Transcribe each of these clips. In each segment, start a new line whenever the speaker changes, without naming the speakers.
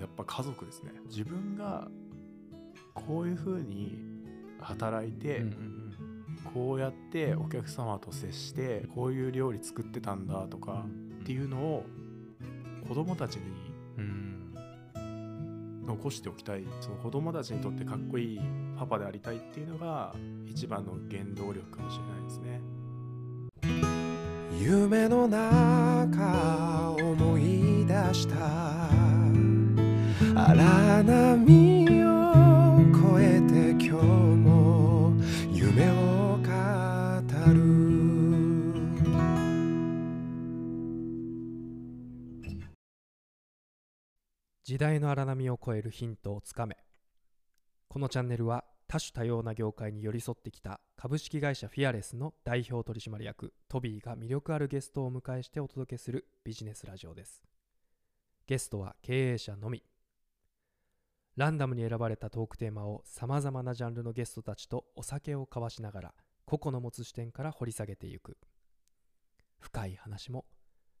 やっぱ家族ですね自分がこういうふうに働いて、
うん
こうやってお客様と接してこういう料理作ってたんだとかっていうのを子供たちに
うんうん
残しておきたいその子供たちにとってかっこいいパパでありたいっていうのが一番の原動力かもしれないですね
夢の中思い出した荒波を越えて今日も夢を語る
時代の荒波を超えるヒントをつかめこのチャンネルは多種多様な業界に寄り添ってきた株式会社フィアレスの代表取締役トビーが魅力あるゲストをお迎えしてお届けするビジネスラジオですゲストは経営者のみランダムに選ばれたトークテーマをさまざまなジャンルのゲストたちとお酒を交わしながら個々の持つ視点から掘り下げていく深い話も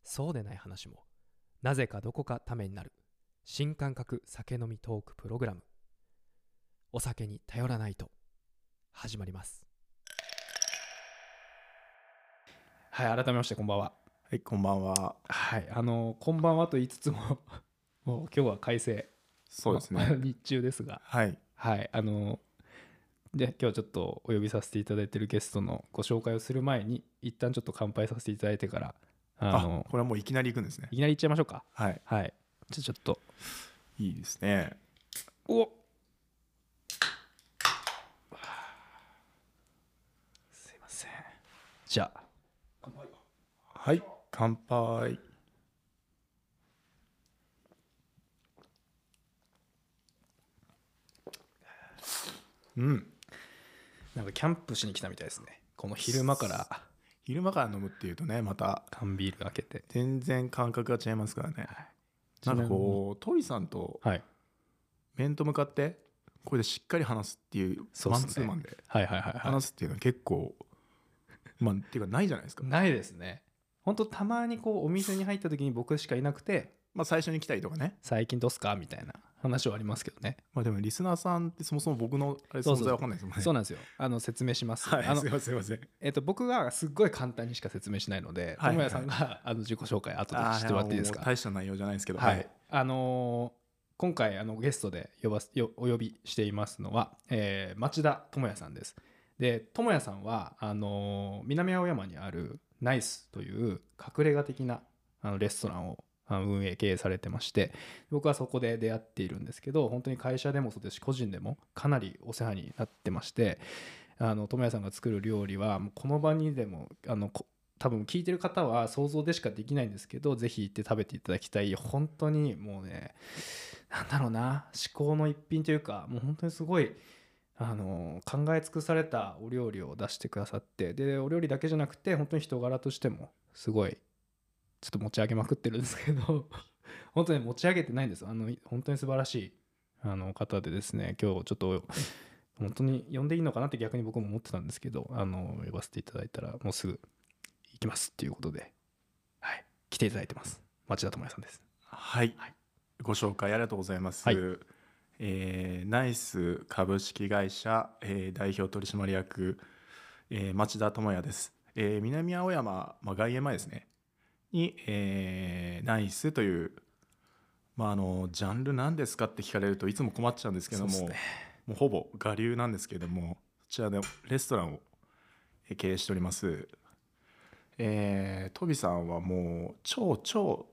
そうでない話もなぜかどこかためになる新感覚酒飲みトークプログラムお酒に頼らないと始まりますはい改めましてこんばんは
はいこんばんは
はいあのこんばんはと言いつつも もう今日は快晴
そうです
まあ
ね
日中ですが
はい
はいあので今日はちょっとお呼びさせていただいているゲストのご紹介をする前に一旦ちょっと乾杯させていただいてからあ
あ
の
これはもういきなり行くんですね
いきなりいっちゃいましょうか
はい
はいじゃあちょっと
いいですね
おすいませんじゃあ
はい乾杯うん
なんかキャンプしに来たみたいですねこの昼間から
昼間から飲むっていうとねまた
缶ビール開けて
全然感覚が違いますからね
はい
なんかこうトリさんと
はい
面と向かってこれでしっかり話すっていう
そうっ
マ
す
ン
ね
ツーマンで
はいはいはいはい
話すっていうのは結構 まあっていうかないじゃないですか
ないですねほんとたまにこうお店に入った時に僕しかいなくて
まあ最初に来たりとかね
最近どうすかみたいな話はありますけどね
まあでもリスナーさんってそもそも僕のあれ
そ
存
うそう
在わかんないですもんね
そうなんですよあの説明します、
はい
あの
すいませんすいません
えっと僕がすっごい簡単にしか説明しないので
はい
智也さんがあの自己紹介後でしてもらっていいです
あ
か
ーやもう大した内容じゃないですけど
はい、あのー今回あのゲストで呼ばすよお呼びしていますのは、えー町田智也さんです。で智也さんはあのー南青山にあるナイスという隠れ家的なあのレストランをあの運営経営されてまして僕はそこで出会っているんですけど本当に会社でもそうですし個人でもかなりお世話になってましてあの智也さんが作る料理はもうこの場にでもあのこ多分聞いてる方は想像でしかできないんですけどぜひ行って食べていただきたい本当にもうねなんだろうな至高の一品というかもう本当にすごいあの考え尽くされたお料理を出してくださってでお料理だけじゃなくて本当に人柄としてもすごいちょっと持ち上げまくってるんですけど 本当に持ち上げてないんですあの本当に素晴らしいあの方でですね今日ちょっと本当に呼んでいいのかなって逆に僕も思ってたんですけどあの呼ばせていただいたらもうすぐ行きますっていうことで、はい、来ていただいてます町田智也さんです
はい、
はい
ご紹介ありがとうございます、
はい
えーナイス株式会社、えー代表取締役、えー町田智也です、えー南青山、まあ、外苑前ですねに、えーナイスというまああのジャンル何ですかって聞かれるといつも困っちゃうんですけども
そうっすね
もうほぼ我流なんですけれどもこちらでレストランをえー経営しておりますえー、トビさんはもう超超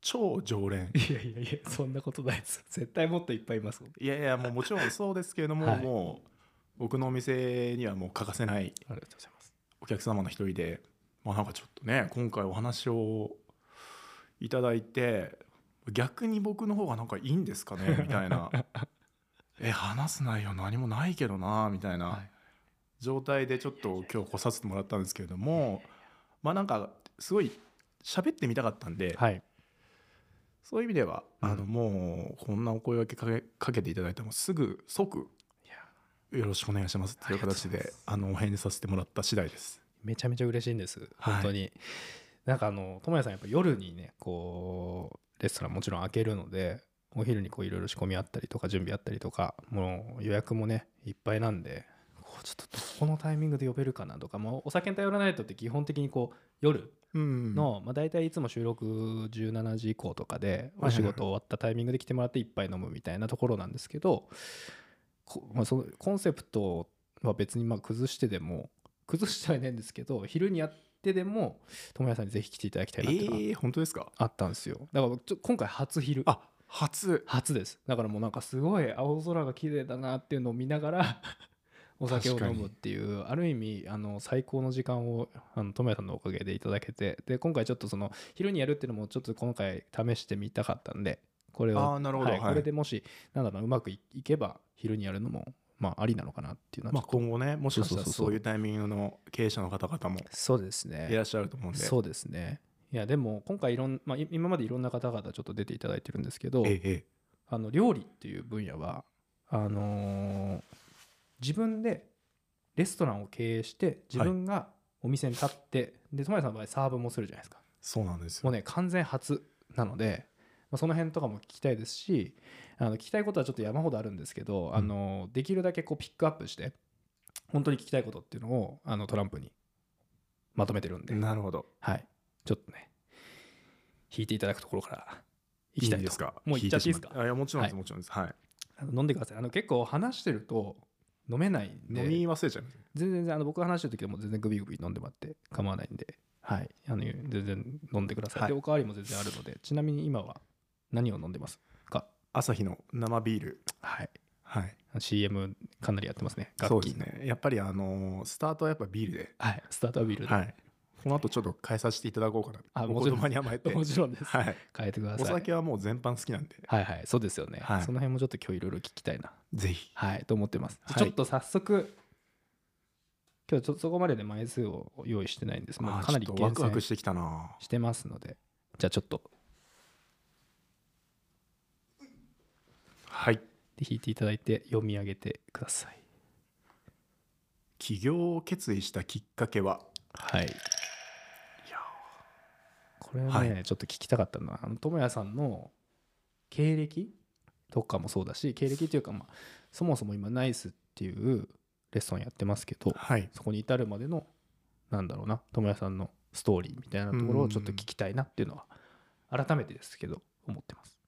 超常連
いやいやいやそんなことないです絶対もっといっぱいいます
いやいやもうもちろんそうですけれども、
はい
もう僕のお店にはもう欠かせない
ありがとうございます
お客様の一人でまあなんかちょっとね今回お話をいただいて逆に僕の方がなんかいいんですか ねみたいなえ話す内容何もないけどなみたい
は
ない状態でちょっと今日来させてもらったんですけれどもまあなんかすごい喋ってみたかったんで、
はい
そういう意味では、
うん
あのもうこんなお声掛けかけかけていただいてもすぐ即
いや
よろしくお願いしますっていう形
ありがとうござい
で
ます
あのお返事させてもらった次第です。
めちゃめちゃ嬉しいんです
はい
本当に、なんかあの智也さんやっぱ夜にねこうレストランもちろん開けるので
お昼にこういろいろ仕込みあったりとか準備あったりとかもう予約もねいっぱいなんでこうちょっとどこのタイミングで呼べるかなとかもうお酒に頼らないとって基本的にこう夜
うん
の、まあ、大体いつも収録17時以降とかで
はいはいはい
お仕事終わったタイミングで来てもらって一杯飲むみたいなところなんですけどこまあ、そのコンセプトは別にまあ崩してでも崩してはいないんですけど昼にやってでも友也さんにぜひ来ていただきた
え
いなっていうのは
ー、本当ですか
あったんですよだからちょ今回初昼
あ初
初ですだからもうなんかすごい青空が綺麗だなっていうのを見ながらお酒を飲むっていうある意味あの最高の時間をあの智也さんのおかげでいただけてで今回ちょっとその昼にやるっていうのもちょっと今回試してみたかったんでこれを
あーなるほど
はい
はい
これでもしなんだろううまくいいけば昼にやるのもまあありなのかなっていうのは
ま
ちょ
あ
っと、
今後ねもしかしたら
そうそうそう
そういうタイミングの経営者の方々も
そうですね
いらっしゃると思うんで
そうですねいやでも今回いろん、まあ、い今までいろんな方々ちょっと出ていただいてるんですけど、
ええ
あの料理っていう分野はあのー自分でレストランを経営して自分がお店に立って、で友也さんの場合サーブもするじゃないですか
そうなんです
も
よ
うね完全初なので、まあ、その辺とかも聞きたいですしあの聞きたいことはちょっと山ほどあるんですけど、あのできるだけこうピックアップして本当に聞きたいことっていうのをあのトランプにまとめてるんで、
なるほど
はいちょっとね引いていただくところからい
い
き
い
たい
ん
と
ですか
もう行っちゃっていいですか
聞てしまあいやもちろんです
はい
もちろんですはい
あの飲んでくださいあの結構話してると飲めないんで
飲み忘れちゃいます
全然全然あの僕が話してる時でも全然グビグビ飲んでもらって構わないんで、はい、あの全然飲んでください、
はい
でおかわりも全然あるのでちなみに今は何を飲んでますか
朝日の生ビール
はい
はい
CM かなりやってますね
そ
楽
うで
器
すねやっぱりあのースタートはやっぱビールで
はいスタートアビールで、
はいこの後ちょっと変えさせていただこうか
あ
な
も
お
ちろ
言
ん
葉に甘えて
もちろんです、
はい
変えてくださ
お
い
酒はもう全般好きなんで
はいはいそうですよね、
はい
その辺もちょっと今日いろいろ聞きたいな
ぜひ
はいと思ってます、
はい
ちょっと早速今日ちょっとそこまでで枚数を用意してないんですも
あ
う
ー
かなり
ちょっとワクワ
厳選
クしてきたな
してますのでじゃあちょっと
はい
で弾いていただいて読み上げてください
起業を決意したきっかけは
はい
や
これはね、
は
ちょっと聞きたかったのはあの智也さんの経歴とかもそうだし経歴というか、まあ、そもそも今ナイスっていうレッスンやってますけど
はい
そこに至るまでのなんだろうな智也さんのストーリーみたいなところをちょっと聞きたいなっていうのは改めてですけど思ってます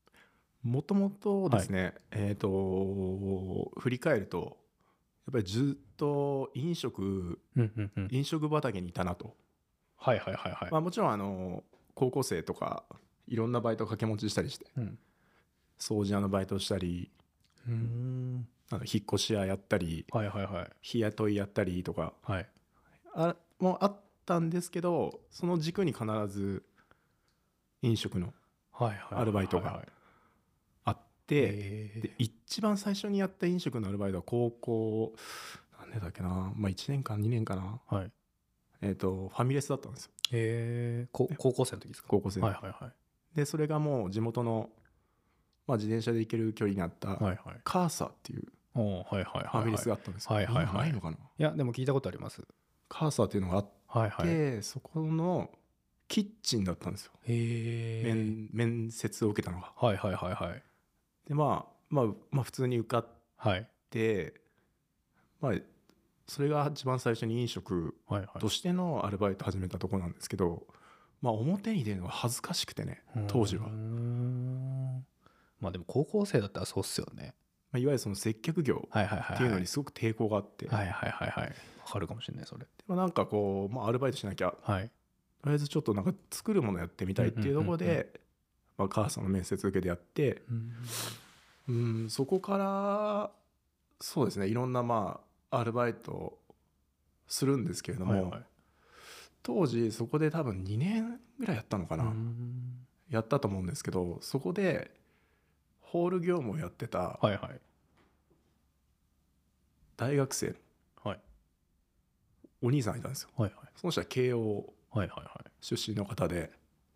もともとですね、えっ、と振り返るとやっぱりずっと飲食
うんうんうん
飲食畑にいたなと、
はいはいはいはい、
まあ、もちろんあの高校生とかいろんなバイト掛け持ちしたりして
うん
掃除屋のバイトしたり
うーん
あの引っ越し屋やったり
はいはいはい
日雇いやったりとか
はい
あもあったんですけどその軸に必ず飲食の
はいはいはい
アルバイトが
はいはい
あって。で
で
一番最初にやった飲食のアルバイトは高校何年だっけな、まあ、1年間2年かな、
はい
えっとファミレスだったんですよ
ええこ高校生の時ですか
高校生の
はいはいは
でそれがもう地元の、まあ、自転車で行ける距離にあった、
いはいはい
カーサっていう
おーはいはいはい
ファミレス
い
があったんですよ、
はいはいはい
今ないのかない
やでも聞いたことあります
カーサっていうのがあっ
はいはい
て、
へ
そこのキッチンだったんですよ、
え
面面接を受けたのが
はいはいはいはい
で、まあ、まあまあ普通に受かっ
はい
てまあそれが一番最初に飲食
はいはい
としてのアルバイト始めたとこなんですけど、まあ、表に出るのが恥ずかしくてね当時は、
うー
ま
んまあでも高校生だったらそうっすよね
あ、いわゆるその接客業
はいはいはいは
っていうのにすごく抵抗があって、
はいはいはいはいわかるかもしれないそれ
でもなんかこう、まあ、アルバイトしなきゃと
はい
りあえずちょっとなんか作るものやってみたいっていうところで、
うんうんう
まあ、母さんの面接受けでやってうんそこからそうですねいろんなまあアルバイトをするんですけれども、
はいはい
当時そこで多分2年ぐらいやったのかな、
うーん
やったと思うんですけどそこでホール業務をやってた
はいはい
大学生の
はい
お兄さんがいたんですよ
はいはい
その人は慶応
はいはいは
出身の方で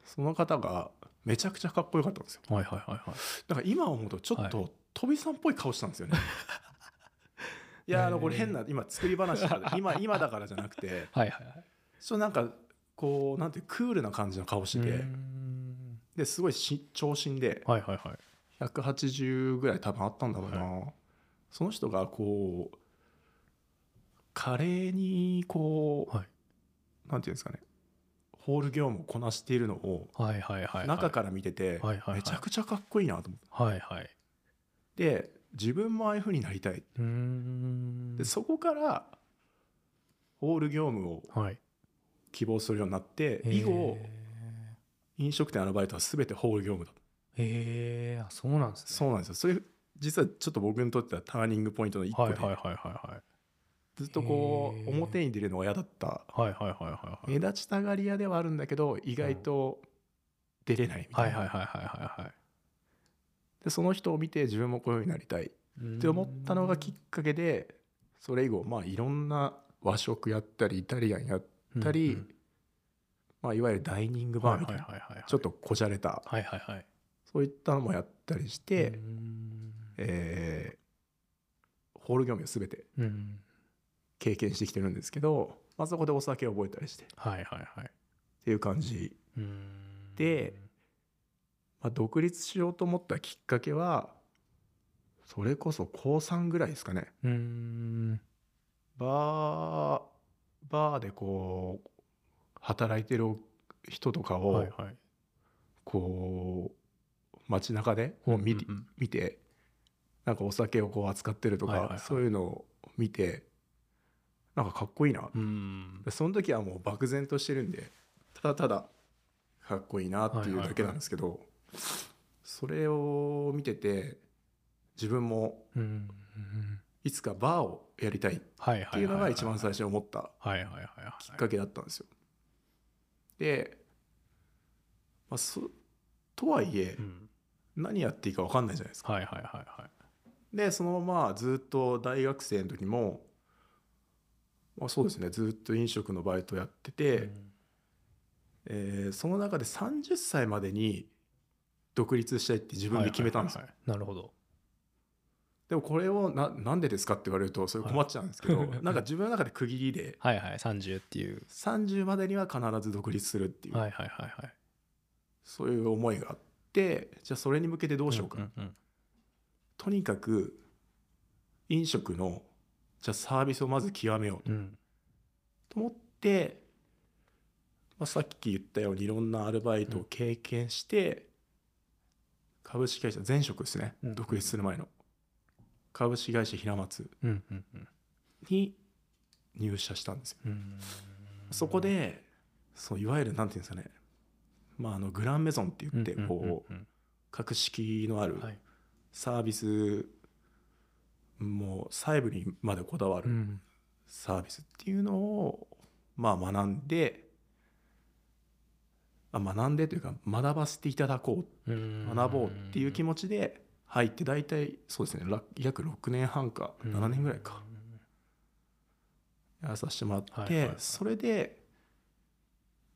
その方がめちゃくちゃかっこよかったんですよ
いはいはいはいはい
だから今思うとちょっと飛びさんっぽい顔したん ですよね、い、やあのこれ変な今作り話だ から今今だからじゃなくて
はいはいはい
ちょっとなんかこうなんていうクールな感じの顔して
う
て
ーん
ですごいし長身で
はいはいはい
180ぐらい多分あったんだろうな、その人がこう華麗にこう、
はい
なんていうんですかねホール業務をこなしているのを
はいはいはいはい
中から見てて、
はいはいはい
めちゃくちゃかっこいいなと思っ
はいはい
て、で自分もああいう風になりたい、
うーん
でそこからホール業務を
はい
希望するようになって以後
へ
飲食店アルバイトは全てホール業務だった
えへえあそうなんですね
そうなんですよそれ実はちょっと僕にとってはターニングポイントの一個
はい
で、
はいはいはいはい
ずっとこ
へ
う
ー
表に出るのが嫌だった
はいはいはいはい
目立ちたがり屋ではあるんだけど意外と出れないみた
はいい
な、
はいはいはいは
でその人を見て自分もこういうふうになりたい
い
って思ったのがきっかけでそれ以後まあいろんな和食やったりイタリアンやったり、まあ、いわゆるダイニングバーみたいなちょっとこじゃれた
はいはいはい
そういったのもやったりして、
うーん
えーホール業務を全て
うん
経験してきてるんですけど、まあ、そこでお酒を覚えたりしてっ
はいはいはい
ていう感じ、
うーん
でまあ、独立しようと思ったきっかけはそれこそ高3ぐらいですかね
うーん
バーバーでこう働いてる人とかを、
はいはい
こう街中でを見,、
うんうん
見てなんかお酒をこう扱ってるとか、
はいはいはい
そういうのを見てなんかかっこいいな、
うーん
でその時はもう漠然としてるんでただただかっこいいなっていうだけなんですけど、それを見てて自分も
うんうん
いつかバーをやりたいっ
はいは
て
い
いう
は
の
い
が
はい
一番最初に思った
はいはいはいはい
きっかけだったんですよ。で、まあ、そとはいえ、
うん
何やっていいか分かんないじゃないですか。
はいはいはいはい
でそのままずっと大学生の時も、まあ、そうですねずっと飲食のバイトやってて、
うん
えーその中で30歳までに独立したいって自分で決めたんですよ。
はいはいはいはいなるほど
でもこれをななんでですかって言われるとそれ困っちゃうんですけど、
はい
なんか自分の中で区切りで
はいはい30っていう
30までには必ず独立するっていう、
はいはいはいはい
そういう思いがあってじゃあそれに向けてどうしようか、
んうんん
とにかく飲食のじゃあサービスをまず極めようと
うん
と思って、まあ、さっき言ったようにいろんなアルバイトを経験して、株式会社前職ですね、
うん
独立する前の株式会社平松
うんうんうん
に入社したんですよ、
うーん
そこでそういわゆるなんていうんですかねまあ、あのグランメゾンって言ってこう,、
うんうん
格式のある
うんはい
サービスもう細部にまでこだわる
うん
サービスっていうのをまあ学んであ学んでというか学ばせていただこ
う
うん学ぼうっていう気持ちで入って大体そうですねら約6年半か
うん
7年ぐらいかやらさせてもらっ
はいはい
て
はい
それで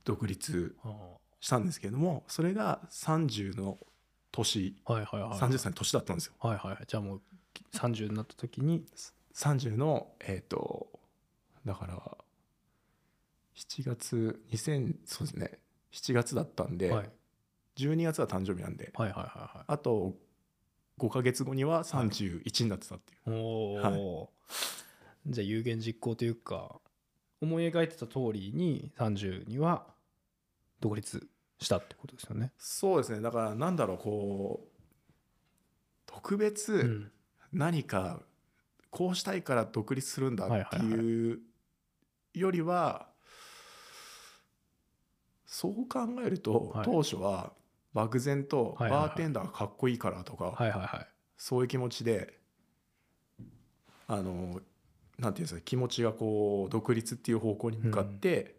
独立
ああ
したんですけれどもそれが30の年
はいはいはい
30歳の年だったんですよ。
はいはいはいじゃあもう30になった時に
30のえっ、とだから7月2000そうですね7月だったんで、
はい
12月は誕生日なんで
はいはいは
あと5ヶ月後には31になってたっていう、
いはいおおじゃあ有言実行というか思い描いてた通りに30には独立したってことですよね
そうですねだからなんだろうこう特
う
別
ん
何かこうしたいから独立するんだって
はいはい
いうよりはそう考えると
はい
当初は漠然と
はいはいはい
バーテンダーがかっこいいからとか、
はいはいはい
そういう気持ちであのなんていうんですか気持ちがこう独立っていう方向に向かって、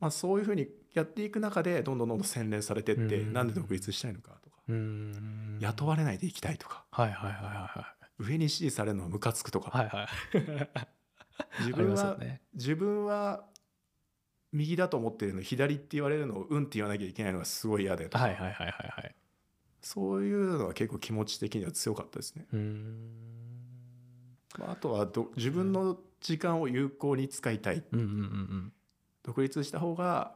まあ、そういうふうにやっていく中でどんどんどんどん洗練されてって、
うん
なんで独立したいのかとか、
うーん
雇われないでいきたいとか
はいはいはいは
上に指示されるのはムカつくとか、
いはいはいはい
自
あり
分
ます
は、
よね
自分は右だと思ってるの左って言われるのをうんって言わなきゃいけないのがすごい嫌でとか、
はいはいはいはいはい
そういうのは結構気持ち的には強かったですね。
うーん
まあ、あとはど自分の時間を有効に使いたい
うんうんうん
独立した方が、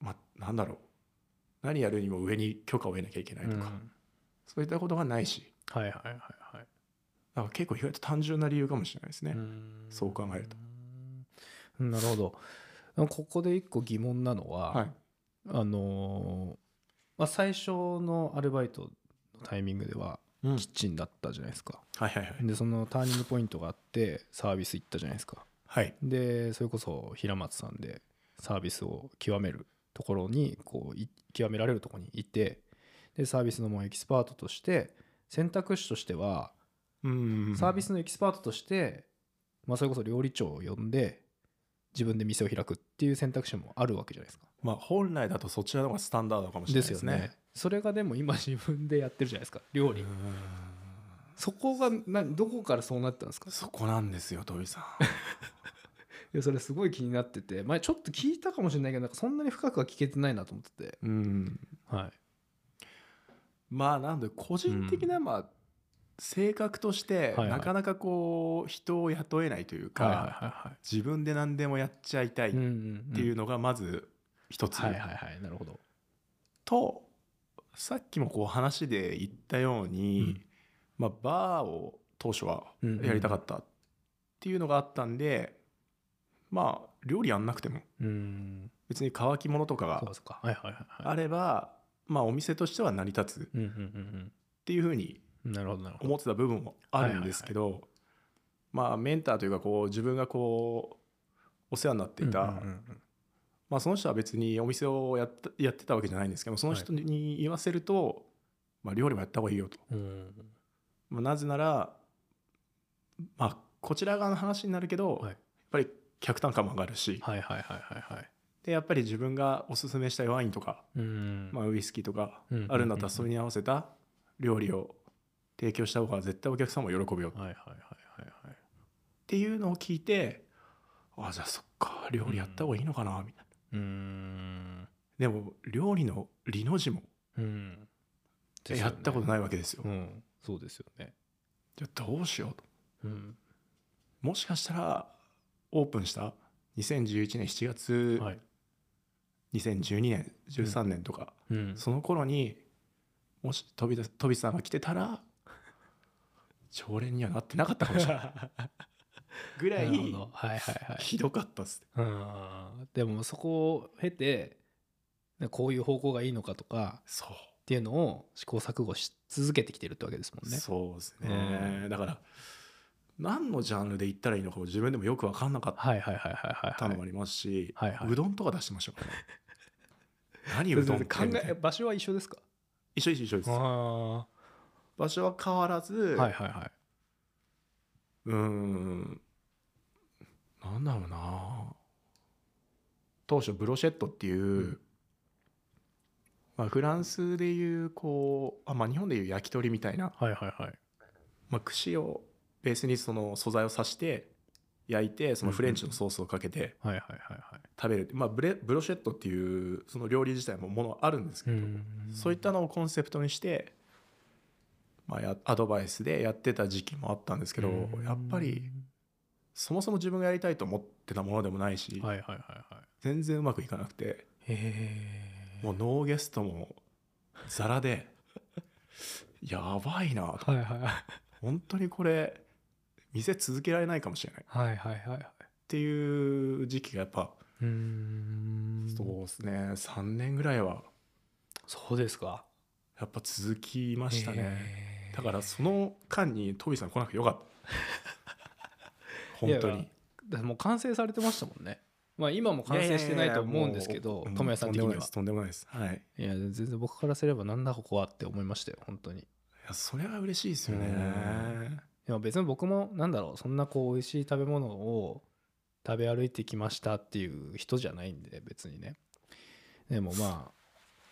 まあ、なんだろう何やるにも上に許可を得なきゃいけな
う
い
ん
とか、
うん
そういったことがないし
はいはいはいはい
だから結構意外と単純な理由かもしれないですね、
ん
そう考えると
うんなるほどなんかここで一個疑問なのは、
はい
あのーまあ、最初のアルバイトのタイミングでは
うん
キッチンだったじゃないですか、
はいはいはい
でそのターニングポイントがあってサービス行ったじゃないですか
はい
でそれこそ平松さんでサービスを極めるところにこうい極められるところにいてでサービスのもうエキスパートとして選択肢としては
うん
サービスのエキスパートとして、まあ、それこそ料理長を呼んで自分で店を開くっていう選択肢もあるわけじゃないですか。
まあ本来だとそっちの方がスタンダードかもしれ
で
ない
す
で
よ
すね
ね。それがでも今自分でやってるじゃないですか料理。そこがなどこからそうなったんですか
そこなんですよ土井さん
いやそれすごい気になってて前ちょっと聞いたかもしれないけどなんかそんなに深くは聞けてないなと思ってて。
うん
はい
まあなんで個人的なまあ性格として
はいはい
なかなかこう人を雇えないというか、
はいはい。
自分で何でもやっちゃいたいっ
って
いう
の
のがまず一つ、
はいはいはいなるほど。
とさっきもこう話で言ったように、
うん
まあ、バーを当初は
うんうん
やりたかったっていうのがあったんで、まあ料理やんなくても
うん
別に乾き物とか
そう
が
かそうかはいはいはいはい。
あれば、まあ、お店としては成り立つっ
うんうんうん
ていうふうに
うんなるほどなるほど。
思ってた部分もあるんですけど、まあメンターというかこう自分がこうお世話になっていた、
うんうんうん
まあ、その人は別にお店をやったやってたわけじゃないんですけどその人に言わせると、まあ、料理もやった方がいいよと。
うん
まあ、なぜなら、まあ、こちら側の話になるけど、
はい
やっぱり客単価も上がるし、
はいはいはいはいはい。
でやっぱり自分がおすすめしたいワインとか、
うん
まあ、ウイスキーとか
うんうんうん
あるんだったらそれに合わせた料理を提供した方が絶対お客さんも喜ぶよっ
はいはいはいはいはい。
ていうのを聞いてあじゃあそっか料理やった方がいいのかなみたいな。
うん
でも料理の「理」の字も
うん。
やったこと
い。
ないわけですよ。
うんそうですよね。
じゃあどうしようと。
うん
もしかしたらオープンした2011年7月、
はい。
2012年13年とか、
うん
その頃にもし飛び出飛びさんが来てたら常連にはなってなかったかもしれないぐら
ないるほどはいはいはい。
ひどかったっすね
うんでもそこを経てこういう方向がいいのかとか
そ
っていうのを試行錯誤し続けてきてるってわけですも
う、
んね。
そうですね、だから何のジャンルで言ったらいいのかも自分でもよく分かんなかっ
はいはいはいはいはい、はい。
たのもありますし、
はいはいはいう
どんとか出してましょ う何うどんって
考
みたい
え
な
場所は一緒ですか
一緒一緒一緒です
あ
場所は変わらず、
あはいはいは
うーん。なんだろうな。当初ブロシェットっていう、まあ、フランスでいうこうあ、まあ、日本でいう焼き鳥みたいな、
い。はいはいはい。
まあ、串をベースにその素材を刺して焼いてそのフレンチのソースをかけて
はいはいはいはい。
食べる、まあ、ブレブロシェットっていうその料理自体もものあるんですけど、そういったのをコンセプトにして、まあ、やアドバイスでやってた時期もあったんですけど、やっぱり。そもそも自分がやりたいと思ってたものでもないし、
はいはいはいはい。
全然うまくいかなくて
へえ。
もうノーゲストもザラ でやばいなと
はいはいはい。
本当にこれ店続けられないかもしれないっ
はいはいはいはい。
ていう時期がやっぱ、
うん
そうですね3年ぐらいは
そうですか。
やっぱ続きましたね
へー
だからその間にトビーさん来なくてよかった本当
いやい
に
やだからもう完成されてましたもんね。まあ今も完成してないと思うんですけど、
もう
友也さん的には。
とんでもないですとんでもないですはい
いや、全然僕からすればなんだここはって思いましたよ、本当に。
いやそれは嬉しいですよね、
うんでも別に僕もなんだろう、そんなこう美味しい食べ物を食べ歩いてきましたっていう人じゃないんで、別にね。でもま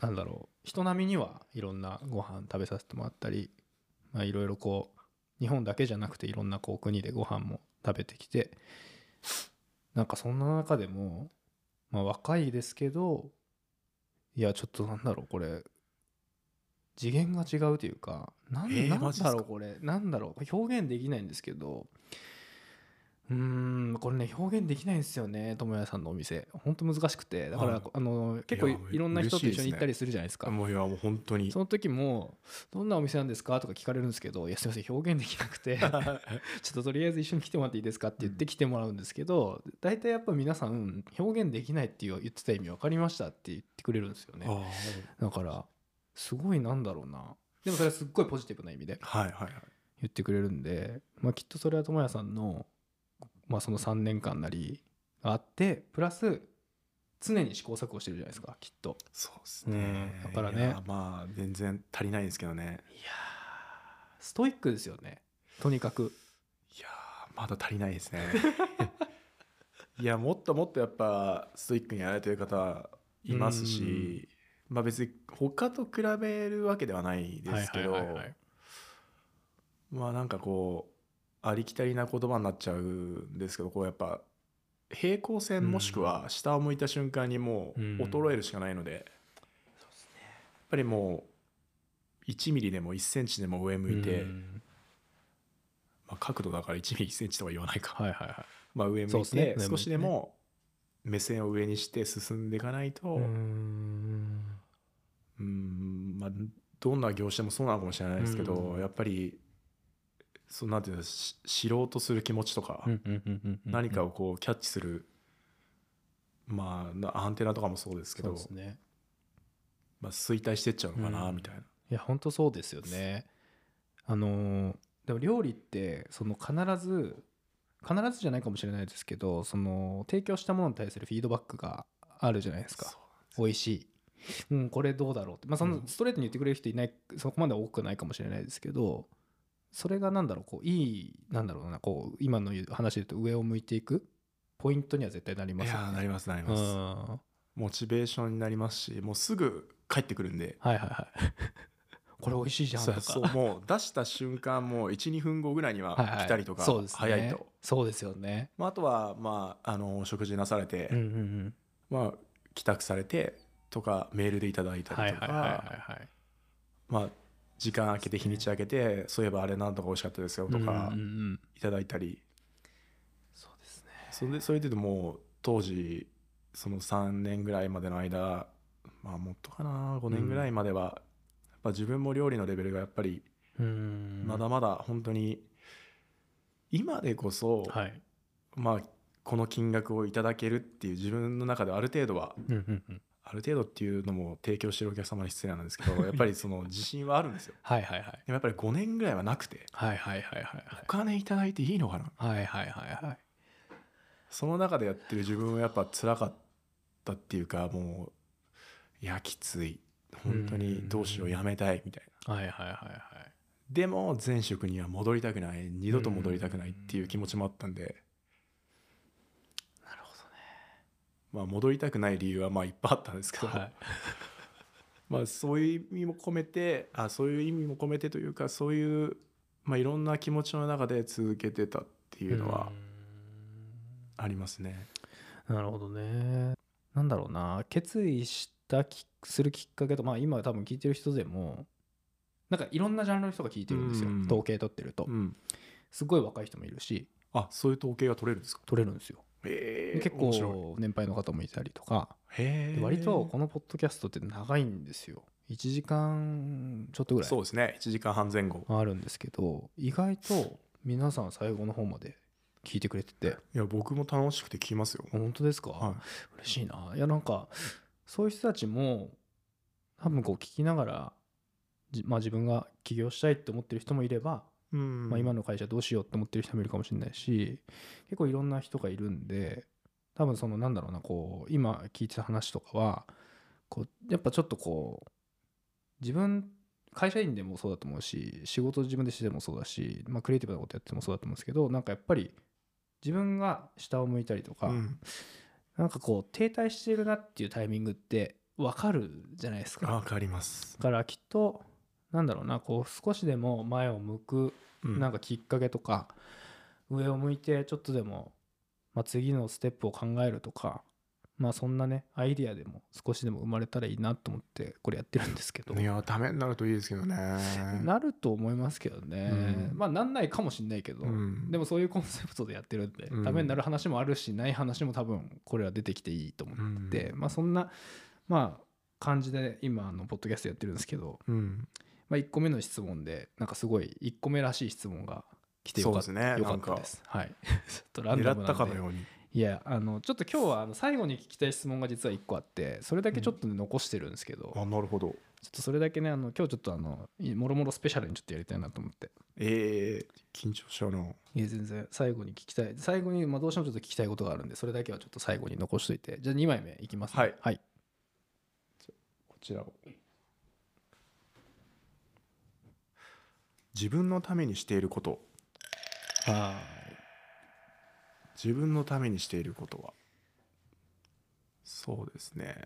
あ、なんだろう、人並みにはいろんなご飯食べさせてもらったり、まあいろいろこう、日本だけじゃなくていろんなこう国でご飯も食べてきて、なんかそんな中でも、まあ若いですけど、いや、ちょっとなんだろう、これ、次元が違うというか、なん,、
えー
なん
マジっす
だ
か
ろう、これ、なんだろう、これ表現できないんですけど、ううーんこれね表現できないんですよね友也さんのお店本当難しくてだから、
はい
あの結構い
いや
いろんな人と
嬉しいですね
一緒に行ったりするじゃないですか
もういやもう本当に
その時も「どんなお店なんですか?」とか聞かれるんですけど「いやすいません表現できな くてちょっととりあえず一緒に来てもらっていいですか?」って言って来てもらうんですけど大体やっぱ皆さん「表現できない」っていう言ってた意味分かりましたって言ってくれるんですよ
あ
ね
ー
だからすごいなんだろうなでもそれはすっごいポジティブな意味で
はいはいはい
言ってくれるんで、まあ、きっとそれは智也さんの、まあ、その3年間なりがあってプラス常に試行錯誤してるじゃないですかきっと
そうですね、
うんだからね
いやまあ全然足りないんですけどね
いやストイックですよねとにかく
いやーまだ足りないですね いやもっともっとやっぱストイックにやられてる方いますし、まあ別に他と比べるわけではないですけど、
はいはいはいはい
まあなんかこうありきたりな言葉になっちゃうんですけどこうやっぱ平行線もしくは下を向いた瞬間にもう衰えるしかないので、やっぱりもう1ミリでも1センチでも上向いて、
うん
まあ、角度だから1ミリ1センチとは言わないか、
はいはいは
まあ、上向
そう
い
ですね
て少しでも目線を上にして進んでいかないと
いうん
うんまあどんな業種でもそうなのかもしれないですけど
うん
やっぱりそうなんていうのし知ろうとする気持ちとか
うんうんうんうんうん
何かをこうキャッチするまあなアンテナとかもそうですけ
そう
ど
ですね
まあ衰退してっちゃうのかな
うん
みたいない
や本当そうですよねあのーでも料理ってその必ず必ずじゃないかもしれないですけどその提供したものに対するフィードバックがあるじゃないですか
そう
美味しい、うん、これどうだろうって、まあ、そ
う
の
ん
ストレートに言ってくれる人いないそこまで多くないかもしれないですけどそれがなんだろうこういいなんだろうなこう今の言う話で言うと上を向いていくポイントには絶対なりま
い
す
や
よ
ーな
ね。
りますなり
うん
ます、
は
モチベーションになりますしもうすぐ帰ってくるんで
いはいはいこれ美味しいじゃんと
そう
か
そうもう出した瞬間もう12分後ぐらいには来たりとか
はいはいそうですね
早いと、
そうですよね
まあ、あとはまああのお食事なされて、
うんうんうん
まあ、帰宅されてとかメールでいただいた
はい
り
は
と
いはいはい
か
はい
まあ時間空けて日にち空けてそういえばあれなんとか美味しかったですよとか
うんうんうん
いただいたり
そうですね
それでそれでもう当時その3年ぐらいまでの間まあもっとかな5年ぐらいまではやっぱ自分も料理のレベルがやっぱり
うん
まだまだ本当に今でこそ
はい
まあこの金額をいただけるっていう自分の中である程度は
うんうんうん
ある程度っていうのも提供してるお客様に失礼なんですけ どやっぱりその自信はあるんですよ
はいはいはい
でもやっぱり5年ぐらいはなくて
はいはいはいはい
お金いただいていいのかな
はいはいはいはい
その中でやってる自分はやっぱ辛かったっていうかもういやきつい本当にどうしようやめたいみたいな
はいはいはいはい
でも前職には戻りたくない二度と戻りたくないっていう気持ちもあったんで
なるほどね
まあ戻りたくない理由はまあいっぱいあったんですけど、
はい
まあ、そういう意味も込めてあそういう意味も込めてというかそういう、まあ、いろんな気持ちの中で続けてたっていうのはありますね。
うんなるほどねなんだろうな決意したきするきっかけとまあ今多分聞いてる人でもなんかいろんなジャンルの人が聞いてるんですよ
うん
統計取ってると
うん
すごい若い人もいるし
あそういう統計が取れるんですか
取れるんですよ
へえ
結
面白い
構年配の方もいたりとか
へ
で
え
割とこのポッドキャストって長いんですよ1時間ちょっとぐらい
そうですね1時間半前後
あるんですけど意外と皆さん最後の方まで聞いてくれてて
いや僕も楽しくて聞きますよ。
本当ですか、
は
嬉しいないやなんかそういう人たちも多分こう聞きながらじまあ、自分が起業したいって思ってる人もいれば、
い、うん
まあ、今の会社どうしようって思ってる人もいるかもしれないし結構いろんな人がいるんで多分そのなんだろうなこう今聞いてた話とかはこうやっぱちょっとこう自分会社員でもそうだと思うし仕事を自分でしてもそうだし、まあ、クリエイティブなことやっててもそうだと思うんですけどなんかやっぱり自分が下を向いたりとか、
うん
なんかこう停滞してるなっていうタイミングって分かるじゃないですか。
わ
だ
かります。
からきっとなんだろうなこう少しでも前を向く
うん
なんかきっかけとか、上を向いてちょっとでも、まあ、次のステップを考えるとか、まあそんなねアイディアでも少しでも生まれたらいいなと思ってこれやってるんですけど
いや、ためになるといいですけどね。
なると思いますけどね、
うん
まあなんないかもしんないけど、
うん
でもそういうコンセプトでやってるんで、
うん
ためになる話もあるしない話も多分これは出てきていいと思ってて、まあそんなまあ感じで今あのポッドキャストやってるんですけど、
うん、
まあ、1個目の質問でなんかすごい1個目らしい質問が来てよかった
そうですね
よかったです。はい、 ちょっとラン
狙
ダムな
っ
んで
たかのように。
いやあのちょっと今日はあの最後に聞きたい質問が実は1個あってそれだけちょっとね、残してるんですけど、
あ、なるほど。
ちょっとそれだけねあの今日ちょっとあのいもろもろスペシャルにちょっとやりたいなと思って
えー、緊張しちゃうな。
いや全然最後に聞きたい最後に、まあ、どうしてもちょっと聞きたいことがあるんでそれだけはちょっと最後に残しといてじゃあ2枚目いきますね
はい
はい、
こちらを。自分のためにしていること。
は
自分のためにしていることはそうですね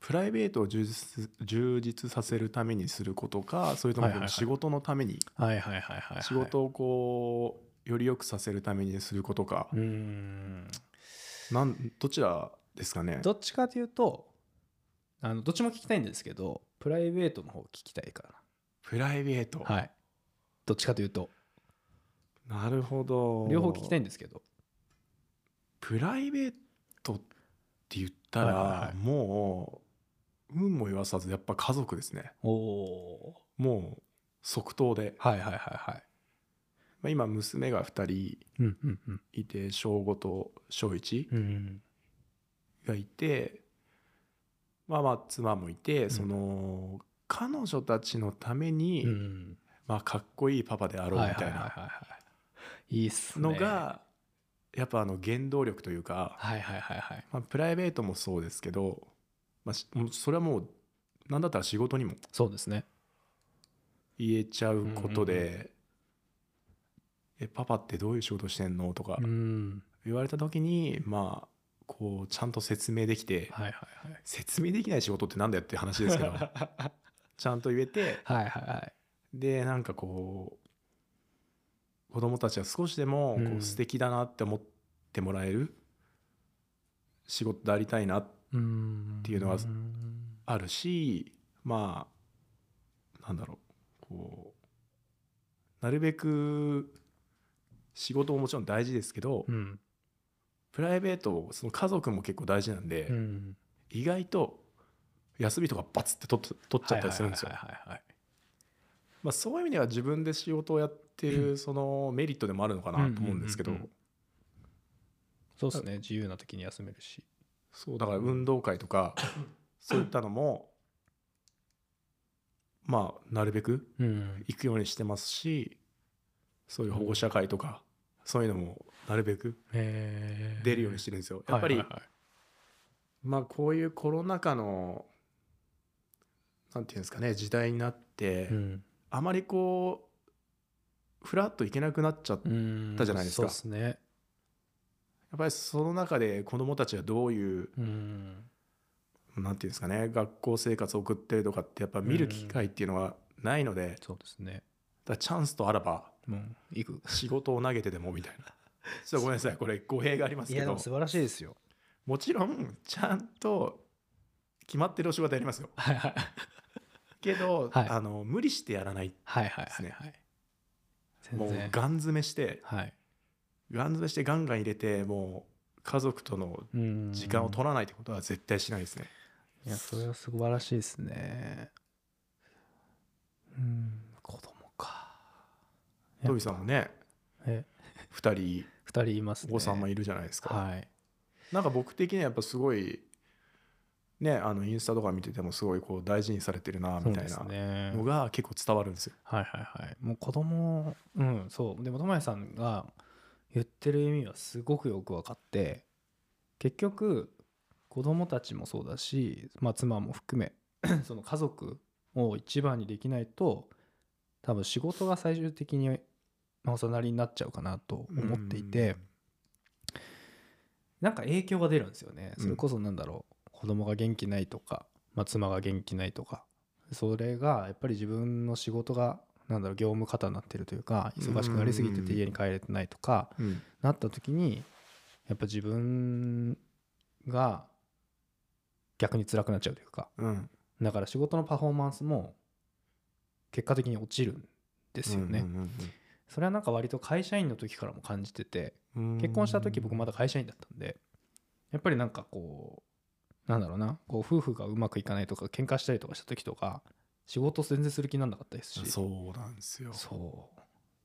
プライベートを充実充実させるためにすることかそれとも
はいはいはい
仕事のために
いはいはいはいはい
仕事をこうより良くさせるためにすることか
うーん
なんどちらですかね
どっちかというとあのどっちも聞きたいんですけどプライベートの方聞きたいか
プライベート、
なはいどっちかというと
なるほど
両方聞きたいんですけど
プライベートって言ったら、
はいはいはい
もう運も言わさずやっぱ家族ですね
おお
もう即答で
はいはいはいはい
まあ、今娘が2人
うんうんうん
いて小5と小1
うん
がいて、まあまあ妻もいてその彼女たちのために、
うん
まあ、かっこいいパパであろうみたい
はいはい
な
はいはいいいっすね
のがやっぱあの原動力というか、
はいはいはいはい
まあ、プライベートもそうですけど、まあ、しもうそれはもう何だったら仕事にも
そうですね
言えちゃうことで。
うんう
えパパってどういう仕事してんのとか
うん
言われた時に、まあこうちゃんと説明できて、
はいはいはい
説明できない仕事ってなんだよっていう話ですけど
は
ちゃんと言えて
いはいはい
でなんかこう子供たちは少しでも
う
こ
ん
う素敵だなって思ってもらえる仕事でありたいな
うん
っていうのは
ん
あるしまあなんだろうこうなるべく仕事ももちろん大事ですけど、
うん
プライベートその家族も結構大事なんで、
うん
意外と休みとかバツって取っ取っちゃったりするんですよ
はい。はいはいはい
まあ、そういう意味では自分で仕事をやってるそのメリットでもあるのかなと思うんですけど、
うんうんうんそうですね自由な時に休めるし
そうだから運動会と かそういったのもまあなるべく
うん
行くようにしてますしそういう保護者会とかそういうのもなるべく
えー
出るようにしてるんですよ。やっぱり、
はいはいはい
まあこういうコロナ禍のなんていうんですかね時代になって、
うん
あまりこうふらっと行けなくなっちゃっ
うん
たじゃないですか
そうですね
やっぱりその中で子どもたちはどういう
うん
なんていうんですかね学校生活を送ってるとかってやっぱ見る機会っていうのはないので、だか
そうですね
らチャンスとあらば
もう行く
仕事を投げてでもみたい なちょっとごめんなさいこれ語弊があります
い
け
やで
ど
も素晴らしいですよ
もちろんちゃんと決まってるお仕事やりますよ
はいはい
けど、
はい
あの無理してやらない
はいはい
です
はい
ね
はい
も
全
う
然
ガン詰めして
はい
ガン詰めしてガンガン入れてもう家族との
うん
時間を取らないってことは絶対しないですね、
いやそれは素晴らしいですねうん子供か
トビさんもね
え
2人
2人いま
お
すね
子さんもいるじゃないですか、
はい
なんか僕的にはやっぱすごいねあのインスタとか見ててもすごいこう大事にされてるな
そう
みたい
です
な
ね
のが結構伝わるんですよ。
はいはいはいもう子供うんそうでも友也さんが言ってる意味はすごくよく分かって結局子供たちもそうだし、まあ、妻も含め その家族を一番にできないと多分仕事が最終的にまあおさなりになっちゃうかなと思っていて、なんか影響が出るんですよね。
うん
それこそなんだろう、子供が元気ないとか、まあ、妻が元気ないとか、それがやっぱり自分の仕事が、なんだろう、業務過多になってるというか、忙しくなりすぎて
うん
て家に帰れてないとか、
うん
なった時に、やっぱ自分が逆に辛くなっちゃうというか
うん
だから仕事のパフォーマンスも結果的に落ちるんですよね、
うんうん
それはなんか割と会社員の時からも感じてて
うんうん
結婚した時僕まだ会社員だったんでやっぱりなんかこうなんだろうなこう夫婦がうまくいかないとか喧嘩したりとかした時とか仕事全然する気になんなかったですし
そうなんですよ
そう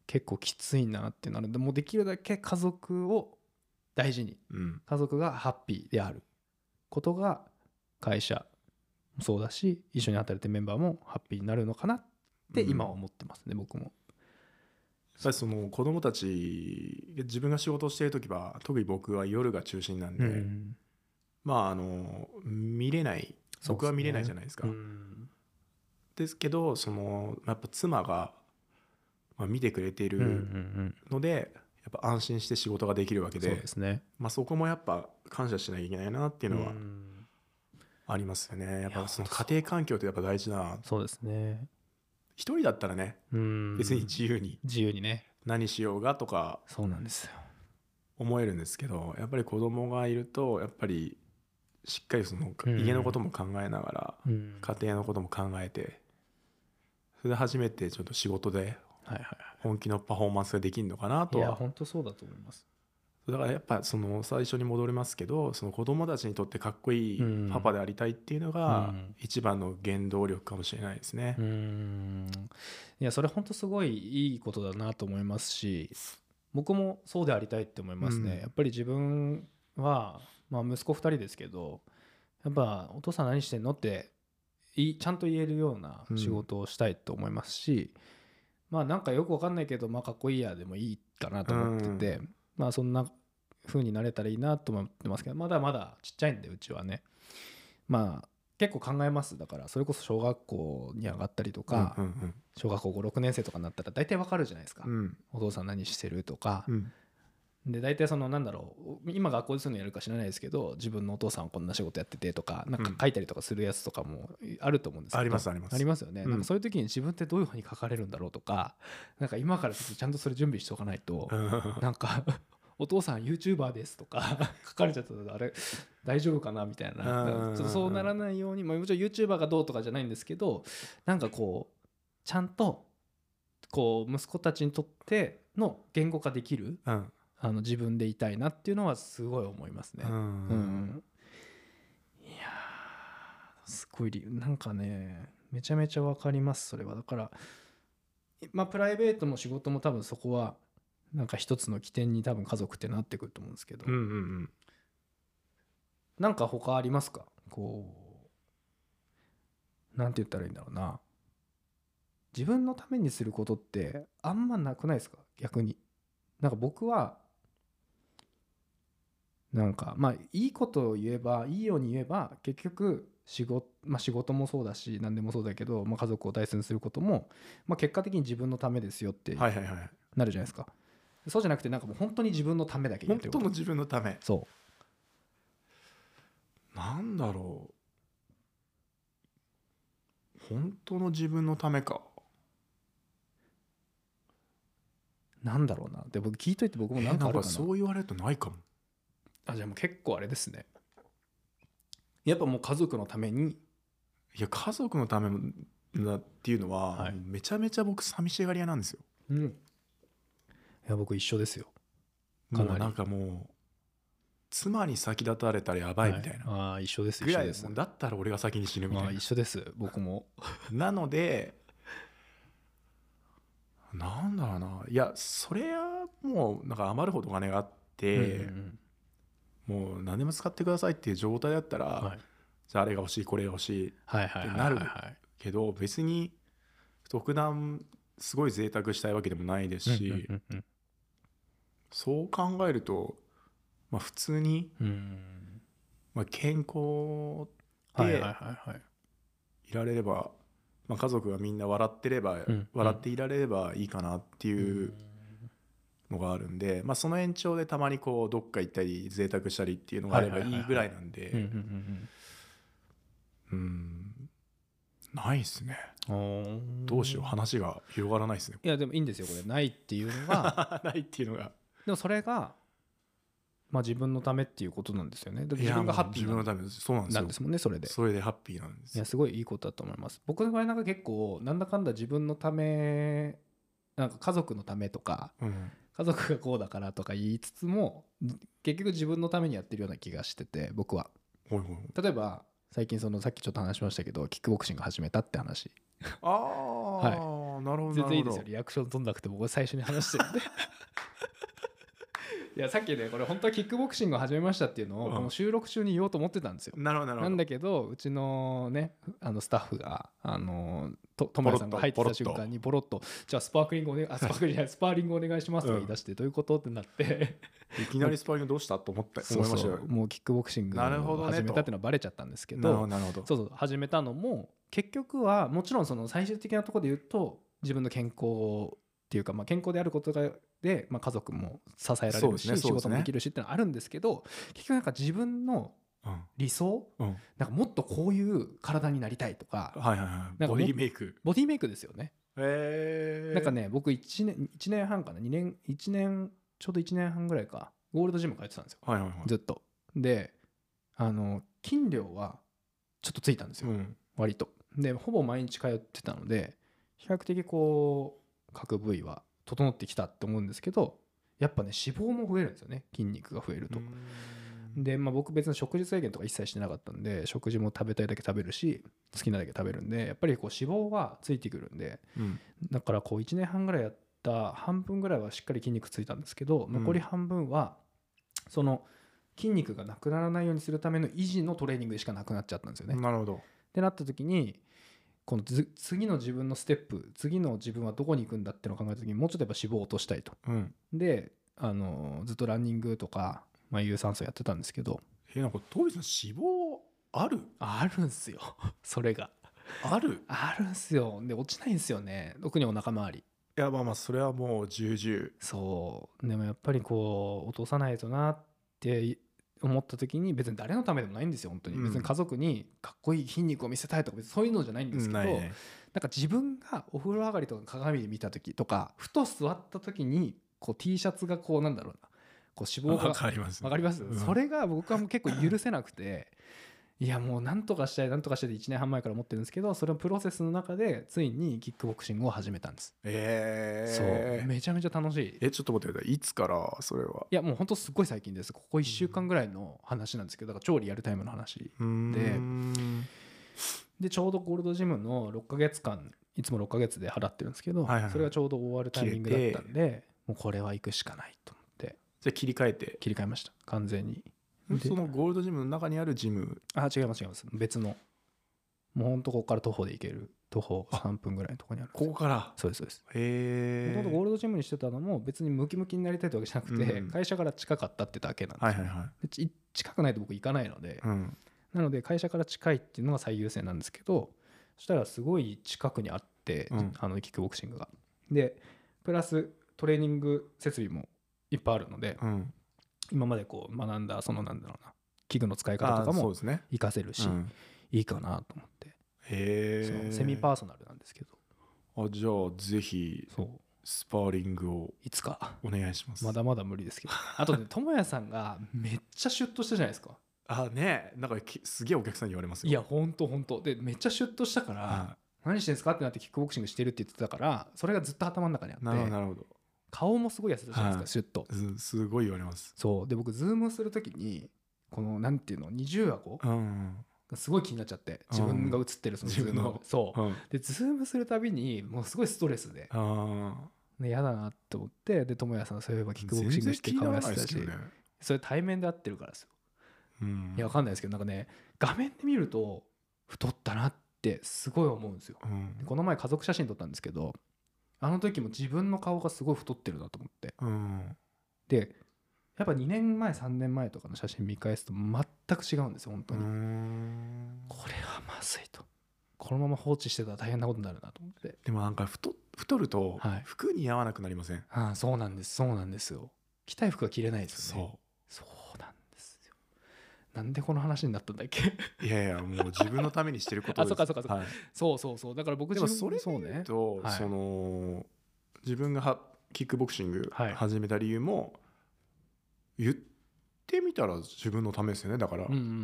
結構きついなってなるんでもうできるだけ家族を大事に
うん
家族がハッピーであることが会社もそうだし一緒に働いてるメンバーもハッピーになるのかなって今は
うん
思ってますね、僕も
やっぱりその子供たち自分が仕事をしている時は特に僕は夜が中心なんで、
うん
まああの見れない
そうですね
僕は見れないじゃないですか。
うん
ですけどそのやっぱ妻が、まあ、見てくれて
うんうんう
る
ん
ので、やっぱ安心して仕事ができるわけ
そう
で
ですね
まあ、そこもやっぱ感謝しなきゃいけないなっていうのは
うん
ありますよね。やっ
いや
ぱその
本
家
当そう
庭環境ってやっぱ大事だな
そうですね
一人だったらね
うん
別に自由に
自由にね
何しようがとか
そうなんですよ
思えるんですけどやっぱり子供がいるとやっぱりしっかりその
うん
家のことも考えながら、
うん
家庭のことも考えてそれで初めてちょっと仕事で
はいはいは
本気のパフォーマンスができるのかない
い
と
や
は
本当そうだと思います
だからやっぱその最初に戻りますけどその子供たちにとってかっこい
うん
いパパでありたいっていうのが
うん
一番の原動力かもしれないですね
う。んいやそれ本当すごいいいことだなと思いますし僕もそうでありたいって思いますね、
うん
やっぱり自分は、まあ、息子2人ですけどやっぱお父さん何してんのっていちゃんと言えるような仕事をしたいと思いますし、まあなんかよくわかんないけど、まあ、かっこいいやでもいいかなと思ってて、まあそんな風になれたらいいなと思ってますけどまだまだちっちゃいんでうちはねまあ結構考えますだからそれこそ小学校に上がったりとか、
うんうん
小学校56年生とかになったら大体わかるじゃないですか、
うん
お父さん何してるとか
う、ん
で大体そのなんだろう今学校でそういうのやるか知らないですけど自分のお父さんはこんな仕事やっててとかなんか
うん
書いたりとかするやつとかもあると思うんですけど、
ありますあります
ありますよね、
うん
なんかそういう時に自分ってどういうふうに書かれるんだろうとかなんか今からちょっとちゃんとそれ準備しておかないと、 なんかお父さん YouTuber ですとか 書かれちゃったらあれ大丈夫かなみたいな
うんうんうんうん
ちょっとそうならないように、まあ、もちろん YouTuber がどうとかじゃないんですけどなんかこうちゃんとこう息子たちにとっての言語化できる
うん
あの自分でいたいなっていうのはすごい思いますね。
う
うんんいやーすごい理由なんかねめちゃめちゃわかりますそれはだからまあプライベートも仕事も多分そこはなんか一つの起点に多分家族ってなってくると思うんですけど、
うんうん
なんか他ありますかこうなんて言ったらいいんだろうな自分のためにすることってあんまなくないですか逆になんか僕はなんかまあいいことを言えばいいように言えば結局仕事,、まあ、仕事もそうだし何でもそうだけど、まあ、家族を大切にすることも、まあ、結果的に自分のためですよって
うんはいはいはい
なるじゃないですか、そうじゃなくてなんかもう本当に自分のためだけや
本
ってる
当
こと
の自分のため
そ
なんだろう本当の自分のためか
うなんだろうなで僕聞いといて僕も
え
なんかあ
なん
るか
か
な
そう言われるとないかも
あじゃあもう結構あれですねやっぱもう家族のために
いや家族のためだっていうのは、
はい
めちゃめちゃ僕寂しがり屋なんですよ
うんいや僕一緒ですよか
も
なり
うなんかもう妻に先立たれたらやばいみたいな、
ああ一緒です
ぐ
一緒
らい
で
です
す
もんだったら俺が先に死ぬみ
あ
た
あ
いな
一緒です僕も
なのでなんだろうないやそれはもうなんか余るほどお金があって、
うん
もう何でも使ってくださいっていう状態だったら、
はい
じゃああれが欲しいこれが欲しい
はいはいはい
なる
はい
けど別に特段すごい贅沢したいわけでもないですし、
うんうん
そう考えると、まあ、普通に、
うんうん
まあ、健康
はい
で
はいはいはい
いられれば、まあ、家族がみんな笑ってれば、
うん
笑っていられればいいかなっていうのがあるんで、まあ、その延長でたまにこうどっか行ったり贅沢したりっていうのがあれば
はいはいは
い
いはい
いぐらいなん
うんうん
でうんないですね
うんうんおー
どうしよう話が広がらないですね
いやでもいいんですよこれないっていうのが
ないっていうのが
でもそれがまあ、自分のためっていうことなんですよね。だって
い
自
や
分がハッ
もう
ピ
自分の
ー
ためですそうなんです
な
よ
んですもんねそれで。
それでハッピーなんです
い
よ
やすごいいいことだと思います。僕の場合なんか結構なんだかんだ自分のためなんか家族のためとか
うん
家族がこうだからとか言いつつも結局自分のためにやってるような気がしてて僕は。
ほいほいほい
例えば最近そのさっきちょっと話しましたけどキックボクシング始めたって話
ああ、なるほど
全
な
然い
る
いで
ほ
す
ど
よリアクション取んなくても僕最初に話し てるんでいやさっきねこれ本当はキックボクシングを始めましたっていうのを
うん
この収録中に言おうと思ってたんですよ
なるほどなる
な
ほ
ん
ど
だけどうちのねあのスタッフがあのと友也さんが入って
ポロ
た
ッと
瞬間にボロッと「じゃあスパークリングお願いあスパークリングじゃないスパーリングお願いします」とか言い出して、どういうことってなって
いきなりスパーリングどうしたと思った
そう
思いました
そ
よ
うもうキックボクシングを
なるほどねと
始めたっていうのはバレちゃったんですけ
なるほ
ど
どなるほど
そうそう始めたのも結局はもちろんその最終的なところで言うと自分の健康っていうか、まあ、健康であることがで、まあ、家族も支えられ
そう
る
で
し、
すね
仕
そうです
事
ね
もできるしっていうのはあるんですけど結局なんか自分の
うん
理想
うん
なんかもっとこういう体になりたいとか
はいはいはい
か
ボディメイク
ボディメイクですよね。
へえ
なんかね僕1年 ,1 年半かな2年1年ちょうど1年半ぐらいかゴールドジム通ってたんですよ
はいはいはい
ずっと。であの筋量はちょっとついたんですよ。
うん
割とでほぼ毎日通ってたので比較的こう各部位は整ってきたって思うんですけどやっぱね脂肪も増えるんですよね筋肉が増えると、
うん
で、まあ、僕別に食事制限とか一切してなかったんで食事も食べたいだけ食べるし好きなだけ食べるんでやっぱりこう脂肪はついてくるんで
うん
だからこう1年半ぐらいやった半分ぐらいはしっかり筋肉ついたんですけど残り半分はその筋肉がなくならないようにするための維持のトレーニングでしかなくなっちゃったんですよね、
なるほど
ってなった時にこのつ次の自分のステップ次の自分はどこに行くんだってのを考えた時にもうちょっとやっぱ脂肪を落としたいと
うん
であのずっとランニングとか、まあ、有酸素やってたんですけど
えなんかトビさん脂肪ある
あるんすよ それが
ある
あるんすよで落ちないんすよね特にお腹周り
いやまあまあそれはもう重々
そうでもやっぱりこう落とさないとなって思った時に別に誰のためでもないんですよ本当に、
うん
別に家族にかっこいい筋肉を見せたいとか別にそういうのじゃないんですけど、
ないね
なんか自分がお風呂上がりとか鏡で見た時とかふと座った時にこう T シャツがこうなんだろうなこう脂肪が
わかります
わかります、
うん
それが僕はもう結構許せなくて いやもうなんとかしたいなんとかしたいって1年半前から思ってるんですけどそれのプロセスの中でついにキックボクシングを始めたんです、
ええ
そうめちゃめちゃ楽しい
えちょっと待ってくださいいつからそれはい
やもうほんとすごい最近ですここ1週間ぐらいの話なんですけどだから超リアルタイムの話
うーん
でちょうどゴールドジムの6ヶ月間いつも6ヶ月で払ってるんですけど、
はいはいはい
それがちょうど終わるタイミングだったんでもうこれは行くしかないと思って
じゃあ切り替えて
切り替えました完全にで
そのゴールドジムの中にあるジム
あ違います違います別のもうほんとここから徒歩で行ける徒歩3分ぐらいのとこにあるんです
こ
よ
こから
そうですそうですも
へ
ともと
え
ゴールドジムにしてたのも別にムキムキになりたいってわけじゃなくて、
うん
会社から近かったってだけなんですよ、
はいはいは
でち近くないと僕行かないので、
いうん
なので会社から近いっていうのが最優先なんですけどそしたらすごい近くにあって、
うん
あのキックボクシングが。でプラストレーニング設備もいっぱいあるので、
うん
今までこう学んだそのなんだろうな器具の使い方
あ
とか
ーそう
も
ですね
活かせるし、
うん
いいかなと思って、そ
へ
の
え
セミパーソナルなんですけど
あじゃあぜひ
そう
スパーリングを
いつか
お願いします
まだまだ無理ですけど あとね智也さんがめっちゃシュッとしたじゃないですか
あねなんかきすげえお客さんに言われますよ
いやほんとほんとでめっちゃシュッとしたから、
は
何してんですかってなってキックボクシングしてるって言ってたからそれがずっと頭の中にあっ
いなるほど
て
なるほど
顔もすごい痩せたじゃないです
は
か
い
シュッと
うんすごい言われます
そうで僕ズームする時にこのなんていうの二重顎
うん
がすごい気になっちゃって自分が映ってるその
うん
自
自
分
分
の
の
そう
うん
でズームするたびにもうすごいストレスで
あ
ね嫌だなと思ってで智也さんそういえば
ー
キックボクシングして
全然気に
顔
な
痩
らないで
せた
すけ
し
どね
それ対面で会ってるからですよ
うん
いやわかんないですけどなんかね画面で見ると太ったなってすごい思うんですよ
うん
この前家族写真撮ったんですけどあの時も自分の顔がすごい太ってるなと思って
うん
でやっぱ2年前3年前とかの写真見返すと全く違うんですよ本当
う
に、
ん
これはまずいとこのまま放置してたら大変なことになるなと思って
でもなんか太太ると
はい
服に合わなくなりません、
ああそうなんですそうなんですよ着たい服が着れないですよね
そ
そうなんですよなんでこの話になったんだっけ
ういやいやもう自分のためにしてることです
あそうかそうかそうか
はい
そうそうそうだから僕
でもそれ
そうね
と、
はい
その自分がはキックボクシング
はい
始めた理由も、言っってみたら自分のためですよねだから、
うんうんうんうんう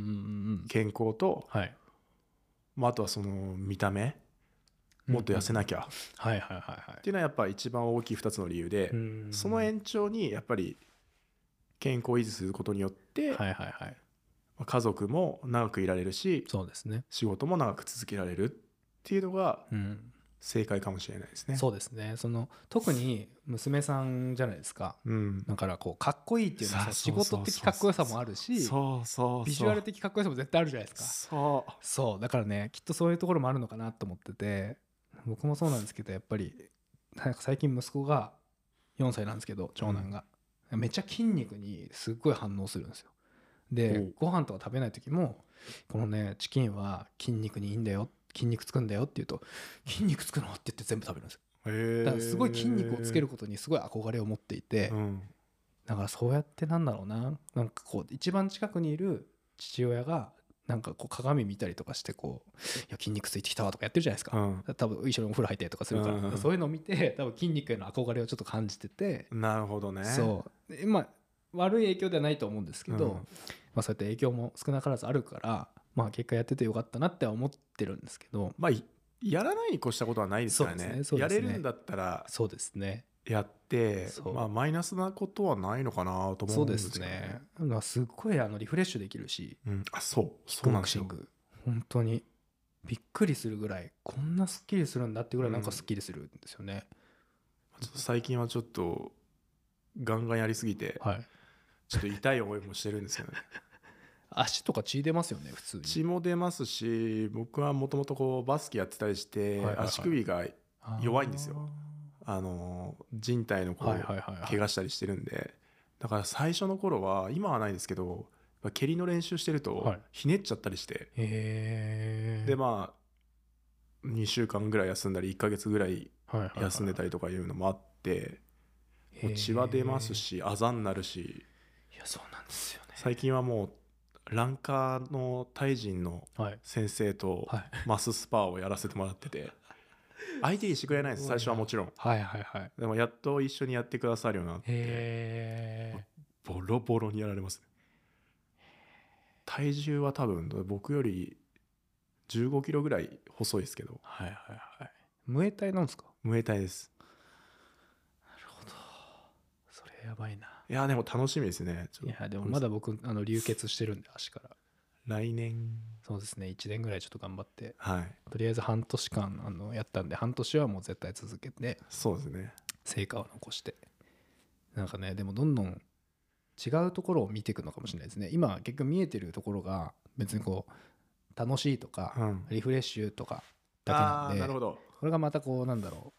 ん
健康と、
はい
まあ、あとはその見た目もっと痩せ
ない、
なきゃ、っ
はいはいはいはい
ていうのはやっぱ一番大きい2つの理由で、
うん
その
はい
延長にやっぱり健康を維持することによって、
はいはい
まあ家族も長くいられるし
そうですね
仕事も長く続けられるっていうのが
うん
正解かもしれないですね。
そうですねその特に娘さんじゃないですか
うん、
だからこうかっこいいっていうのは
そ
さ仕
うそう
事
そうそう
的かっこよさもあるし
そうそうそう
ビジュアル的かっこよさも絶対あるじゃないですか
そう
そうだからねきっとそういうところもあるのかなと思ってて僕もそうなんですけどやっぱりなんか最近息子が4歳なんですけど長男が、めっちゃ筋肉にすっごい反応するんですよ
お
で
う
ご飯とか食べない時もこのねチキンは筋肉にいいんだよ筋肉つくんだよって言うと筋肉つくのって言って全部食べるんですよ
へえ
だからすごい筋肉をつけることにすごい憧れを持っていて、
うん
だからそうやってなんだろうななんかこう一番近くにいる父親がなんかこう鏡見たりとかしてこう「いや筋肉ついてきたわ」とかやってるじゃないです
う
か、
ん
多分一緒にお風呂入ったりとかするから、
うんうん
そういうのを見て多分筋肉への憧れをちょっと感じてて、
なるほどね
そうでまあ悪い影響ではないと思うんですけど、
うん
まあ、そうやって影響も少なからずあるから、まあ、結果やっててよかったなっては思ってるんですけど
まあいやらないに越したことはないですから
そう
ね
ですねそう
や
です
れ
ね
るんだったら
そうですね
やって
そう
まあマイナスなことはないのかなと思
そううんで
ですすよ
ねまあすっごいあのリフレッシュできるし
うん、あそうそうなん
ボ
で
ク
す
シン
よ
グ本当にびっくりするぐらいこんなすっきりするんだってぐらいなんかすっきりするんですよね、
ちょっと最近はちょっとガンガンやりすぎて
はい
ちょっと痛い思いもしてるんですよね
足とか血出ますよね普通に
血も出ますし僕はもともとこうバスケやってたりして、
はいはいはい
足首が
あー
弱いんですよあの人体のこう、
はいはいはいはい
怪我したりしてるんでだから最初の頃は今はないですけどやっぱ蹴りの練習してる
は
と
い
ひねっちゃったりして、
へえ
でまあ2週間ぐらい休んだり1ヶ月ぐらい
あ、はいはいはい
休んでたりとかいうのもあって、もう血は出ますしあざになるし
へーいやそうなんですよね
最近はもうランカーのタイ人の
はい
先生と
はい
マススパーをやらせてもらってて相手にしてくれないんです
すごい
最
な
初はもちろん
はいはいはいへ
でもやっと一緒にやってくださるようになって
え
ボロボロにやられますね体重は多分僕より1 5キロぐらい細いですけど
はいはいはいムエタイなんですか
無栄体です
なるほどそれやばいない
やでも楽しみですねちょ
い
っと
やでもまだ僕あの流血してるんで足から
来年
そうですね1年ぐらいちょっと頑張って
はい
とりあえず半年間あのやったんで半年はもう絶対続けて
そうですね
成果を残してなんかねでもどんどん違うところを見ていくのかもしれないですね今結局見えてるところが別にこう楽しいとか、
うん
リフレッシュとか
あ
だけな
あーなんる
で
ほど
これがまたこうなんだろ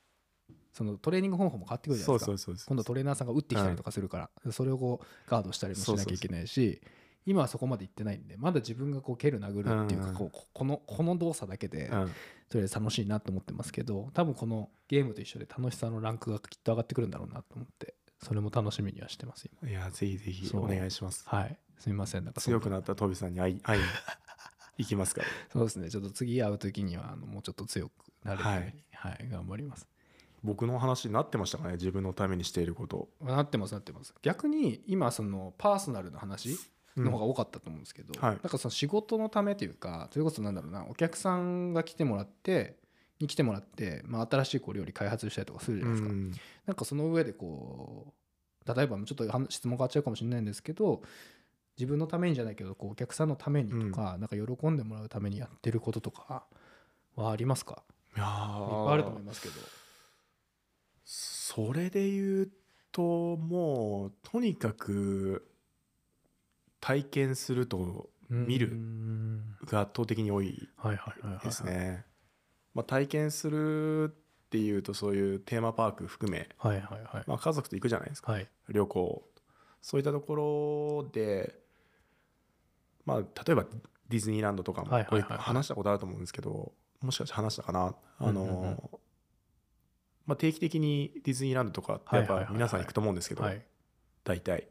うそのトレーニング方法も変わってくるじゃな
そ
いうです
そ
か
うそうそう
今度トレーナーさんが打ってきたりとかするから、それをこうガードしたりもしなきゃいけないし今はそこまで行ってないんでまだ自分がこう蹴る殴るっていう
う
か
ん
こうここのこの動作だけで
うん
とりあえず楽しいなと思ってますけど多分このゲームと一緒で楽しさのランクがきっと上がってくるんだろうなと思ってそれも楽しみにはしてます今
いやぜひぜひ
そう
お願いします
はいすみませんなんかそん
強くなったトビさんに会い会いに行きますから
そうですねちょっと次会う時にはあのもうちょっと強くなれるようにはい、頑張ります
僕の話になってましたかね自分のためにしていること
なってますなってます逆に今そのパーソナルの話
うん
の方が多かったと思うんですけど、
はい
なんかその仕事のためというかそれこそなんだろうなお客さんが来てもらってに来てもらって、まあ、新しいこう料理開発したりとかするじゃ
う
ないですか、
ん
なんかその上でこう例えばちょっと話質問変わっちゃうかもしれないんですけど自分のためにじゃないけどこうお客さんのためにとか、なんか喜んでもらうためにやってることとかはありますか
いや
いっ
ー
ぱいあると思いますけど
それで言うともうとにかく体験すると見る
うん
が圧倒的に多い
はいはいはいはい、はい、
ですね。まあ、体験するっていうとそういうテーマパーク含め、
はいはいはい
まあ、家族と行くじゃないですか
はい
旅行そういったところで、まあ、例えばディズニーランドとかも
はい
こ
はい
れ
はいはい
話したことあると思うんですけどもしかして話したかなあ
うんうんうん
のまあ定期的にディズニーランドとかってやっ
はいはい
ぱ
はいはい
皆さん行くと思うんですけど
はい
大体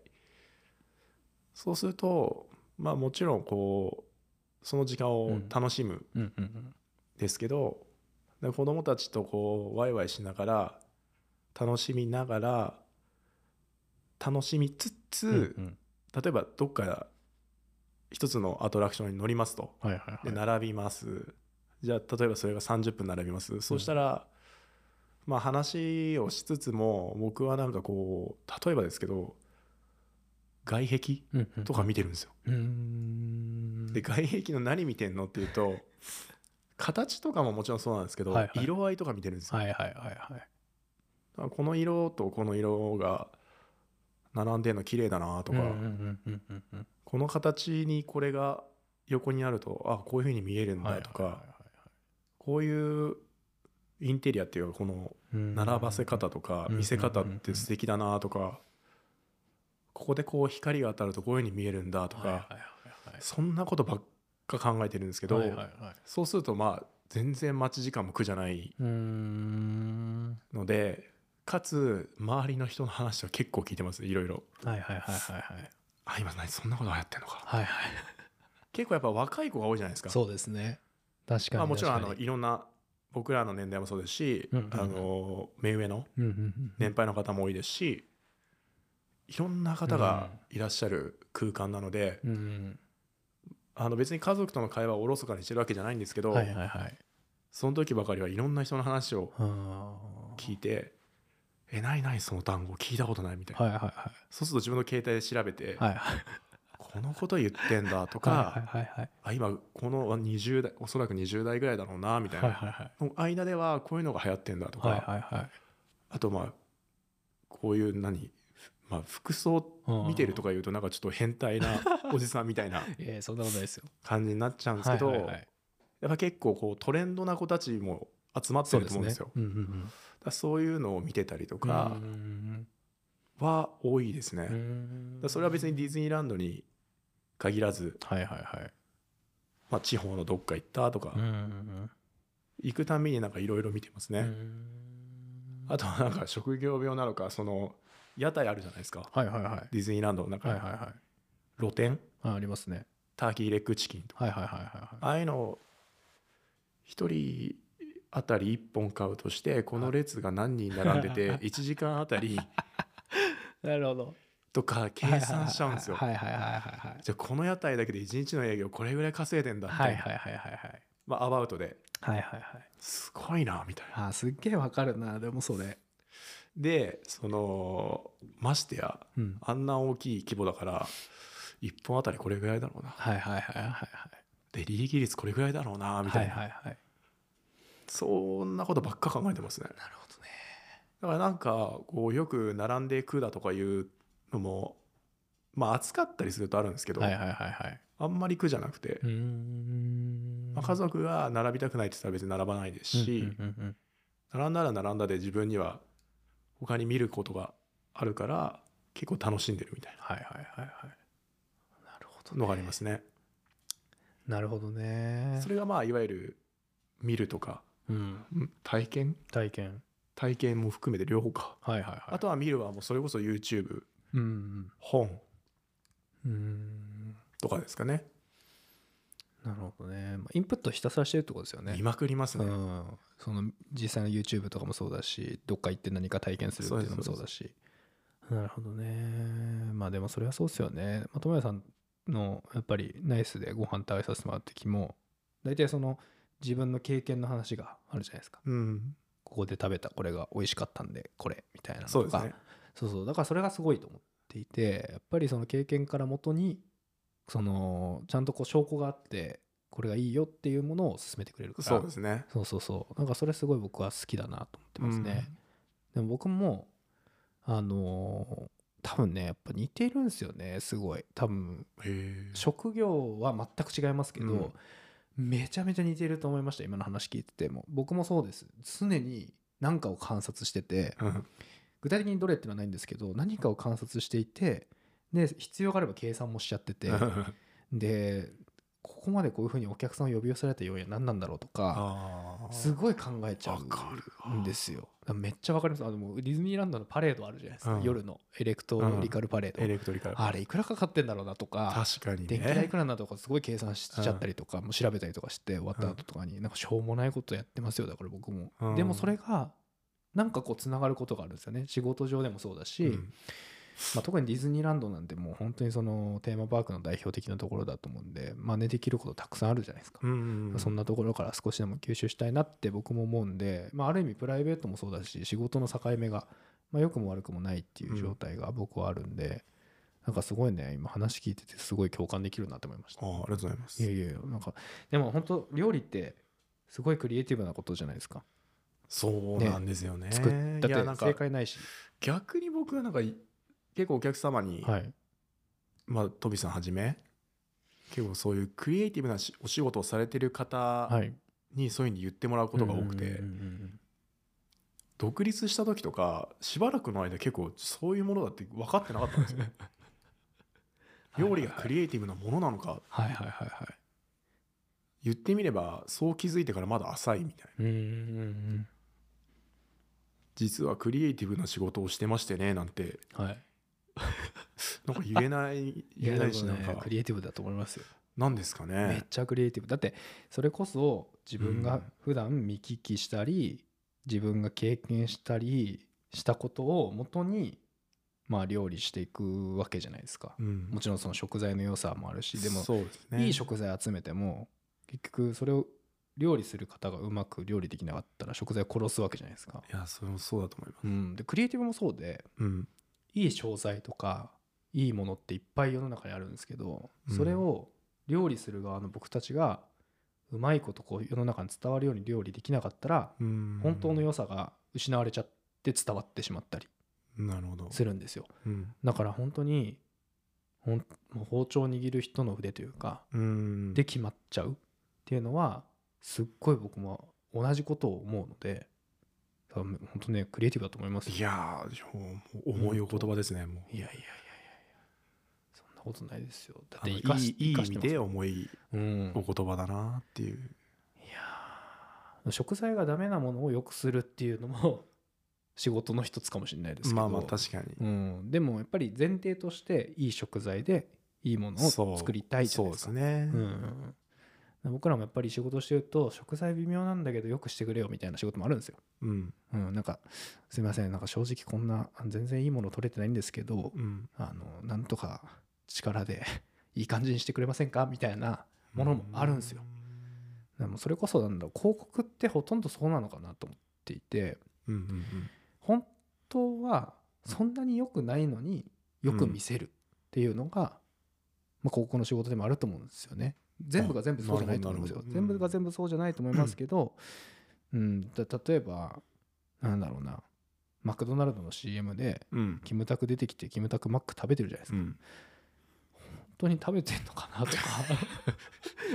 そうするとまあもちろんこうその時間を楽しむ
うんうんうん
ですけどで子供たちとこうワイワイしながら楽しみながら楽しみつつ、
うんうん
例えばどっか一つのアトラクションに乗りますと
はいはい
で
はい。
並びますじゃあ例えばそれが30分並びますそうしたら、まあ話をしつつも僕はなんかこう例えばですけど外壁
うんうん
とか見てるんですよ、
うーん
で外壁の何見てんのっていうと形とかももちろんそうなんですけど、
はいはい
色合いとか見てるんですよ、
はいはいはいはい。
あこの色とこの色が並んでんの綺麗だなとか、
うんうんうんうんうんうん
この形にこれが横にあるとあこういう風に見えるんだとか、
はいはいはいはい
こういうインテリアっていうかこの
うん
並ばせ方とか
うん
見せ方って素敵だなとかここでこう光が当たるとこういう風に見えるんだと
はいはい
か
はいはい
そんなことばっか考えてるんですけど
はいはいはい
そうするとまあ全然待ち時間も苦じゃないう
ーん
のでかつ周りの人の話は結構聞いてますいろいろ
はいはいはいはいはい
あ今何そんなこと流行ってんのか
はいはい
結構やっぱ若い子が多いじゃないですか
そうですね確か
まあ、
に
もちろんあ
確
の
かに
いろんな僕らの年代もそうですし、
うんうんうん
あの目上の
うんうんうん
年配の方も多いですしいろんな方がいらっしゃる空間なので、
うん
あの別に家族との会話をおろそかにしてるわけじゃないんですけど、
はいはいはい
その時ばかりはいろんな人の話を
あ
聞いて「えないないその単語聞いたことない」みたい
ー
な、
はいはいは
そうすると自分の携帯で調べて
いはいはい
このこと言ってんだ」とか、
はいはいはい
あ今この20代おそらく20代ぐらいだろうなみたいな、
はいはいはい
の間ではこういうのが流行ってんだとか、
はいはいはい
あとまあこういう何、まあ、服装見てると
か
か言うとなんかちょっと変態なおじさんみたいな
えそんなことないですよ
感じになっちゃうんですけど、
はいはいはい
やっぱ結構こうトレンドな子たちも集まって
そう
る
で
と
す
思うん
ね
ですよ。
うんうん
だからそういうのを見てたりと
うん
か
うん
は多いですね。だ
う
か
ん
らそれは別にディズニーランドに限らず、
はいはいはい
まあ、地方のどっか行ったとか、
うんうん
行くたびになんかいろいろ見てます
うんう
ね。
ん
あとはなんか職業病なのかその屋台あるじゃないですか
はいはいはい
ディズニーランドのなん
はいはい
か
はい
露店
あありますね
ターキーレッグチキンとか
はいはいはいはいはい
ああいうのを1人あたり1本買うとしてこの列が何人並んで て1時間あたり
なるほど
とか計算しちゃうんですよ。
はいはいはいはいはい
じゃあこの屋台だけで1日の営業これぐらい稼いでんだって、
はいはいはいはいはい
まあ、アバウトで
はいはいはい
すごいなみたいな。
あーすっげえわかるなでもそれ
でそのましてや
うん
あんな大きい規模だから1本あたりこれぐらいだろうな
はいはいはいはいは
で利益率これぐらいだろうないみ
は
た
い
いな、
はいはい
そんなことばっか考えてますね。
なるほどね
だからなんかこうよく並んで食うだとかいうのもまあ暑かったりするとあるんですけど、
はいはいはいはい
あんまり苦じゃなくて、
うーん
まあ、家族が並びたくないって言ったら別に並ばないですし、
うんうんうん
並んだら並んだで自分には他に見ることがあるから結構楽しんでるみたい
はいはいはいはいなるほど
なのがありますね。
なるほどね
それがまあいわゆる見るとか
うん
うん体験
体験
体験も含めて両方か。
はいはいはい
あとは見るはもうそれこそ YouTube
うん
本
うんうん
とかですかね。
なるほどね、まあ、インプットひたすらしてるってことですよね
見まくりますね。
うん、その実際の YouTube とかもそうだしどっか行って何か体験するっていうのも
そ
そうう
で
だしなるほどねまあでもそれはそうですよねまあ友也さんのやっぱりナイスでご飯食べさせてもらった時も大体その自分の経験の話があるじゃないですか
うん、
ここで食べたこれが美味しかったんでこれみたいなの
そうで
と
す
か
ね。
そうそうだからそれがすごいと思っていてやっぱりその経験からもとにそのちゃんとこう証拠があってこれがいいよっていうものを進めてくれるから
そうですね。
そうそうそうなんかそれすごい僕は好きだなと思ってますね、でも僕もあのー多分ねやっぱ似てるんですよねすごい多分
うん。へえ。
職業は全く違いますけど、
うん
めちゃめちゃ似てると思いました今の話聞いてても僕もそうです常に何かを観察してて
うん
具体的にどれっていうのはないんですけど何かを観察していてで必要があれば計算もしちゃっ ててでここまでこういうふうにお客さんを呼び寄せられた要因は何なんだろうとか
ああ。
すごい考えちゃ
わかるわ
うんですよ。だからめっちゃわかります。あのもうディズニーランドのパレードあるじゃないですか。
うん
夜のエレクトリカルパレー ド。
エレクトリカル。
あれいくらかかってんだろうなとか、
確かに
電気代い
ね
く。らなんだとかすごい計算しちゃったりとか、もう調べたりとかして終わった後とかに、なんかしょうもないことやってますよだから僕も。
うん
でもそれがなんかこうつながることがあるんですよね。仕事上でもそうだし、
うん
まあ、特にディズニーランドなんてもう本当にそのテーマパークの代表的なところだと思うんで真似できることたくさんあるじゃないですか、
うん
そんなところから少しでも吸収したいなって僕も思うんで、まあ、ある意味プライベートもそうだし仕事の境目が、まあ、良くも悪くもないっていう状態が僕はあるんで、なんかすごいね今話聞いててすごい共感できるなと思いました
ああありがとうございます
いやいやいやなんかでも本当料理ってすごいクリエイティブなことじゃないですか
そうなんですよね
作っだ
いやな
っ
ん
て
か
正解ないし
逆に僕はなんかい結構お客様に、
はい
まあ、トビさんはじめ結構そういうクリエイティブなしお仕事をされてる方
はい
にそういうふうに言ってもらうことが多くて、
うんうんうんうん
独立した時とかしばらくの間結構そういうものだって分かってなかったん ですよ料理がクリエイティブなものなのか
はいはいはいは
言ってみればそう気づいてからまだ浅いみたいない
うんうんうん
実はクリエイティブな仕事をしてましてねなんて
うんはい
なんか言えない 言えないし
や
な
でも
ん
ね
か
クリエイティブだと思いますよ
なんですか
めっ
ね
ちゃクリエイティブだってそれこそ自分
う
が
ん
普段見聞きしたり自分が経験したりしたことを元にまあ料理していくわけじゃないですか
うん
もちろんその食材の良さもあるしでも
そうですね
いい食材集めても結局それを料理する方がうまく料理できなかったら食材を殺すわけじゃないですか。
いやそれもそうだと思います
うん、でクリエイティブもそうで
うん
いい商材とかいいものっていっぱい世の中にあるんですけど
うん
それを料理する側の僕たちがうまいことこう世の中に伝わるように料理できなかったら
うん
本当の良さが失われちゃって伝わってしまったり
なるほど
するんですよ
うん
だから本当にほんもう包丁握る人の腕というか
うん
で決まっちゃうっていうのはすっごい僕も同じことを思うので多分本当ねクリエイティブだと思いますよ
いやー重いお言葉ですねもう
いやいやいやいやいやそんなことないですよだっ
あ
て
のい
生かし
いいい意
生かし
味
て
で
ます
重い
うん
お言葉だなっていう
いやー食材がダメなものを良くするっていうのも仕事の一つかもしれないですけど
まあまあ確かに
うん、でもやっぱり前提としていい食材でいいもの
そ
を
う
作りたいじゃ
そ
ない
ですすね
うでかうんうんうん僕らもやっぱり仕事してると食材微妙なんだけどよくしてくれよみたいな仕事もあるんですよ。
うん
うん、なんかすいませんなんか正直こんな全然いいもの取れてないんですけど
うん
あのなんとか力で いい感じにしてくれませんかみたいなものもあるんですよ。でもそれこそなんだろう広告ってほとんどそうなのかなと思っていて
うんうんうん
本当はそんなに良くないのによく見せるっていうのが、まあ、広告の仕事でもあると思うんですよね。全部が全部そうじゃないと思うんですよ
な。るほどなる
全
ほど
部が全部そうじゃないと思いますけど、うん、た例えばなんだろうなマクドナルドの CM で
うん
キムタク出てきてキムタクマック食べてるじゃないですか。
うん
本当に食べてんのかな とか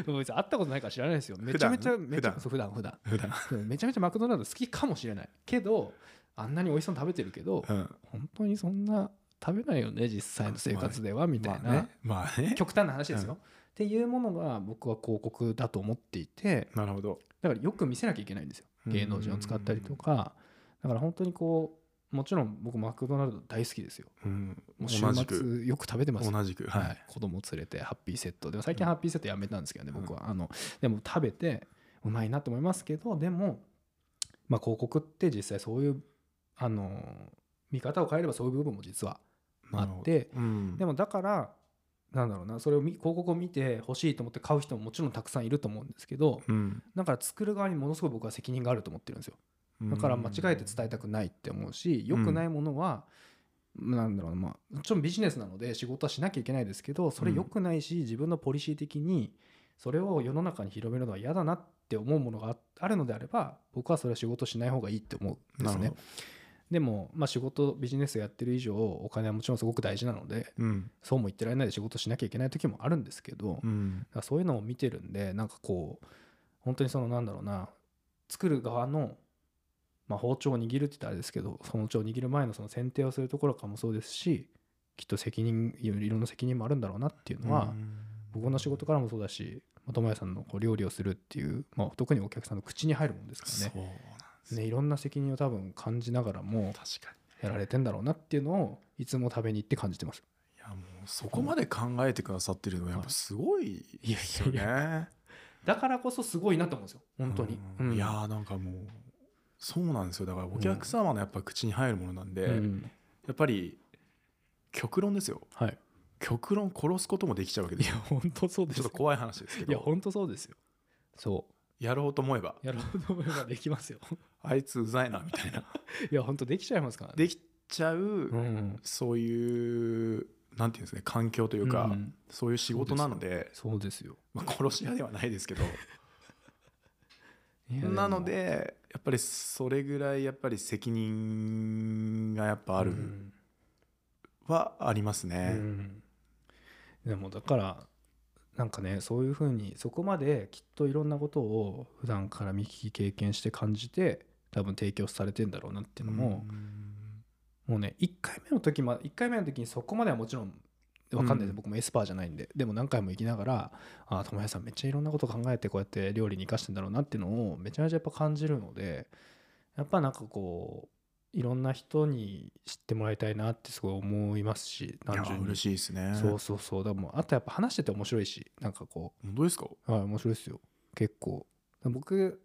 別に会ったことないから知らないですよめ
普
ちゃ
段
めちゃめちゃ
普段
そう普段普段
普段
うんめちゃめちゃマクドナルド好きかもしれないけどあんなに美味しそうに食べてるけど
うん
本当にそんな食べないよね実際の生活ではみた
ま
い
あね
な
まあね
極端な話です
う
よっていうものが僕は広告だと思っていて
なるほど
だからよく見せなきゃいけないんですよ
うん
芸能人を使ったりとかだから本当にこうもちろん僕マクドナルド大好きですよ
うん
も
同
う週
じく
末よく食べてますよ
同じく
は
はい
い、子供連れてハッピーセットでも最近
うん
ハッピーセットやめたんですけどね、
うん
僕はあのでも食べてうまいなと思いますけどでも、まあ、広告って実際そういうあの見方を変えればそういう部分も実はあ
なるほど
って
うん
でもだからなんだろうなそれを見広告を見て欲しいと思って買う人ももちろんたくさんいると思うんですけど
うん
だから作る側にものすごい僕は責任があると思ってるんですよだから間違えて伝えたくないって思うし良くないものは、なんだろうなまあもちろんビジネスなので仕事はしなきゃいけないですけどそれ良くないし、自分のポリシー的にそれを世の中に広めるのは嫌だなって思うものがああるのであれば僕はそれは仕事しない方がいいって思うんです
なる
ね
ほど
でも、まあ、仕事ビジネスやってる以上お金はもちろんすごく大事なので
うん
そうも言ってられないで仕事しなきゃいけない時もあるんですけど、
うん
だからそういうのを見てるんでなんかこう本当にそのなんだろうな作る側の、まあ、包丁を握るって言ったらあれですけどその包丁を握る前のその選定をするところからもそうですしきっと責任いろいろんな責任もあるんだろうなっていうのは、僕の仕事からもそうだしまあ友也さんのこう料理をするっていう、まあ、特にお客さんの口に入るもんですから
そう
ね
なんです
ね
ね
いろんな責任を多分感じながらも
確かに
やられてんだろうなっていうのをいつも食べに行って感じてます。
いやもうそこまで考えてくださってるのはやっぱすごいですよ
い
ね
だからこそすごいなと思うんですよ本当に。
うん
うん
いやーなんかもうそうなんですよだからお客様のやっぱ口に入るものなんで、
うん
やっぱり極論ですよ
はい
極論殺すこともできちゃうわけですよ
本当そうで
ちょ
す
っと怖い話ですけ
いや
ど
本当そうですよそ
やろうと思えば
うやろうと思えばできますよ
あいつうざいなみたいな
いや本当できちゃいますからね
できちゃう、
うん
そういうなんていうんですかね環境というか、
うん
そういう仕事なので
そうですよ
まあ、殺し屋ではないですけど
いやも
なのでやっぱりそれぐらいやっぱり責任がやっぱある、
うん
はありますね。
うんでもだからなんかねそういうふうにそこまできっといろんなことを普段から見聞き経験して感じて多分提供されてんだろうなっていうのも、もうね1回目の時ま1回目の時にそこまではもちろんわかんないです、
うん
僕もエスパーじゃないんででも何回も行きながらああ友也さんめっちゃいろんなこと考えてこうやって料理に生かしてんだろうなっていうのをめちゃめちゃやっぱ感じるのでやっぱなんかこういろんな人に知ってもらいたいなってすごい思いますし
いや
単純に
嬉しいですね。
そうそうそうだからもうあとやっぱ話してて面白いしなんかこ
本当ですか
うはい面白いですよ結構僕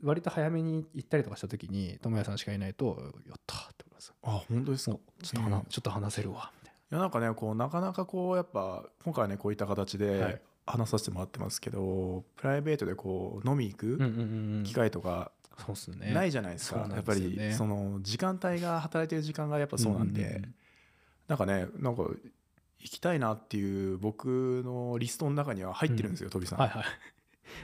割と早めに行ったりとかした時に友也さんしかいないと「やった!」って思います
あ本当ですか
そうちょっと話ちょっと話せるわみたい
いやなんかねこうなかなかこうやっぱ今回はねこういった形
はい
で話させてもらってますけどプライベートでこう飲み行
な、
く
んうん
機会とか
そうっすね
ないじゃないです
そ
か
う、なん
やっぱ
ですよね
りその時間帯が働いてる時間がやっぱそうなんで、なんかねなんか行きたいなっていう僕のリストの中には入ってるんですよ、飛びさん、
はいはい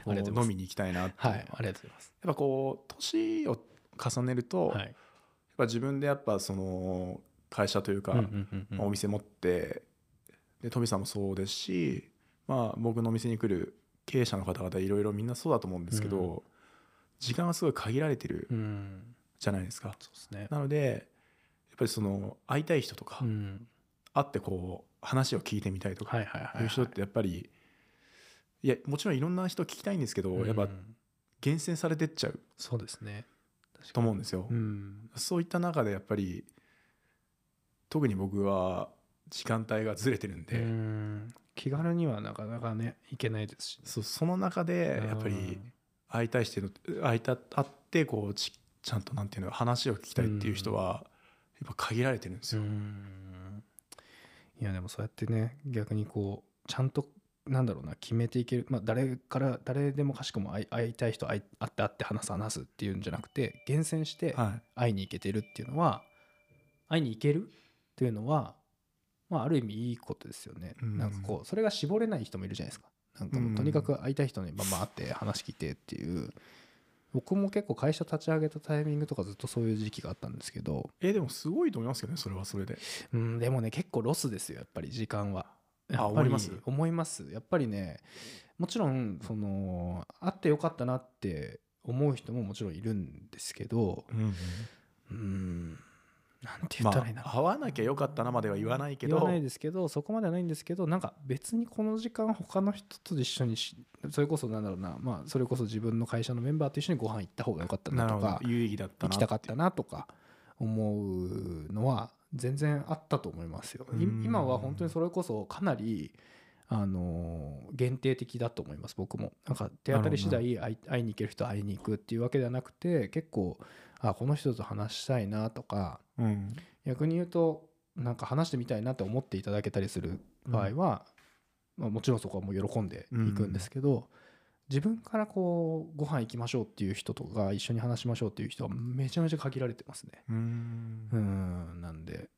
こ
ありがとうございます
飲みに行きたいなっていうの
は
は、
いありがとうございます
やっぱこう年を重ねると、
は
やっ
い
ぱ自分でやっぱその会社というか、
うんうんうん
まあ
う
お
ん
店持ってで富さんもそうですし、まあ、僕のお店に来る経営者の方々いろいろみんなそうだと思うんですけど、
う
時間がすごい限られてる
うん
じゃないですか。
そうですね
なのでやっぱりその会いたい人とか、
うん
会ってこう話を聞いてみたいとか
はいはいはいはい
いう人ってやっぱり、いやもちろんいろんな人聞きたいんですけど、やっ
う
ぱ
ん
厳選されてっちゃう
そうですね確
と
かに
思うんですよ。
うん
そういった中でやっぱり特に僕は時間帯がずれてるんで。
うん気軽にはなかなかねいけないですしね
そうその中でやっぱり会いたいしてる会いた会ってこうちちゃんとなんていうの話を聞きたいっていう人はやっぱ限られてるんです
う
よ。
んいやでもそうやってね逆にこうちゃんとなんだろうな決めていける、まあ、誰から誰でもかしくも会い会いたい人会い会って会って話す話すっていうんじゃなくて厳選して
はい、
会いに行けてるっていうのは会いに行けるっていうのは、まあ、ある意味いいことですよね、
うん
なんかこうそれが絞れない人もいるじゃないですかなんかもう
うん
とにかく会いたい人にバンバン会って話聞いてっていう僕も結構会社立ち上げたタイミングとかずっとそういう時期があったんですけど、
えでもすごいと思いますけどねそれはそれで。
うん、でもね結構ロスですよやっぱり時間は。
あ
やっぱ
思
り
います
思いますやっぱりねもちろんその会ってよかったなって思う人ももちろんいるんですけどうーんなんて言
ま
ったらいいんだろう
あ会わなきゃよかったなまでは言わないけど
言わないですけどそこまではないんですけどなんか別にこの時間他の人と一緒にしそれこそなんだろうなまあそれこそ自分の会社のメンバーと一緒にご飯行った方が良かった
な
な
る
と
ほ
か
ど有意義だったな
行きたかったなとか思うのは全然あったと思いますよ。い
うん
今は本当にそれこそかなりあのー限定的だと思います僕もなんか手当たり次第会い会いに行ける人は会いに行くっていうわけではなくて結構あこの人と話したいなとか
うん
逆に言うとなんか話してみたいなって思っていただけたりする場合は、まあ、もちろんそこはもう喜んでいくんですけど、自分からこうご飯行きましょうっていう人とか一緒に話しましょうっていう人はめちゃめちゃ限られてますね。
うん
うんなんで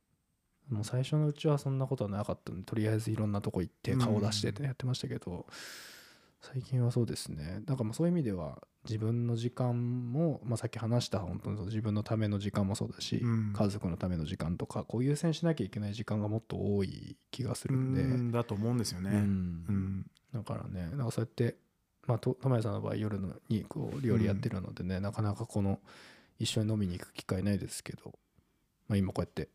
もう最初のうちはそんなことはなかったんでとりあえずいろんなとこ行って顔出してってやってましたけど、最近はそうですねだからまあそういう意味では自分の時間も、まあ、さっき話した本当にその自分のための時間もそうだし、
うん
家族のための時間とかこう優先しなきゃいけない時間がもっと多い気がす
う
るんで、
んだと思うんですよね。
うん
うん
だからねなんかそうやって、まあ、と友也さんの場合夜のにこう料理やってるのでね、なかなかこの一緒に飲みに行く機会ないですけど、まあ、今こうやって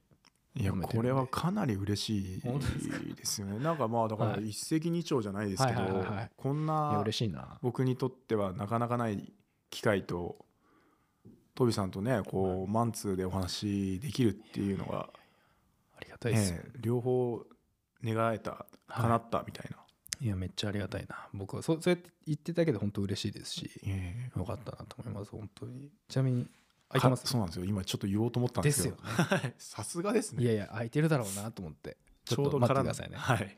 いや
褒めてるんで
これはかなり嬉しい
本当です
ですよね。なんかまあだから
はい
一石二鳥じゃないですけど、
はいはいはいはい
こん
いや
な
嬉しいな。
僕にとってはなかなかない機会とトビさんとねこうマンツーでお話しできるっていうのが、
ありがたいですよ、
ええ両方願えた
はい
叶ったみたいな、
いや、めっちゃありがたいな。僕はそ、そうやって言ってたけど、本当嬉しいですし、
ええ
よかったなと思います、本当に。ちなみに、開きます
そうなんですよ今ちょっと言おうと思ったんですけど
ですよ
はいさすがですね
いやいや空いてるだろうなと思って
ちょう
ち
ど
ょっと待っ
絡
て
ん
く
で
ださいね
はい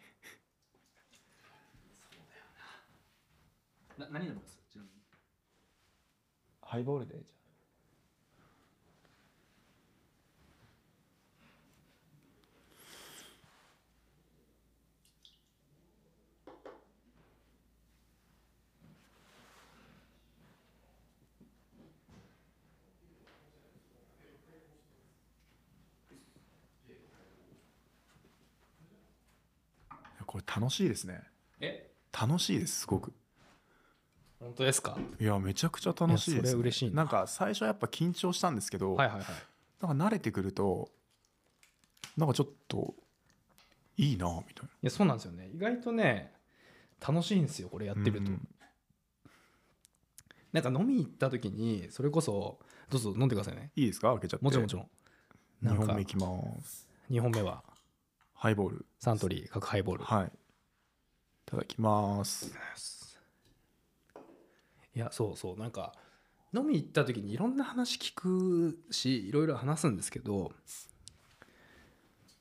な何飲みます
ハイボールでこれ楽しいですね
え
楽しいですすごく
本当ですか
いやめちゃくちゃ楽しいです、
いやそれ嬉しいな
なんか最初はやっぱ緊張したんですけど、
はいはいはい
なんか慣れてくるとなんかちょっといいなみたいない
やそうなんですよね意外とね楽しいんですよこれやってると、
うん
なんか飲み行った時にそれこそどうぞ飲んでくださいね
いいですか開けちゃって
もちろんもちろん
2
なんか
本目いきます
2本目は
ハイボール
サントリー角ハイボール
はいいただきます
いやそうそうなんか飲み行った時にいろんな話聞くしいろいろ話すんですけど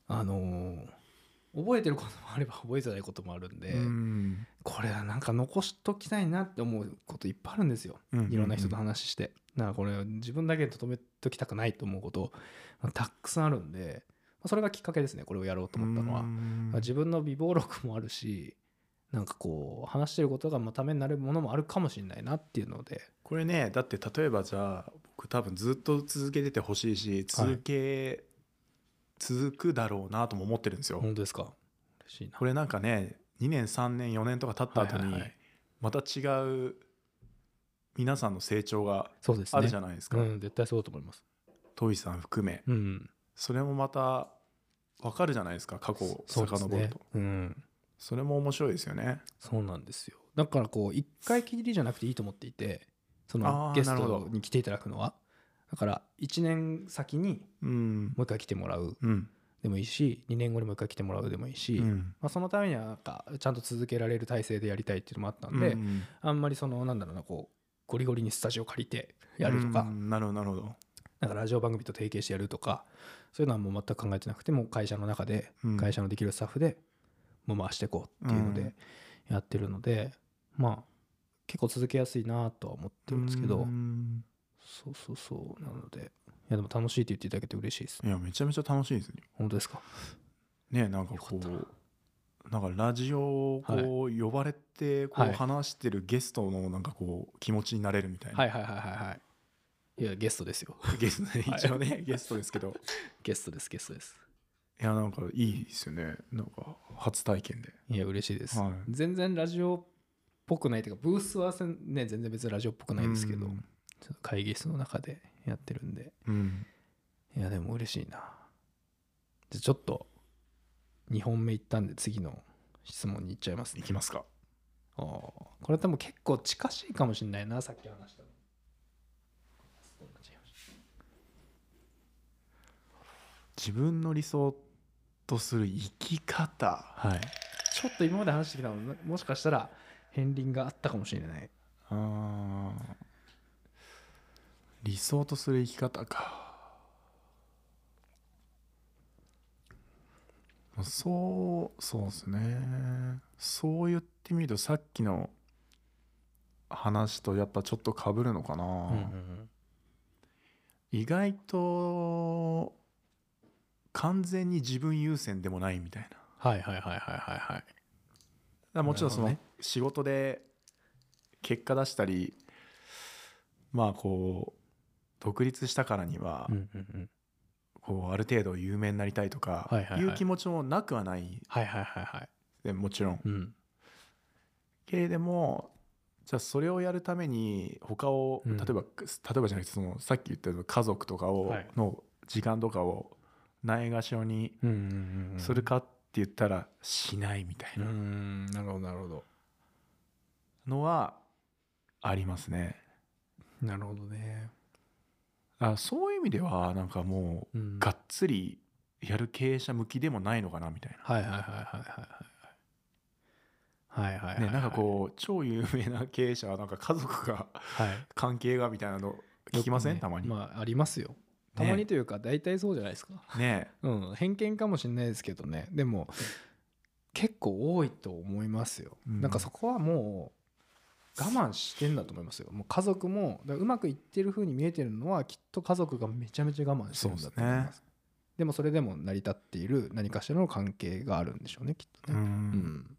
あのー覚えてることもあれば覚えてないこともあるんで、
うん
これはなんか残しときたいなって思うこといっぱいあるんですよ、
うんうんうん
いろんな人と話してだからこれ自分だけでとどめときたくないと思うこと、まあたくさんあるんで、まあそれがきっかけですねこれをやろうと思ったのは、
う
ま
ん
あ自分の備忘録もあるしなんかこう話してることがまあためになるものもあるかもしれないなっていうので
これねだって例えばじゃあ僕多分ずっと続けててほしいし続け、続くだろうなとも思ってるんですよ、
本当ですか嬉しいな
これなんかね2年3年4年とか経った後に、
はいはいはい
また違う皆さんの成長が
そうですね
あるじゃないですか、
うん絶対そうだと思います
トイさん含め
うん
それもまた分かるじゃないですか過去を
そ
遡
う
る
で
と
す
そ,、
ねうん
れも面白いですよね
そうなんですよだからこう一回きりじゃなくていいと思っていてその
あー
ゲス
なるほ
ト
ど
に来ていただくのはだから1年先に
うん
もう一回来てもらう
うん
でもいいし2年後にもう一回来てもらうでもいいし、
うん
まあ、そのためにはなんかちゃんと続けられる体制でやりたいっていうのもあった
うん
で、
ん
あんまりそのなんだろうなこうゴリゴリにスタジオ借りてやるとか、
うんなるほどなるほど
なんかラジオ番組と提携してやるとかそういうのはもう全く考えてなくてもう会社の中で
うん
会社のできるスタッフでもう回していこうっていうの
うん
でやってるので、まあ結構続けやすいなとは思ってるんですけ
う
ど、
ん
そうそうそうなのでいやでも楽しいって言っていただけて嬉しいです
いやめちゃめちゃ楽しいですね
本当ですか
ねなんかこ
よかっ
うなんかラジオをこう呼ばれてこ
は
う
い
話してるゲストのなんかこう気持ちになれるみたいな、
はいはいはいはいはいいやゲストですよ
ゲストね
はい
一応ねゲストです けど
ゲストですゲストです
いやなんかいいですよねなんか初体験で
いや嬉しいです、
はい
全然ラジオっぽくないというかブースはせんね全然別にラジオっぽくないですけど、
うん
ちょっと会議室の中でやってるんで
うん
いやでも嬉しいなじゃあちょっと2本目いったんで次の質問に行っちゃいます
い
ね
きますか
あーこれ多分結構近しいかもしれないなさっき話したの
自分の理想とする生き方はい
ちょっと今まで話してきたのももしかしたら片鱗があったかもしれない
あー理想とする生き方かそうそうですねそう言ってみるとさっきの話とやっぱちょっとかぶるのかな、意外と完全に自分優先でもないみたいなだか
はいはいはいはいはいはい
らもちろんそ
な
の
るほ
仕事で結果出したりまあこう独立したからには
うんうんうん
こうある程度有名になりたいとか
はいはいはい
いう気持ちもなくはない
はいはいはいはい
でもちろん
うん
けれどもじゃあそれをやるために他を
う
例
ん
えば例えばじゃなくてそのさっき言ったように家族とかを
はい
の時間とかをないがしろに
うんうんうん
するかって言ったらしないみたいうなん
なるほどなるほど
のはありますね。
なるほどね
あそういう意味ではなんかも
う
うんがっつりやる経営者向きでもないのかなみたい
はいはいはいはいはいはいはいはいはい
な。ね、なんか
う
こう超有名な経営者はなんか家族が
はい
関係がみたいなの聞きません、
よくね
たまに、
まあありますよたまにというか大体そうじゃないですか、
ね
うん偏見かもしれないですけどねでも結構多いと思いますよ、
うん
なんかそこはもう我慢してんだと思いますよもう家族もだからうまくいってる風に見えてるのはきっと家族がめちゃめちゃ我慢してるんだと思い
そう
ま
です
でもそれでも成り立っている何かしらの関係があるんでしょうねきっと
うん
ね、う
だか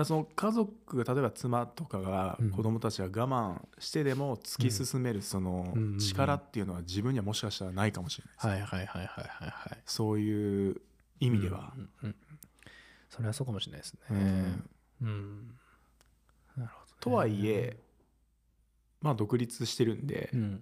らその家族が例えば妻とかが
うん
子供たちが我慢してでも突き進めるその
うんうんうん
力っていうのは自分にはもしかしたらないかもしれないです、
はいはいはいはいはいはい
そういう意味では、
うんうんうんそれはそうかもしれないですね
うん
うんなるほどね
とはいえまあ独立してるんで、
う
や
ん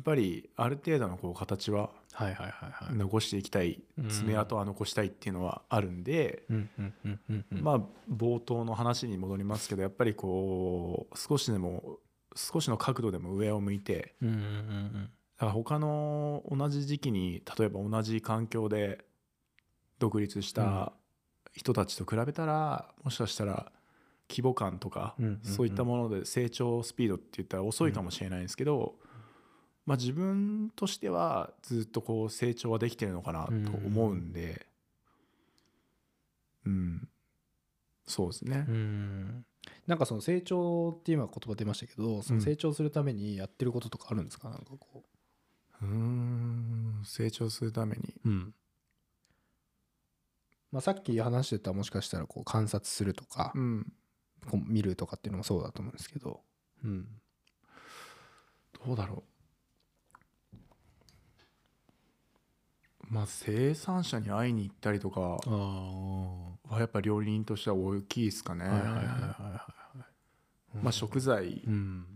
っぱりある程度のこう形は
はいはいはいはい
残していきたい、
うん
爪痕は残したいっていうのはあるんで、
うんうんうんうんうん
まあ冒頭の話に戻りますけどやっぱりこう少しでも少しの角度でも上を向いて
うんうんうん
だから他の同じ時期に例えば同じ環境で独立した人たちと比べたら、もしかしたら規模感とか、
うんうんうん
そういったもので成長スピードって言ったら遅いかもしれないんですけど、まあ、自分としてはずっとこう成長はできてるのかなと思うんで、うんそうですね。
うんなんかその成長って今言葉出ましたけどその
うん
成長するためにやってることとかあるんですかなんかこ
うーん成長するために
う、まあ、さっき話してたもしかしたらこう観察するとか、
うん、
こう見るとかっていうのもそうだと思うんですけど、うん、
どうだろうまあ生産者に会いに行ったりとか
ああ
はやっぱ料理人としては大きいですかね、
はいはいはいはいはい。
まあ、食材
うん。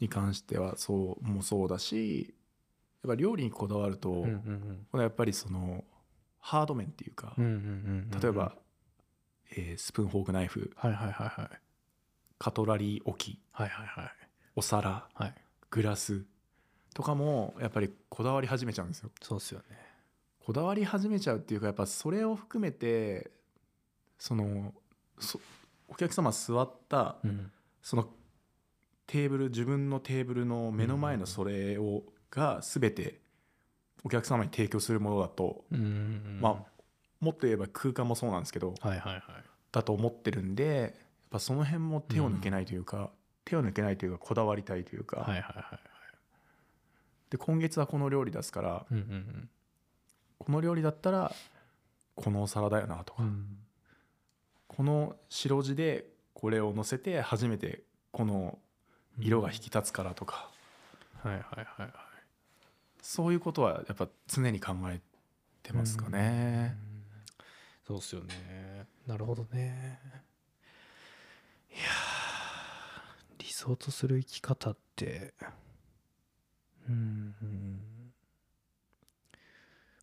に関してはそうもそうだしやっぱ料理にこだわると、
うんうん
これはやっぱりそのハード面っていうか、
うん。うんうんうん。
例えば、。えースプーンフォークナイフ
はいはいはいはい。
カトラリー置き
はいはいはい。
お皿
はい。
グラスとかもやっぱりこだわり始めちゃうんですよ。
そうっすよね。
こだわり始めちゃうっていうかやっぱそれを含めてそのそお客様座った
うん。
そのテーブル自分のテーブルの目の前のそれをが全てお客様に提供するものだと、
うんうん。
まあもっと言えば空間もそうなんですけど
あ。はいはいはい。
だと思ってるんでやっぱその辺も手を抜けないというか、手を抜けないというかこだわりたいというか、
はいはいはい。
で今月はこの料理出すから
うんうん
この料理だったらこのお皿だよなとか
う、ん。
この白地でこれを乗せて初めてこの色が引き立つからとか、
はいはいはいはい。
そういうことはやっぱ常に考えてますかね。
そうっすよね。なるほどね。いやー理想とする生き方って、うんうん。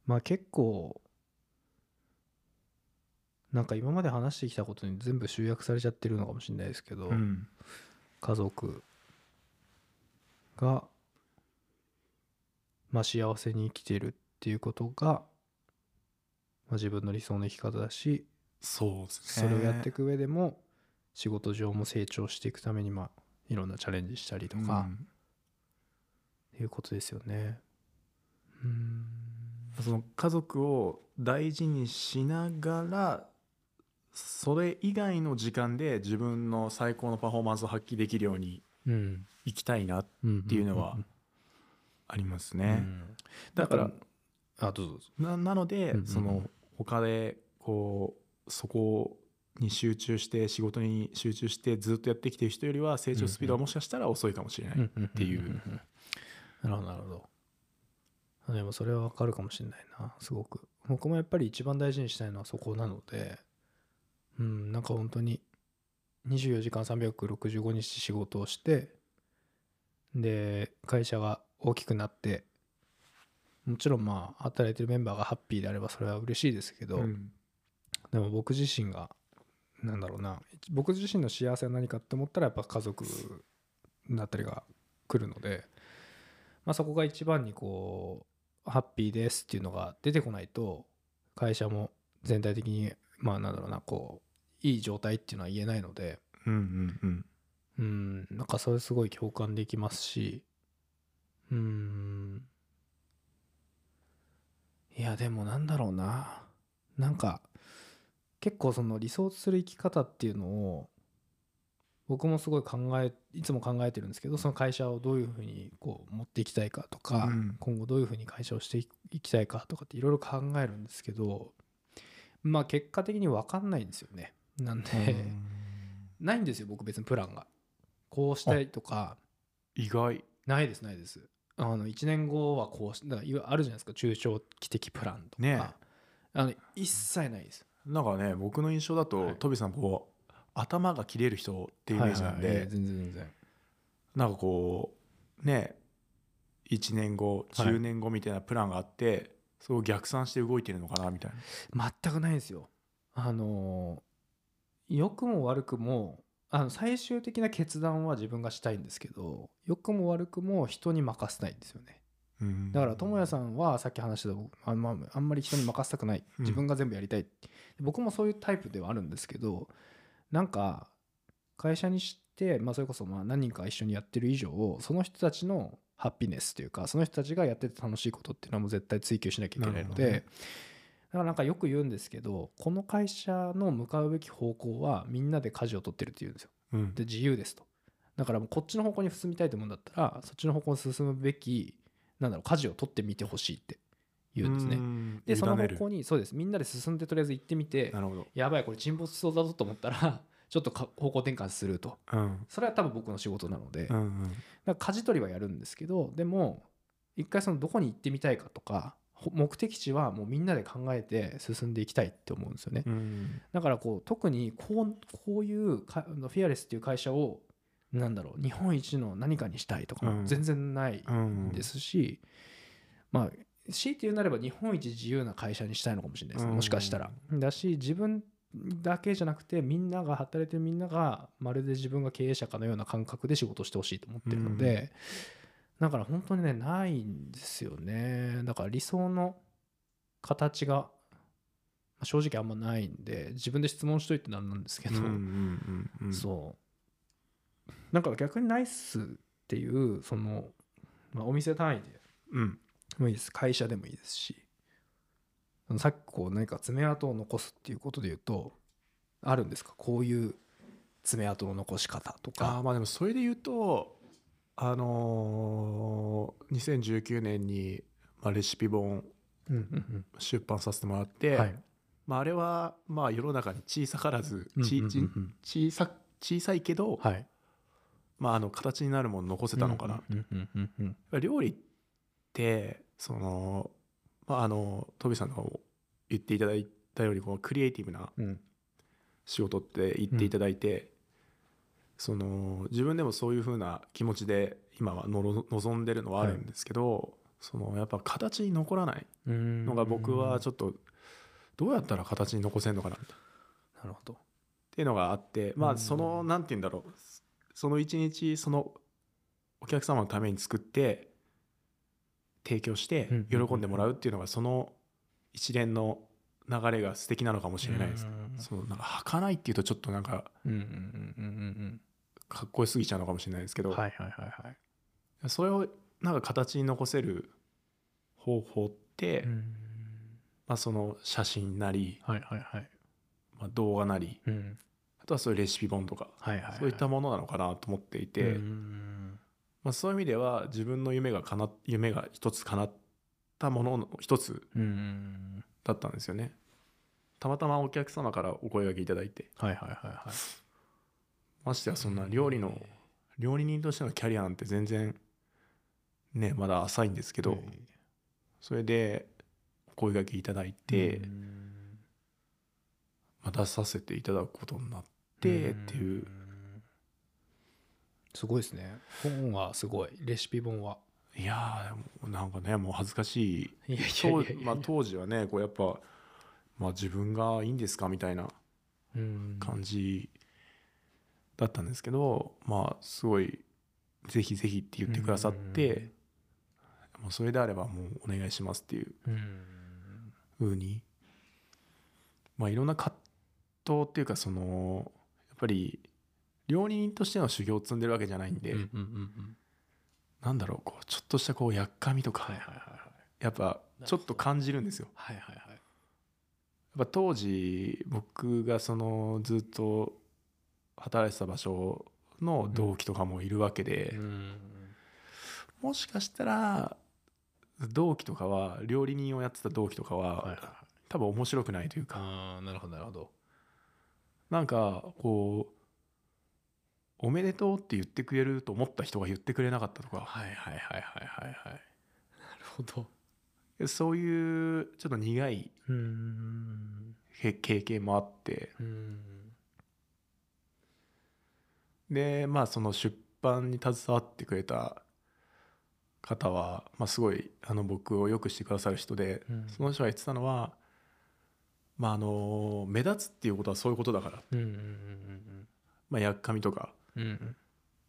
まあ結構、なんか今まで話してきたことに全部集約されちゃってるのかもしれないですけど、
うん
家族が、まあ、幸せに生きてるっていうことが、まあ、自分の理想の生き方だし
そうです
そ
ね。
れをやっていく上でも仕事上も成長していくために、まあ、いろんなチャレンジしたりと
うん
かっていうことですよね。うん
その家族を大事にしながらそれ以外の時間で自分の最高のパフォーマンスを発揮できるように
うん
いきたいな
う
っ
ん
ていうのはありますね。
うんだからあどうぞどうぞ
ななので、
うんうんうん
その他でこうそこに集中して仕事に集中してずっとやってきてる人よりは成長スピードはもしかしたら遅いかもしれない、
って
いう
なるほどなるほどあでもそれはわかるかもしれないなすごく僕もやっぱり一番大事にしたいのはそこなのでうんなんか本当に24時間365日仕事をしてで会社が大きくなってもちろんまあ働いてるメンバーがハッピーであればそれは嬉しいですけど、
うん
でも僕自身がなんだろうな僕自身の幸せは何かって思ったらやっぱ家族だったりが来るので、まあ、そこが一番にこうハッピーですっていうのが出てこないと会社も全体的にまあなんだろうなこういい状態っていうのは言えないので
うんうんうん
うんなんかそれすごい共感できますしうーんいやでもなんだろうななんか結構その理想とする生き方っていうのを僕もすごい考えいつも考えてるんですけどその会社をどういうふうにこう持っていきたいかとか、
うん
今後どういうふうに会社をしていいきたいかとかっていろいろ考えるんですけどまあ結果的に分かんないんですよねなんで、ないんですよ僕別にプランがこうしたいとか
意外
ないですないですあの1年後はこうしだからいわあるじゃないですか中長期的プランとか、
ね
あの一切ないです
なんかね僕の印象だと、
はい
トビさんこう頭が切れる人ってイメージなんで、
はいはいいや全然全然
なんかこうね1年後
はい
10年後みたいなプランがあって、それを逆算して動いてるのかなみたいな
全くないですよあのー良くも悪くもあの最終的な決断は自分がしたいんですけど良くも悪くも人に任せたいんですよね
うん
だから智也さんはさっき話してた僕あん,、まあんまり人に任せたくない
うん
自分が全部やりたい、僕もそういうタイプではあるんですけどなんか会社にして、まあ、それこそまあ何人か一緒にやってる以上その人たちのハッピネスというかその人たちがやってて楽しいことっていうのはもう絶対追求しなきゃいけないので、
なるほどね
だからなんかよく言うんですけどこの会社の向かうべき方向はみんなで舵を取ってるって言うんですよ。
うん
で自由ですとだからもうこっちの方向に進みたいと思うんだったらそっちの方向に進むべきなんだろう舵を取ってみてほしいって言うんですね
ん
でその
委ね
方
る
向にそうですみんなで進んでとりあえず行ってみて
なるほど、
やばいこれ沈没しそうだぞと思ったら ちょっとか方向転換すると
うん
それは多分僕の仕事なの
う
で、だか
んうん、
ら舵取りはやるんですけどでも一回そのどこに行ってみたいかとかほ目的地はもうみんなで考えて進んでいきたいって思うんですよね。
うん
だからこう特にこうこういうかあのフィアレスっていう会社をなんだろう日本一の何かにしたいとか
うん
も全然ない
うん
ですし、まあ強いて言うなれば日本一自由な会社にしたいのかもしれないですね
うん
もしかしたら。だし自分だけじゃなくてみんなが働いてるみんながまるで自分が経営者かのような感覚で仕事してほしいと思ってるので、だから本当にねないんですよねだから理想の形がまあ正直あんまないんで自分で質問しといてなんなんですけ
うん
ど、
うんうんうん
そうなんか逆にナイスっていうその、まあ、お店単位で
うん
もいいです会社でもいいですしあのさっきこう何か爪痕を残すっていうことで言うとあるんですかこういう爪痕の残し方と
あー
か
まあでもそれで言うとあのー2019年に、まあ、レシピ本
うんうん
出版させてもらっ
う
て、
んはい
まあ、あれはまあ世の中に小さからずち
うんうんうん
ち
うん
小さ小さいけど、
はい
まあ、あの形になるもの残せたのかな、
うんうんうんうん
料理ってそのまああのトビさんが言っていただいたようにこのクリエイティブな
うんうん
仕事って言っていただいて、その自分でもそういうふうな気持ちで今はのろ望んでるのはあるんですけど、そのやっぱ形に残らない
うん
のが僕はちょっとどうやったら形に残せるのかなみたいなっ
なるほど
ていうのがあってま
う
あ
ん
そのなんて言うんだろうその一日そのお客様のために作って提供して
うん
喜んでもらうっていうのがその一連の流れが素敵なのかもしれないです。
うん
そのなんか儚いっていうとちょっとなんか
うんうんうんうん
かっこよすぎちゃうのかもしれないですけ
う
ど、
んはいはいはいはい
それをなんか形に残せる方法って、
うん
まあ、その写真なり、
はいはいはい
まあ、動画なり
うん
あとはそういうレシピ本とか、
はいはいはい
そういったものなのかなと思っていて、
うん
まあ、そういう意味では自分の夢がかな夢が一つ叶ったものの一つ
うん
だったんですよね。たまたまお客様からお声がけいただいて
はいはいはいはい
ましてやそんな料理の料理人としてのキャリアなんて全然ねまだ浅いんですけど、それでお声がけいただいて、
うん
まあ、出させていただくことになってっていうん
すごいですね本はすごいレシピ本はい
やーでもなんかねもう恥ずかしい
いやいやいや
当
いや
まあ、当時はねこうやっぱ、まあ、自分がいいんですかみたいな
うん
感じだったんですけど、まあすごい「ぜひぜひ」って言ってくださって、もうそれであればもうお願いしますっていう
うん
風にまあいろんな葛藤っていうかそのやっぱり料理人としての修行を積んでるわけじゃないんで、
うんうんうんうん
なんだろうこうちょっとしたこうやっかみとか、
はいはいはいは
やっぱちょっと感じるんですよ。
いはいはいはい
やっぱ当時僕がそのずっと働いてた場所の同期とかもいるわけで、
うん
もしかしたら同期とかは料理人をやってた同期とかは、
はいはいはい
多分面白くないというか、
あーなるほどなるほど
なんかこう「おめでとう」って言ってくれると思った人が言ってくれなかったとか
はいはいはいはいはいはいなるほど
そういうちょっと苦い
うん
へ経験もあって
うん
でまあその出版に携わってくれた方は、まあ、すごいあの僕をよくしてくださる人で、
うん
その人が言ってたのは、まあ、あの目立つっていうことはそういうことだから、
うんうんうん
まあ、やっかみとか
うんうん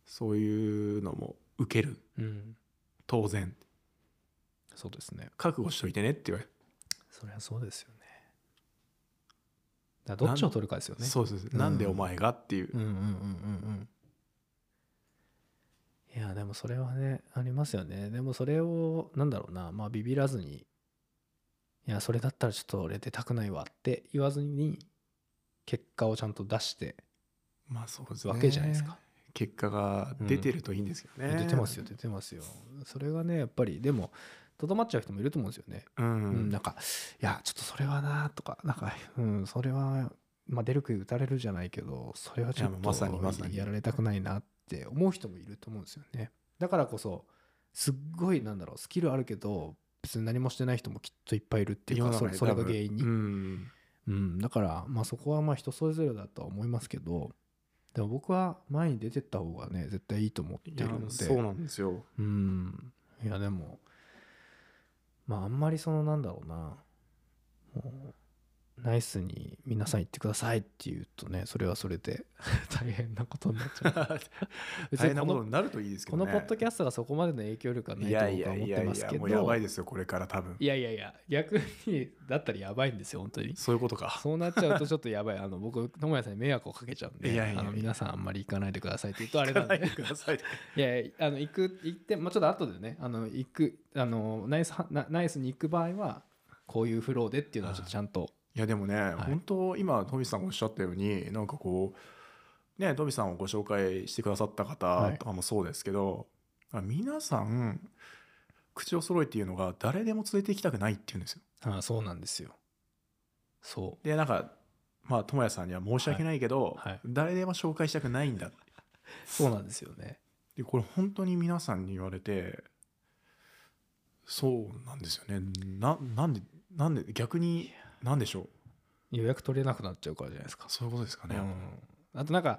そういうのも受ける
うん
当然
そうですね
覚悟しといてねって言われて、
そりゃそうですよねだからどっちを取るかですよね
そうです、なんでお前がっていう
うんうんうんうんうんいやでもそれはねありますよねでもそれをなんだろうなまあビビらずにいやそれだったらちょっと俺出たくないわって言わずに結果をちゃんと出して
まあそうですね
わけじゃないですか、
結果が出てるといいんですけどね、
出てますよ出てますよそれがねやっぱりでもとどまっちゃう人もいると思うんですよね
うん、
うん、なんか、いや、ちょっとそれはなとか、なんか、うん、それは、まあ、出る杭打たれるじゃないけど、それはちょっ
いや
と
まさにまさに
やられたくないなって思う人もいると思うんですよね。だからこそ、すっごい、なんだろう、スキルあるけど、別に何もしてない人もきっといっぱいいるっていう
世の中
か、そ
に
れそれが
多分
原因に。う、
うんん
だから、まあ、そこはまあ人それぞれだとは思いますけど、でも僕は前に出てった方がね、絶対いいと思って
い
る
や
ので。
そうなんですよ
うん。いや、でも、まあ、あんまりその、なんだろうな、もう、ナイスに皆さん言ってくださいって言うとね、それはそれで 大変なことになっちゃ う。別
大変
に
な
こ
こと
の、
になるといいですけ
こ
どね
のポッドキャストがそこまでの影響力はな
い
いと
やいや
僕は思
い
って
や
ま
い
す
や
けど、
もうやばいですよこれから多分
いやいやいや、逆に、だったらやばいんですよ、本当 に。
そういうことか
そうなっちゃうとちょっとやばい。あの、僕、友也さんに迷惑をかけちゃうんで、
いやいやいや
あの皆さんあんまり行かないでくださいって言うとあれ
行
な
かな
ん
いで。
で
ください
いやいやあの行く行って、まあ、ちょっと後でねあの行くあのナイスはなナイスに行く場合はこういうフローでっていうのはちょっとちゃんと
いやでもね、
い
本当今トミさんがおっしゃったようになんかこうねトミさんをご紹介してくださった
は
方
い
とかもそうですけど、あ皆さん口を揃えて言うのが誰でも連れて行きたくないって言うんですよ
ああそうなんですよそ
でなんかまあ智也さんには申し訳ないけど、
はいはい
誰でも紹介したくないんだ
うそうなんですよね
でこれ本当に皆さんに言われてそうなんですよねななんでなんで逆になんでしょう
予約取れなくなっちゃうからじゃないですか、
そういうことですかね、
う
っ
ん、あとなんか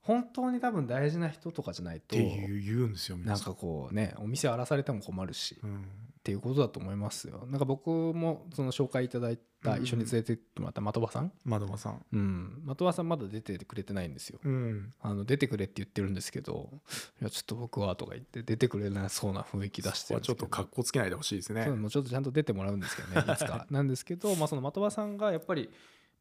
本当に多分大事な人とかじゃないと
ていう言うんですよ
な
皆
ん
さん
かこうねお店荒らされても困るし
うん
っていうことだと思いますよなんか僕もその紹介いただいた一緒に連れてってもらった的場さん
窓場さん
うん的場さんまだ出てくれてないんですよ
うん
あの出てくれって言ってるんですけど、いや、ちょっと僕はとか言って、出てくれなそうな雰囲気出し
そこ
てる
は
んで
ちょ
す
っ
けど
と格好つけないでほしいですね
そうもうちょっとちゃんと出てもらうんですけど ね、いつか。なんですけど、まあ、その的場さんがやっぱり、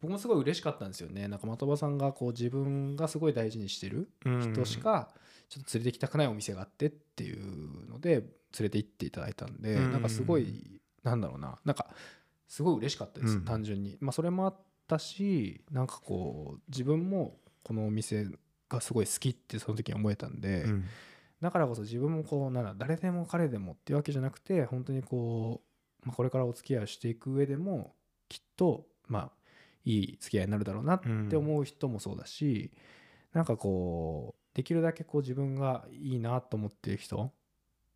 僕もすごい嬉しかったんですよね。なんか的場さんがこう自分がすごい大事にしてる
うん
人しか、ちょっと連れてきたくないお店があってっていうので、連れて行っていただいたんで、
うん
なんかすごい、なんだろうな、なんか、すごい嬉しかったです、
うん
単純に。まあ、それもあったし、なんかこう、自分もこのお店がすごい好きってその時に思えたんで、
うん
だからこそ自分もこうなんだ誰でも彼でもっていうわけじゃなくて本当にこう、まあ、これからお付き合いをしていく上でもきっとまあいい付き合いになるだろうなって思う人もそうだし、なんかこうできるだけこう自分がいいなと思ってる人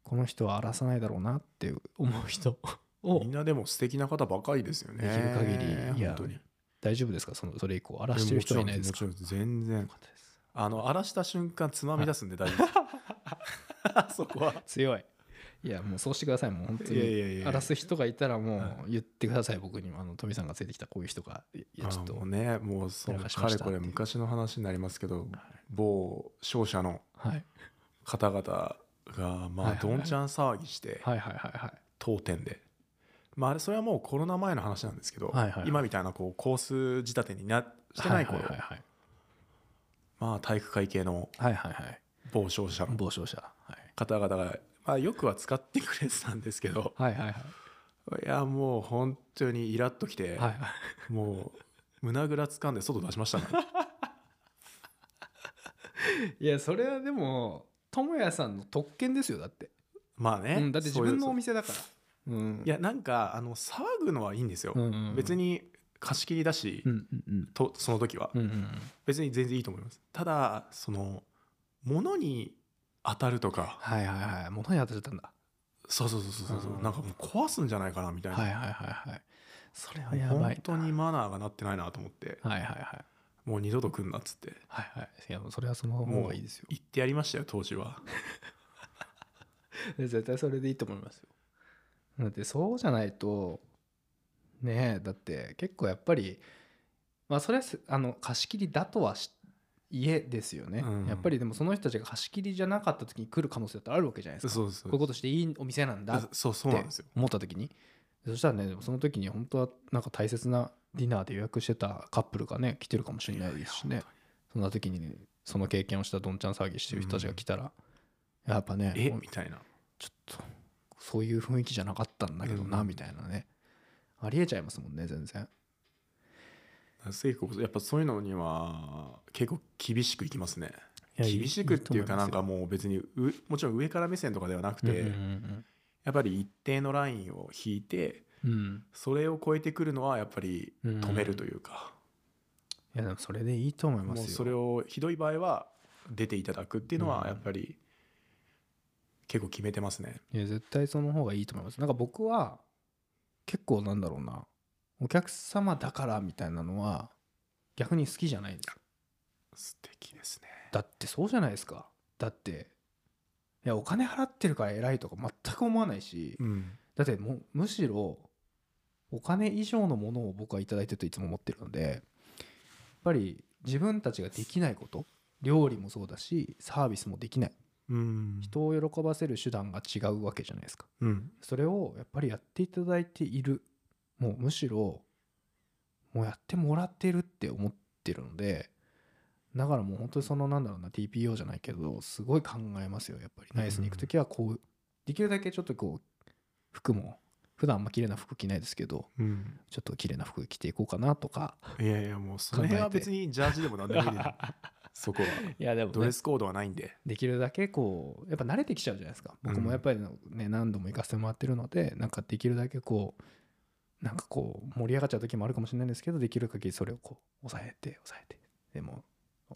この人は荒らさないだろうなって思う人 を
みんなでも素敵な方ばかりですよね
できる限りいや
本当に
大丈夫ですかそのそれ以降荒らしてる人はいないですか
もちろんもちろん全然
よかったです
あの荒らした瞬間つまみ出すんで大丈夫 ですそこは
強いいやもうそうしてくださいもう本当
いやい
に
やいや
荒らす人がいたらも
は
う言ってください僕にもあの富さんがついてきたこういう人がい
あ
やちょっと
もうねもうその
やらかし
か
まし
れ
た
これ昔の話になりますけど某商社の
はい
方々が
はい
まあ
はい
どんちゃん騒ぎして
はいはいはいはい
当店で。まあ、あれそれはもうコロナ前の話なんですけど、
はいはいはい
今みたいなこうコース仕立てになしてない頃、
はいはいはい
まあ、体育会系の
はいはいはいはい
某商社の
暴走者はい
方々がまあ、よくは使ってくれてたんですけど
はいはいは
い
い
やもう本当にイラっときて、
はいはい
もう胸ぐらつかんで外出しましたから
いやそれはでも智也さんの特権ですよだって、
まあね、
うん、だって自
そういう
分のお店だからうん
いやなんかあの騒ぐのはいいんですよ、
うんうんうん
別に貸し切りだし、
うんうんうん
とその時は、
うんうん
別に全然いいと思いますただその物に当たるとか
はいはいはい物に当たっちゃったんだ
そうそうそうそうそう、
うん
なんかもう壊すんじゃないかなみたいな、
はいはいはいはいそれはやばいな
本当にマナーがなってないなと思って
はいはいはい
もう二度と来んなっつって
はいはいいやもうそれはその方がいいですよ
言ってやりましたよ当時は
絶対それでいいと思いますよだってそうじゃないとねえだって結構やっぱりまあそれはせあの貸し切りだとはし家ですよね、
うん
やっぱりでもその人たちが貸し切りじゃなかった時に来る可能性だってあるわけじゃないです
そう
か
そうそう
こういうことしていいお店なんだっ
そうそうなん
て
ですよ
思った時にそしたらねでもその時に本当はなんか大切なディナーで予約してたカップルがね来てるかもしれないですしねそんな時にね、その経験をしたどんちゃん騒ぎしてる人たちが来たら、やっぱね
え
ほん
みたいな
ちょっとそういう雰囲気じゃなかったんだけどな、
うん
みたいなねありえちゃいますもんね全然
結構やっぱそういうのには結構厳しくいきますね厳しくっていうかなんかもう別にうもちろん上から目線とかではなくて、
うん
やっぱり一定のラインを引いて
うんうんうん
それを超えてくるのはやっぱり
うん
止めるというか、
いやでもそれでいいと思います
も
よ
うそれをひどい場合は出ていただくっていうの
う
は
ん
やっぱり結構決めてますね。
いや絶対その方がいいと思いますなんか僕は結構なんだろうなお客様だからみたいなのは逆に好きじゃないです
素敵ですね。
だってそうじゃないですかだっていやお金払ってるから偉いとか全く思わないし
うん、
だってもうむしろお金以上のものを僕はいただいてるといつも思ってるのでやっぱり自分たちができないこと料理もそうだしサービスもできない
うん、
人を喜ばせる手段が違うわけじゃないですか
うん、
それをやっぱりやっていただいているもうむしろもうやってもらってるって思ってるのでだからもう本当にそのなんだろうな TPO じゃないけどすごい考えますよやっぱりナイスに行く時はこうできるだけちょっとこう服も普段あんま綺麗な服着ないですけど
うん。
ちょっと綺麗な服着ていこうかなとか
いやいやもうその辺は
考えて
別にジャージでも何でもいいです そこは。
いやで
ドレスコードはないんで。
できるだけこうやっぱ慣れてきちゃうじゃないですか僕もやっぱりね、何度も行かせてもらってるのでなんかできるだけこうなんかこう盛り上がっちゃう時もあるかもしれないんですけどできる限りそれをこう抑えて抑えてでも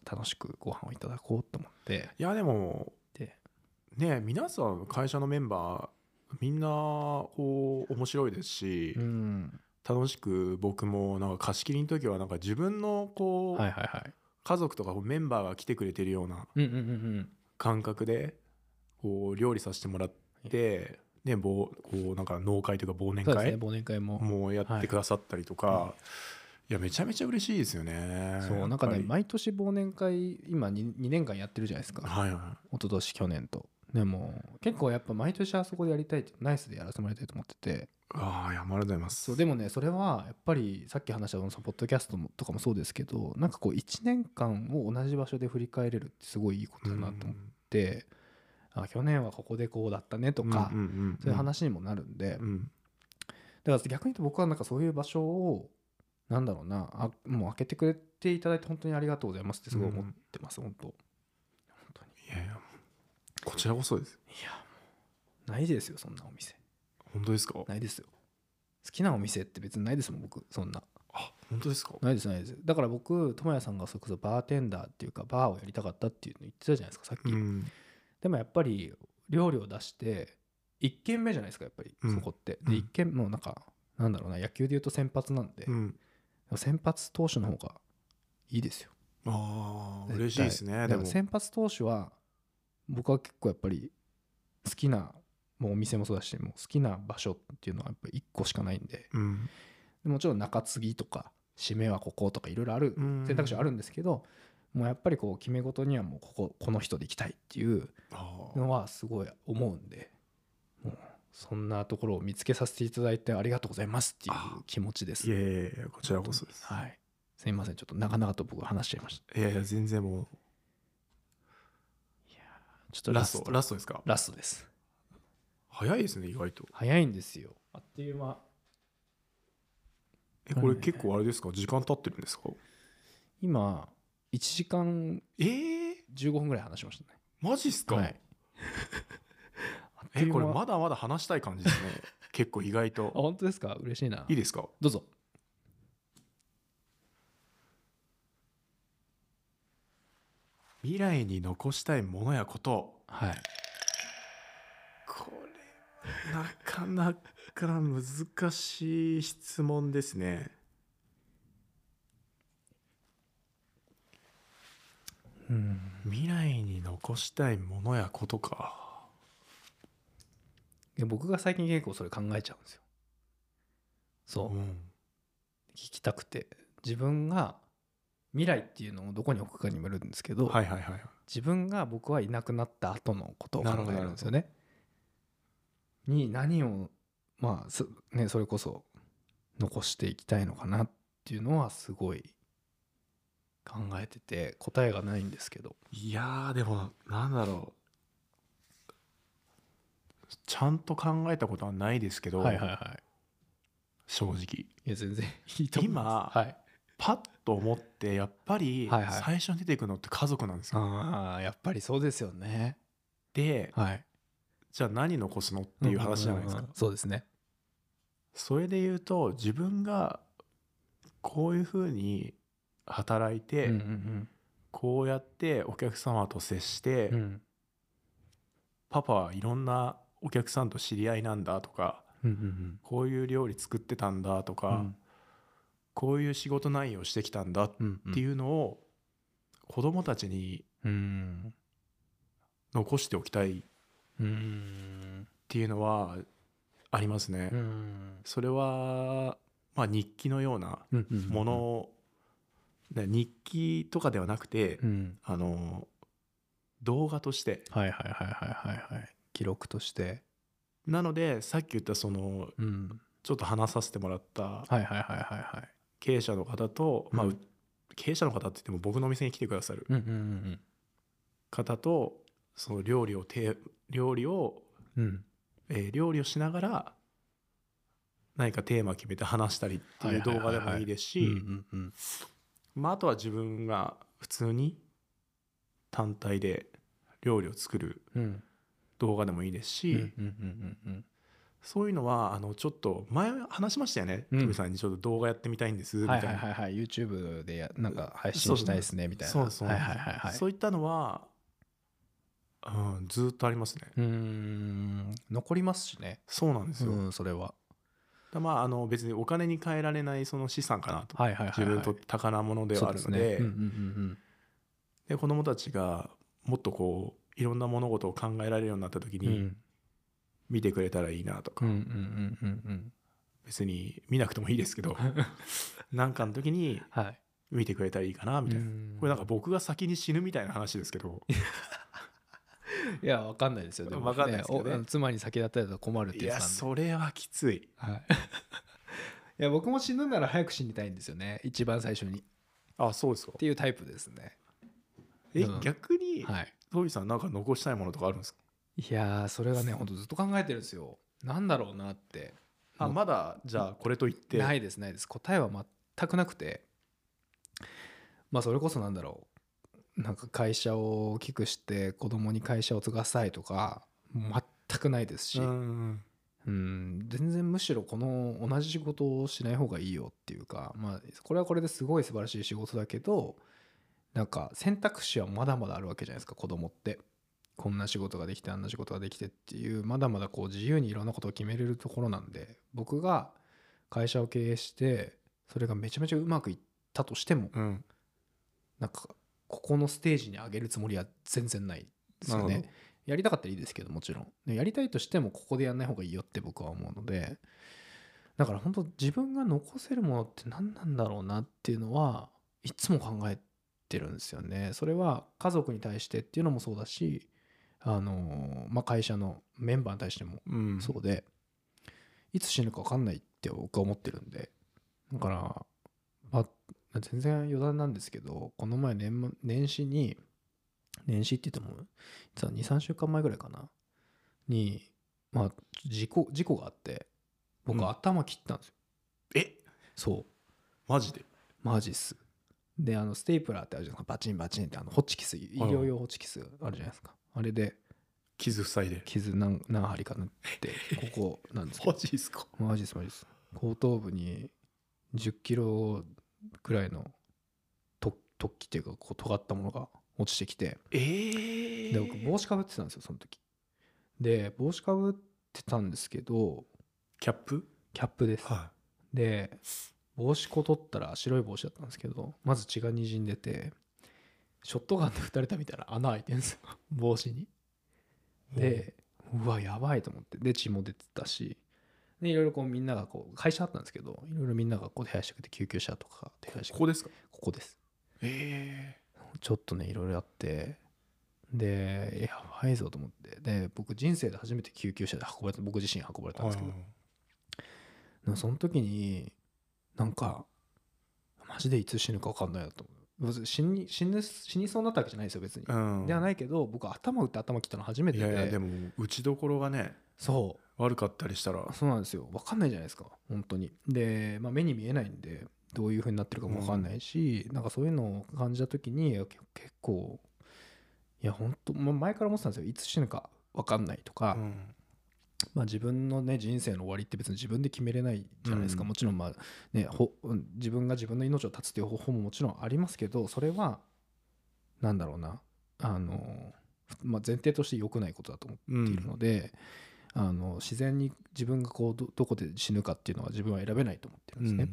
楽しくご飯をいただこうと思って
いやでも
で
ね皆さん会社のメンバーみんなこう面白いですし、
うん
楽しく僕もなんか貸し切りの時はなんか自分のこう、
はいはいはい
家族とかこうメンバーが来てくれてるような
うんうんうん
感覚でこう料理させてもらって、ね、ぼうこうなんか農会というか忘
うん
年
そうですね
会
忘年会も
もうやってくださったりとか、、
はい
やめちゃめちゃ嬉しいですよね。
そうなんか
や
ね
っぱり
毎年忘年会今 2, 2年間やってるじゃないですか
はいは
一昨年去年とでも結構やっぱ毎年あそこでやりたいってナイスでやらせてもらいたいと思ってて
い、ああいやありがとうございます。
そうでもねそれはやっぱりさっき話したそのポッドキャストもとかもそうですけどなんかこう1年間を同じ場所で振り返れるってすごいいいことだなと思って、あ去年はここでこうだったねと
と
か、
うんうんんん
そういう話にもなるんで、
う
だか
ん
ら逆に言うと僕はなんかそういう場所をなんだろうなあもう開けてくれていただいて本当にありがとうございますってすごい思ってます、本当本当に
いやいやこちらこそです。
いやもうないですよそんなお店
本当ですか
ないですよ好きなお店って別にないですもん僕そんな
あ本当ですか
ないですないですだから僕智也さんがそれこそバーテンダーっていうかバーをやりたかったっていうの言ってたじゃないですかさっき、
うん
でもやっぱり料理を出して1軒目じゃないですかやっぱり
うん
そこって、
うん
で1軒もうなんかなんだろうな野球で言うと先発なんで、
うん
先発投手の方がいいですよ
ああ
絶対
嬉しいですねで
だ
も
から先発投手は僕は結構やっぱり好きなもうお店もそうだしもう好きな場所っていうのはやっぱり1個しかないんで
うん
もちろん中継ぎとか締めはこことかいろいろある選択肢はあるんですけど、もうやっぱりこう決め事にはもうこここの人で行きたいっていう
あー
のはすごい思うんでもうそんなところを見つけさせていただいてありがとうございますっていう気持ちです
いやいやいやこちらこそです
はいすみませんちょっと長々と僕話しちゃいました
いやいや全然も
ちょ
う
っと
ラ
ラ
スト
スト
ラストですか
ラストです
早いですね、意外と。
早いんですよあっという間
え、これ結構あれですか時間経ってるんですか
今1時間
えー、
15分ぐらい話しましたね
マジっすか、
はい、あっとい
え、
う間
これまだまだ話したい感じです ね。結構意外
あ
と。
本当ですか嬉しいない
いですか
どうぞ
未来に残したいものやこと。
はい
これ、なかなか難しい質問ですね。
うん
未来に残したいものやことか。。
で僕が最近結構それ考えちゃうんですよそううん聞きたくて自分が未来っていうのをどこに置くかにもよるんですけど、
はいはいはい。
自分が僕はいなくなった後のことを考えるんですよね。に何をまあすねそれこそ残していきたいのかなっていうのはすごい考えてて答えがないんですけど
いやーでもなんだろうちゃんと考えたことはないですけど、
はいはいはい
正直
いや全然いいと思います
今
はい、
パッと思ってやっぱり
はいはい
最初に出てくるのって家族なんですよ。
ああやっぱりそうですよね
で
はい
じゃあ何残すのっていう話じゃないです
うん
か
うんうん。そうですね
それで言うと自分がこういうふうに働いて、
うんうん
こうやってお客様と接して、
うんうん
パパはいろんなお客さんと知り合いなんだとか
うんうん
こういう料理作ってたんだと
う
か。
ん
こういう仕事内容してきたんだっ
うんうん
ていうのを子供たちに
うん
残しておきたいっ
うん
ていうのはありますね。
うん
それは、まあ、日記のようなものを、ね日記とかではなくて、
うん、
あの動画として
はいはいはいはいはいはい記録として
なのでさっき言ったその
うん
ちょっと話させてもらった
はいはいはいはいはい
経営者の方と、まあ
うん
経営者の方って言っても僕のお店に来てくださる
うんうん
方とその料理をて料理を
うんうん
えー料理をしながら何かテーマ決めて話したりっていう動画でもいいです
うん
し
うんうん
まああとは自分が普通に単体で料理を作る
うん
動画でもいいです
う
し、
んうんうんうん
そういうのはあのちょっと前話しましたよね、
うん
トミさんにちょっと動画やってみたいんですみ
は
た
い
いな、
はいはいはい YouTube でやなんか配信したいですねみたいな
そうそう、
はいはいはいはい
そういったのは、うん、ずっとありますね
うーん残りますしね
そうなんですよ、
うんそれは
だまああの別にお金に換えられないその資産かなと、
はいはいはいはい
自分にとって宝物ではあるので
そうすねうんうん
で子どもたちがもっとこういろんな物事を考えられるようになった時
うんうんう
に
ん
見てくれたらいいなと
う
か、
んうんうんうんうん
別に見なくてもいいですけ どなんかの時に
はい
見てくれたらいいかなみたいな、
うん
これなんか僕が先に死ぬみたいな話ですけど
いやわかんないですよでも
わかんないですけどね
お妻に先立たれたら困るって
い
言っ
や
てたんで
それはきつい
はい、 いや僕も死ぬなら早く死にたいんですよね一番最初にっ
あそうですか
ていうタイプですね
え、
うん
逆に、
はい
トビさんなんか残したいものとかあるんですか
いやーそれがねほんとずっと考えてるんですよなんだろうなって
あ
もう
まだじゃあこれと言って
ないですないです答えは全くなくてまあそれこそなんだろうなんか会社を大きくして子供に会社を継がさいとかもう全くないですし、
うん
うん全然むしろこの同じ仕事をしない方がいいよっていうか、まあ、これはこれですごい素晴らしい仕事だけどなんか選択肢はまだまだあるわけじゃないですか子供ってこんな仕事ができてあんな仕事ができてっていうまだまだこう自由にいろんなことを決めれるところなんで僕が会社を経営してそれがめちゃめちゃうまくいったとしても
うん
なんかここのステージに上げるつもりは全然ないですよ
なるほ
ね。やりたかったらいいですけどもちろんでやりたいとしてもここでやんない方がいいよって僕は思うのでだから本当自分が残せるものって何なんだろうなっていうのはいつも考えてるんですよねそれは家族に対してっていうのもそうだしあの、まあ、会社のメンバーに対しても
うん
そうで、いつ死ぬか分かんないって僕は思ってるんで、だから、まあ、全然余談なんですけど、この前年末年始に、年始って言っても、実は2、3週間前ぐらいかな、に、まあ、事故事故があって僕、
うん
頭切ったんですよ
え
そう
マジで
マジっすであのステープラーってあるじゃないですかバチンバチンってあのホチキス医
はい
療用ホチキスあるじゃないですかあれで
傷塞いで
傷何何針か塗ってここなんです けど
マジですか
マジですマジです後頭部に1 0キロくらいの突突起っていうかこう尖ったものが落ちてきて
え
で僕
ー、
帽子かぶってたんですよその時で帽子かぶってたんですけど
キャップ
キャップです
は
で帽子こう取ったら白い帽子だったんですけどまず血がにじんでてショットガンで撃たれたみたいな穴開いてるんですよ帽子に
い
でうわやばいと思ってで血も出てたしでいろいろこうみんながこう会社あったんですけどいろいろみんながこう手配してくれて救急車とか手配して
こ
くれて
こですか
ここです
え
ちょっとねいろいろやってでやばいぞと思ってで僕人生で初めて救急車で運ばれた僕自身運ばれ
え
たんですけどでもその時になんかマジでいつ死ぬか分かんないなと思う別に死に死ぬ死にそうになったわけじゃないですよ別に、
うん
ではないけど僕頭打って頭切ったの初めて
い
で
やいやでも打ちどころがね
そ
悪かったりしたら
うそうなんですよ分かんないじゃないですか本当にで、まあ、目に見えないんでどういう風になってるかも分かんないし、なんかそういうのを感じた時にいやけ結構いや本当まあ前から思ってたんですよいつ死ぬか分かんないとか、
うん
まあ、自分の、ね、人生の終わりって別に自分で決めれないじゃないですか、
うん
もちろん、まあね、ほうん自分が自分の命を絶つという方法ももちろんありますけどそれはなんだろうなあの、まあ、前提として良くないことだと思
う
っているので、あの自然に自分がこうどどこで死ぬかっていうのは自分は選べないと思ってるんですね、
うん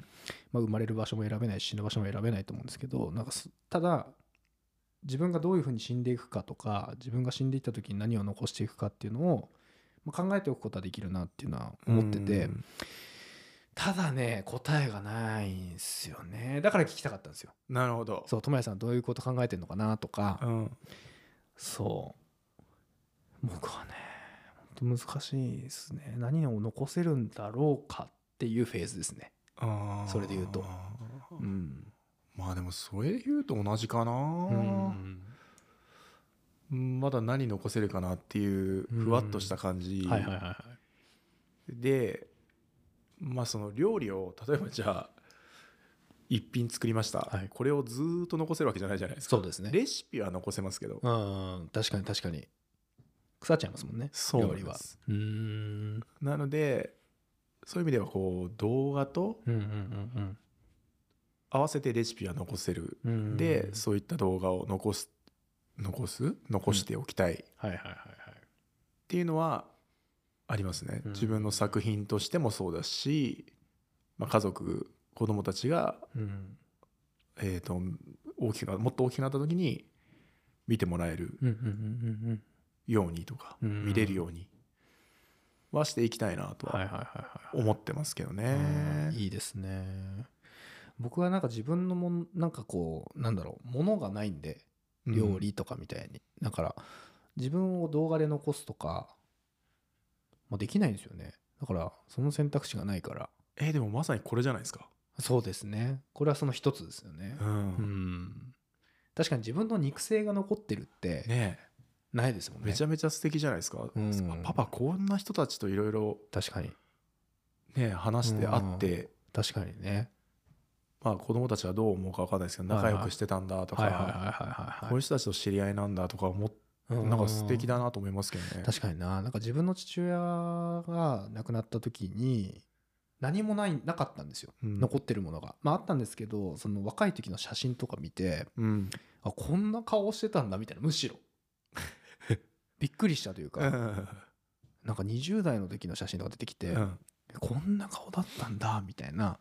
まあ、生まれる場所も選べないし死ぬ場所も選べないと思うんですけどなんかすただ自分がどういうふうに死んでいくかとか自分が死んでいった時に何を残していくかっていうのを、まあ、考えておくことはできるなっていうのは思ってて、
うん
ただね答えがないんですよねだから聞きたかったんですよ
なるほど
そう友也さんどういうこと考えてんのかなとか、
うん
そう僕はねほんと難しいですね何を残せるんだろうかっていうフェーズですね
あー
それで言うとうん、
まあでもそれで言うと同じかな、
うん
うんまだ何残せるかなっていうふわっとした感じ
はいはいはいはい
でまあその料理を例えばじゃあ一品作りました、
はい
これをずーっと残せるわけじゃないじゃないですか
そうですね
レシピは残せますけど
うん確かに確かに腐っちゃいますもんね
そうなん
料
です
理はうーん
なのでそういう意味ではこう動画と
うんうん
合わせてレシピは残せる、
うんうん
でそういった動画を残す残す残しておきたいっ
はいはいはいはい
ていうのはありますね、
うん
自分の作品としてもそうだし、まあ、家族子供たちが
うん
えー、と大きくなもっと大きくなった時に見てもらえる
うんうんうんうんうん
ようにとか、
うん
見れるようにはしていきたいなと
はい
は
はいはい
思ってますけどね。
はいうんいいですね僕はなんか自分のもんなんかこうなんだろうものがないんで
うん
料理とかみたいに、だから自分を動画で残すとか、まあ、できないんですよねだからその選択肢がないから
えーでもまさにこれじゃないですか。
そうですねこれはその一つですよね
うん
うん確かに自分の肉声が残ってるって
ねえ
ないですもんね。
めちゃめちゃ素敵じゃないですか。
うん
あパパこんな人たちといろいろ
確かに
ね話して会って、
確かにね。
まあ、子供たちはどう思うか分かんないですけど仲良くしてたんだとか、
はいはいはいはいはい
こうい
は
う
い。
人たちと知り合いなんだとか思っ
う
なんか素敵だなと思いますけどね。
確かにななんか自分の父親が亡くなった時に何もないなかったんですよ
うん
残ってるものが。まああったんですけどその若い時の写真とか見て
うん
あこんな顔してたんだみたいなむしろ びっくりしたという
う
か
ん
なんか20代の時の写真とか出てきて。
うん
こんな顔だったんだみたいな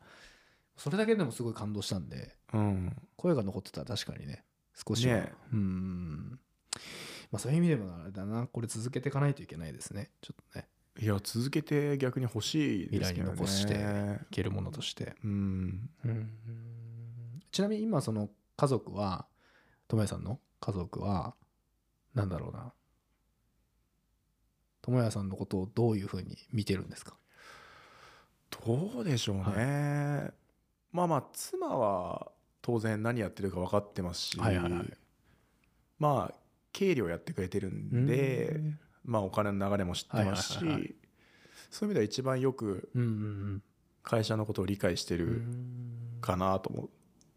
それだけでもすごい感動したんで
うん
声が残ってたら確かにね少しは、
ねえ
うーんまあそういう意味でもあれだなこれ続けていかないといけないですねちょっとね
いや続けて逆に欲しいですけどね
未来に残していけるものとして
うん
ちなみに今その家族は友也さんの家族はなんだろうな友也さんのことをどういうふうに見てるんですか
どうでしょうね、まあまあ妻は当然何やってるか分かってますし、
はいはいはい
まあ経理をやってくれてるんで、
うん
まあお金の流れも知ってますし、
はいはいは
そういう意味では一番よく
うんうん
会社のことを理解して
う
る
ん
かなと思っ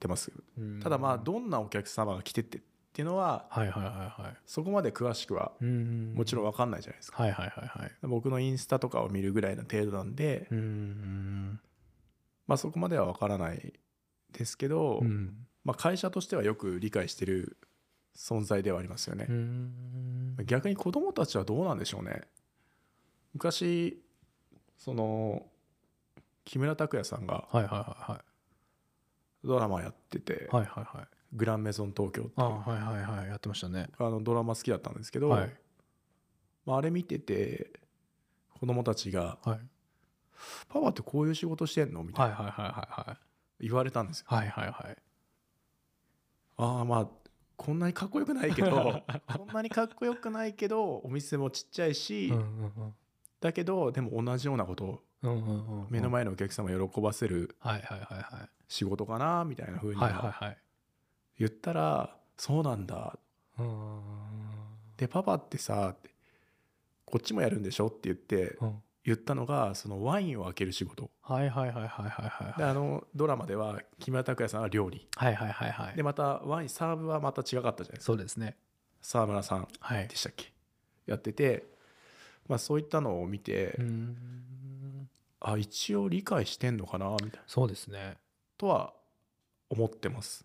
てます。
うん
ただまあどんなお客様が来てってっていうのは
はいはいはいはい
そこまで詳しくは
うん
もちろん
ん
分かんないじゃないですか。
はいはいはいはい
僕のインスタとかを見るぐらいの程度なんで、
うん
まあ、そこまでは分からないですけど、
うん
まあ、会社としてはよく理解してる存在ではありますよね。
うん
逆に子供たちはどうなんでしょうね昔その木村拓哉さんが
はいはいはいはい
ドラマやってて「
はいはいはい
グランメゾン東京」っていう
あはいはいはいやってましたね
あのドラマ好きだったんですけど、
はい
まあ、あれ見てて子供たちが
はい
「パパってこういう仕事してんの?」みたい
はいはい
な
はいはいはい
言われたんですよ。
はいはいはい
ああまあこんなにかっこよくないけ どこんなにかっこよくないけどお店もちっちゃいし、
うんうん
だけどでも同じようなことを
うんうんうんうん
目の前のお客様を喜ばせる
はいはいはいはい
仕事かなみたいな風に
はいはいはい
言ったら「そうなんだ」
うんうん
で「パパってさ」って「こっちもやるんでしょ?」って言って
うん
言ったのがそのワインを開ける仕事
はいはいはいはいはいはい
であのドラマでは木村拓哉さんは料理
はいはいはいはい
でまたワインサーブはまた違かったじゃないですか
そうですね
沢村さん
はい
でしたっけやってて、まあ、そういったのを見て、
うん
あ一応理解してんのかなみたいな
そうですね
とは思ってます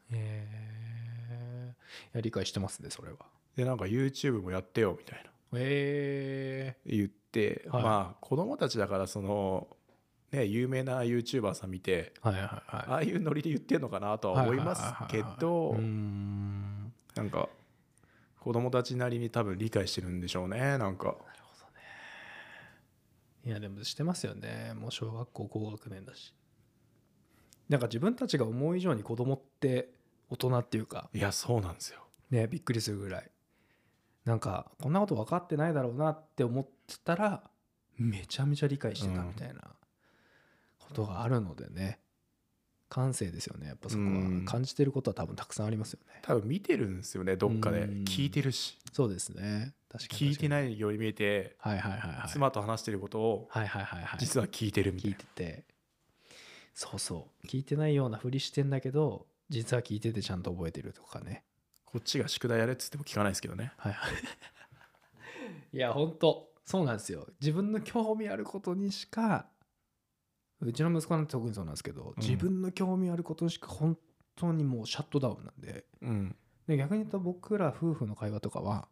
えーいや理解してますねそれは
でなんか YouTube もやってよみたいな
え
言って、
はい
まあ子供たちだからそのね有名な YouTuber さん見て
ーはいはいはい
ああいうノリで言ってんのかなとは思いますけど
うーん
なんか子供たちなりに多分理解してるんでしょうねなんか
いやでもしてますよねもう小学校高学年だしなんか自分たちが思う以上に子供って大人っていうか
いやそうなんですよ
ねびっくりするぐらいなんかこんなこと分かってないだろうなって思ってたらめちゃめちゃ理解してたみたいなことがあるのでね感性ですよねやっぱそこは
うん
感じてることは多分たくさんありますよね
多分見てるんですよねどっかで
うん
聞いてるし
そうですね確かに
聞いて
い
ないように見えて
はいはいはいはい
妻と話してることを
はいはいはいはい
実は聞いてるみた
聞
い
い
な
ててそうそう聞いてないようなふりしてんだけど実は聞いててちゃんと覚えてるとかね
こっちが宿題やれっつっても聞かないですけどね
はいはいいやほんとそうなんですよ自分の興味あることにしかうちの息子なんて特にそうなんですけど、
うん
自分の興味あることにしか本当にもうシャットダウンなんで
うん
で逆に言うと僕ら夫婦の会話とかは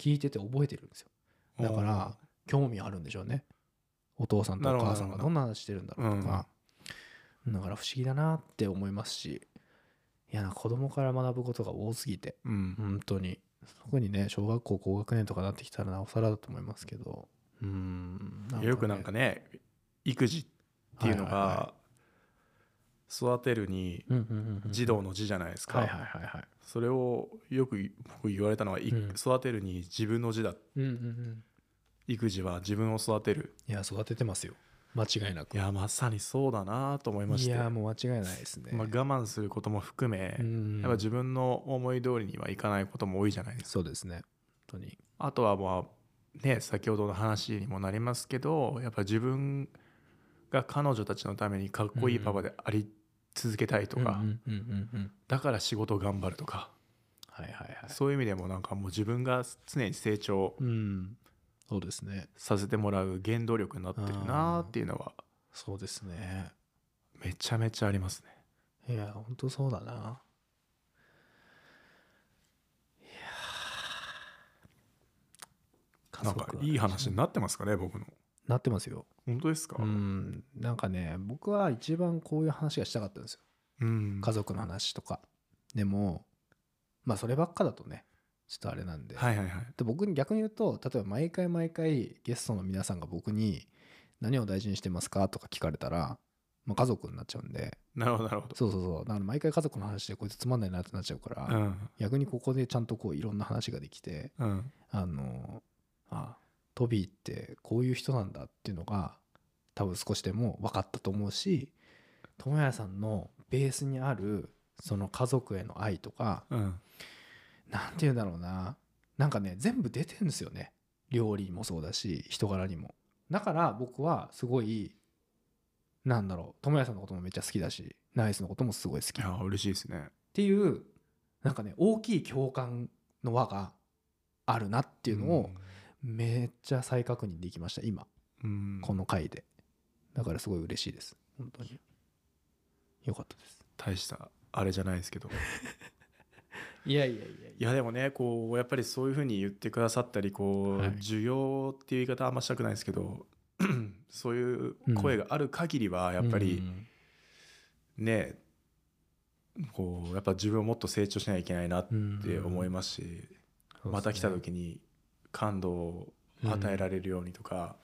聞いてて覚えてるんですよだから興味あるんでしょうねお父さんとお母さんが
なるほどなるほど
どんな話してるんだろうとか、だから不思議だなって思いますしいやなんか子供から学ぶことが多すぎて
うん
本当に特にね小学校高学年とかなってきたらなおさらだと思いますけどうーん
いやよくなんかね育児っていうの
はいはいは
が育てるに
うんうんうんうん
児童の字じゃないです
はいはい
か
はいはい
それをよくい僕言われたのはい
うん
育てるに自分の字だ
うんうんうん
育児は自分を育てる
いや育ててますよ間違いなく
いやまさにそうだなと思いまし
い
て
や
まあ
もう間違いないですね、
我慢することも含め
うん
やっぱ自分の思い通りにはいかないことも多いじゃないですか
そうですね本当に
あとはまあね先ほどの話にもなりますけどやっぱ自分が彼女たちのためにかっこいいパパであり続けたいとか、
うんうんうんうんうん
だから仕事頑張るとか
はいはいはい
そういう意味でもなんかもう自分が常に成長
うんそうですね
させてもらう原動力になってるなーっていうのは
そうですね
めちゃめちゃありますね。
いや、ほんとそうだな。いやー
なんかいい話に
な
なってますかね僕の。
なってますよ。
本当ですか、
うん。なんかね、僕は一番こういう話がしたかったんですよ。
うん
家族の話とか。でも、まあそればっかだとね、ちょっとあれなんで。
はいはいはい。
で僕に逆に言うと、例えば毎回毎回ゲストの皆さんが僕に何を大事にしてますかとか聞かれたら、まあ家族になっちゃうんで、
なるほどなるほど。
そうそうそう。だから毎回家族の話でこいつつまんないなってなっちゃうから、
うん
逆にここでちゃんとこういろんな話ができて
うん、
あのあトビーってこういう人なんだっていうのが多分少しでも分かったと思うし友也さんのベースにあるその家族への愛とか
うん、
なんて言うんだろうななんかね全部出てるんですよね料理もそうだし人柄にもだから僕はすごいなんだろう友也さんのこともめっちゃ好きだしナイスのこともすごい好き
いや嬉しいですね
っていうなんかね大きい共感の輪があるなっていうのをめっちゃ再確認できました今
うん、
この回でだからすごい嬉しいです本当によかったです
大したあれじゃないですけど
いやいやいや
いやでもねこうやっぱりそういうふうに言ってくださったりこう、
はい
需要っていう言い方はあんましたくないですけど そういう声がある限りはやっぱりね、こうやっぱ自分をもっと成長しなきゃいけないなっ
うん
て思いますし、また来た時に感動を与えられるようにとか、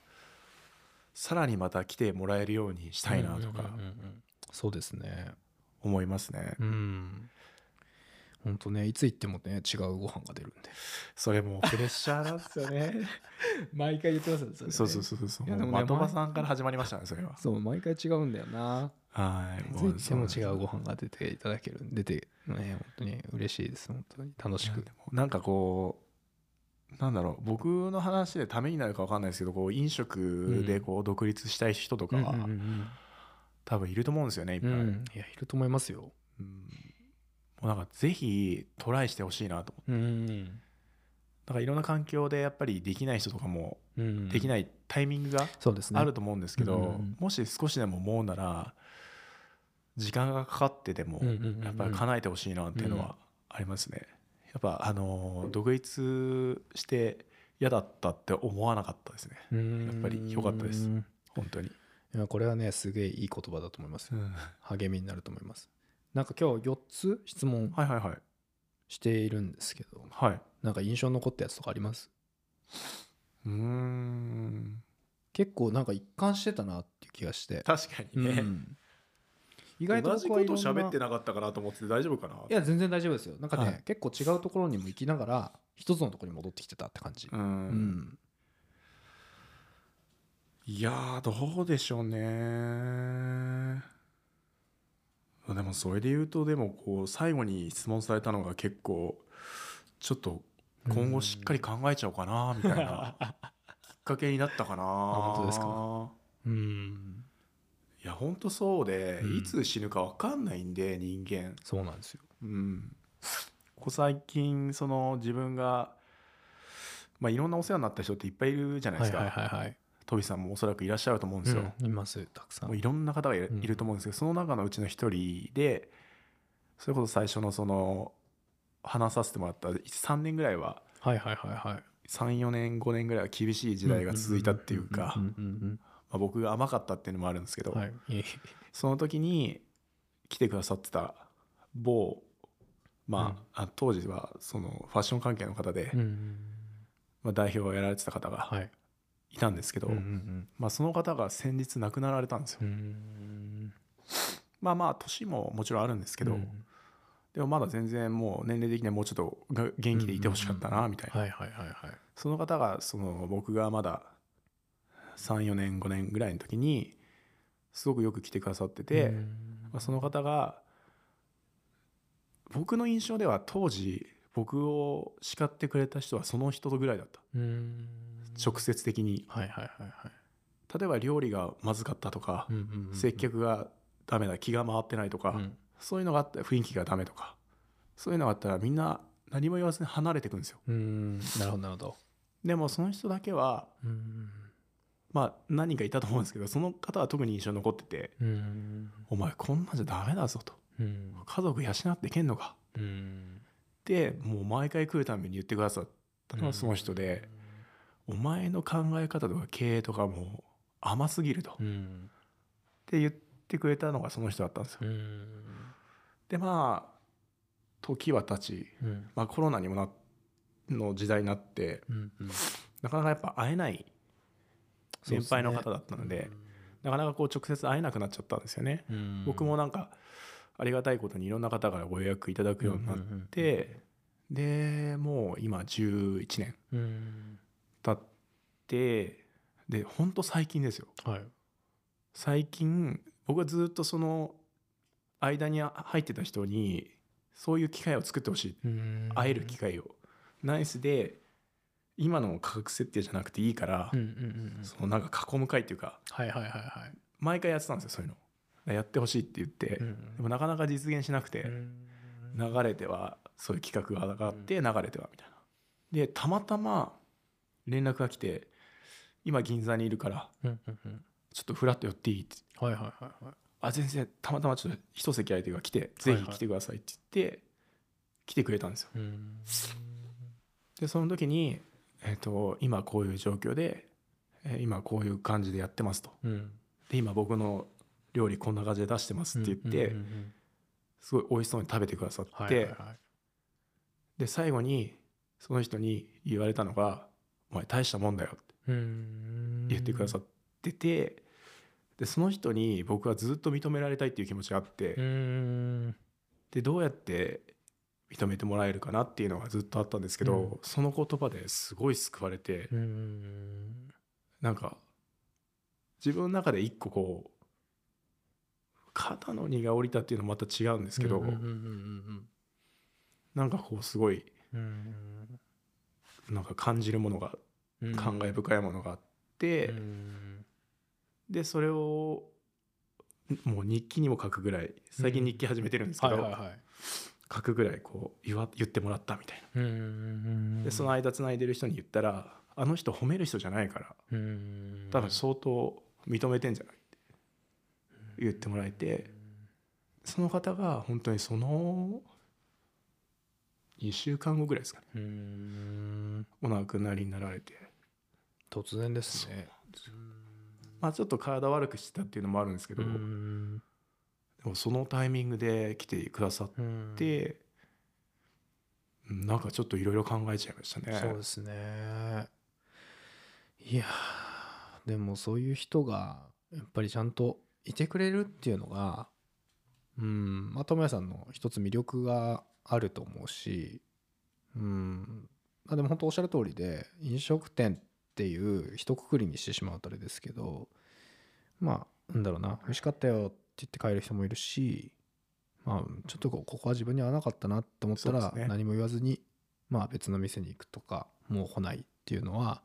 さらにまた来てもらえるようにしたいなとか
うんうんうんうんそうですね
思いますね。
うん本当ねいつ行ってもね違うご飯が出るんで
それもうプレッシャーなんですよね。
毎回言ってますよねそれね
そうそうそうそう。
いやでもね
まとまさんから始まりましたね、それは。
そう毎回違うんだよな
はい。
いつ行
も
っても違うご
ご
飯が出ていただける出てね本当に嬉しいです本当に楽しく
なんかこう、なんだろう、僕の話でためになるかわかんないですけど、こう飲食でこう独立したい人とかは、
うんうんうん
多分いると思うんですよね、いっぱい。
う
うん
んいやいると思いますよ
もうなんかぜひトライしてほしいなと思って
うん
だからいろんな環境でやっぱりできない人とかも
うん
でき
い
ないタイミングが
そうですね
あると思うんですけど、
うんうん
もし少しでも思うなら時間がかかってでも
うんうんうんうん
やっぱり叶えてほしいなっていうのはありますね。やっぱあのー独立して嫌だったって思わなかったですねや
や
っぱり良かったです本当に。
いやこれはねすげえいい言葉だと思います励みになると思いますなんか今日4つ質問
はいはいはい
しているんですけど
はい。
なんか印象に残ったやつとかあります
うーん
結構なんか一貫してたなっていう気がして、
確かにね、
うん意外と
同じ
僕
こ
はい
と
ろんな
喋ってなかったかなと思ってて大丈夫かない
や全然大丈夫ですよなんかね、
はい
結構違うところにも行きながら一つのところに戻ってきてたって感じ
う
うん、
んいやーどうでしょうねでもそれで言うとでもこう最後に質問されたのが結構ちょっと今後しっかり考えちゃおうかなみたい なきっかけになったかな
本当ですかうん
いや本当そうで、
うん
いつ死ぬか分かんないんで人間
そうなんですよ
うん、ここ最近その自分が、まあ、いろんなお世話になった人っていっぱいいるじゃないで
はい
すか、
はいはいはい、
トビさんもおそらくいらっしゃると思うんですよ、
うんいますたくさん
もういろんな方がいる,、
うん
と思うんですけどその中のうちの一人でそれこそ最初のその話させてもらった3年ぐらいは
はいはいはいはい
34年5年ぐらいは厳しい時代が続いたっていうか
んうんうん
まあ僕が甘かったっていうのもあるんですけ
う
ど、
んうんはいいえいえ
その時に来てくださってた某まあ,、あ当時はそのファッション関係の方で、
うんうん
まあ、代表をやられてた方
は
が
い
いたんですけど、
うんうん
まあ、その方が先日亡くなられたんですよ、
うんうん
まあまあ年ももちろんあるんですけど、
うん
でもまだ全然もう年齢的にはもうちょっとが元気でいてほしかったなみたいな、
はいはいはいはい
その方がその僕がまだ34年5年ぐらいの時にすごくよく来てくださってて、
うん
まあ、その方が僕の印象では当時僕を叱ってくれた人はその人ぐらいだった
うん
直接的に
はいはいはいはい
例えば料理がまずかったとか、
うんうんうんうん
接客がダメだ気が回ってないとか、
うん
そういうのがあったら雰囲気がダメとかそういうのがあったらみんな何も言わずに離れていくんですよ
うんなるほどなるほど
でもその人だけは
うん
まあ何人かいたと思うんですけどその方は特に印象に残ってて
うん
「お前こんなんじゃダメだぞ」と
うん
「家族養っていけんのか」
うん
ってもう毎回来るたびに言ってくださったのはその人で「お前の考え方とか経営とかもう甘すぎる」とっ
うん
て言ってくれたのがその人だったんですよ
う。ん
でまあ時は経ち
うん
まあ、コロナにもなの時代になって
うんうん
なかなかやっぱ会えない先輩の方だったのでなかなかこう直接会えなくなっちゃったんですよね、
うん
僕もなんかありがたいことにいろんな方からご予約いただくようになっ
うんうんうんうん
て、でもう今11年
うん
経ってでほんと最近ですよ
はい
最近僕はずっとその間に入ってた人にそういう機会を作ってほしい
うん
会える機会を、ナイスで、今の価格設定じゃなくていいから、
うんうんうんうん
そのなんか囲む会っていうか
はいはいはいはい
毎回やってたんですよそういうのだからやってほしいって言って、
うん
でもなかなか実現しなくて、
うん
流れてはそういう企画が上がって流れてはみたいな。でたまたま連絡が来て「今銀座にいるから
うんうんうん
ちょっとフラッと寄っていい」って
はいはいはいはい
「あ先生たまたまちょっと一席相手が来てぜひ来てください」って言って来てくれたんですよ。
うん
でその時に、えーと「今こういう状況で、えー今こういう感じでやってます」と
うん
「で今僕の料理こんな感じで出してます」って言って、
うんうんうん
すごい美味しそうに食べてくださって、
はいはいはい
で最後にその人に言われたのが「お前大したもんだよ」って
うん
言ってくださってて、でその人に僕はずっと認められたいっていう気持ちがあって、
うん
でどうやって認めてもらえるかなっていうのがずっとあったんですけど、
うん
その言葉ですごい救われて、
うん
なんか自分の中で一個こう肩の荷が下りたっていうのはまた違うんですけど、
うんうんうんうん
なんかこうすごい
うん
なんか感じるものが
うん
感慨深いものがあって。
うん
でそれをもう日記にも書くぐらい最近日記始めてるんですけ
は
ど、
いはいはい
書くぐらいこう言わ言ってもらったみたいな、
うんうん
でその間つないでる人に言ったらあの人褒める人じゃないから
うん
多分相当認めてんじゃないって言ってもらえてその方が本当にその2週間後ぐらいですかね
うん
お亡くなりになられて
突然ですね
まあちょっと体悪くしてたっていうのもあるんですけど、で
ん
もそのタイミングで来てくださっ
うん
で、うんなんかちょっといろいろ考えちゃいましたね。
そうですねいやーでもそういう人がやっぱりちゃんといてくれるっていうのがうんまあ友也さんの一つ魅力があると思うしうんまあでも本当おっしゃる通りで飲食店っていう一括りにしてしまうとあれですけどまあなんだろうな美味しかったよって言って帰る人もいるしまあちょっとこうここは自分に合わなかったなって思った
そう
ら
ですね
何も言わずにまあ別の店に行くとかもう来ないっていうのは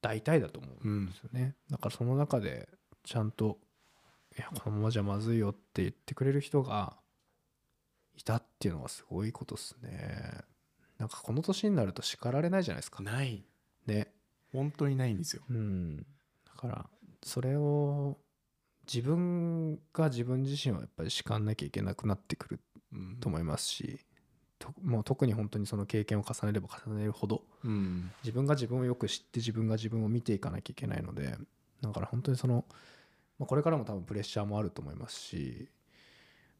大体だと思う
うんん
ですよねだからその中でちゃんと「いやこのままじゃまずいよ」って言ってくれる人がいたっていうのはすごいことですねなんかこの年になると叱られないじゃないですか
ない
ね
本当にないんですよ。
うん、だからそれを自分が自分自身をやっぱり叱んなきゃいけなくなってくる
うん
と思いますし、ともう特に本当にその経験を重ねれば重ねるほど
うん
自分が自分をよく知って自分が自分を見ていかなきゃいけないのでだから本当にその、まあ、これからも多分プレッシャーもあると思いますし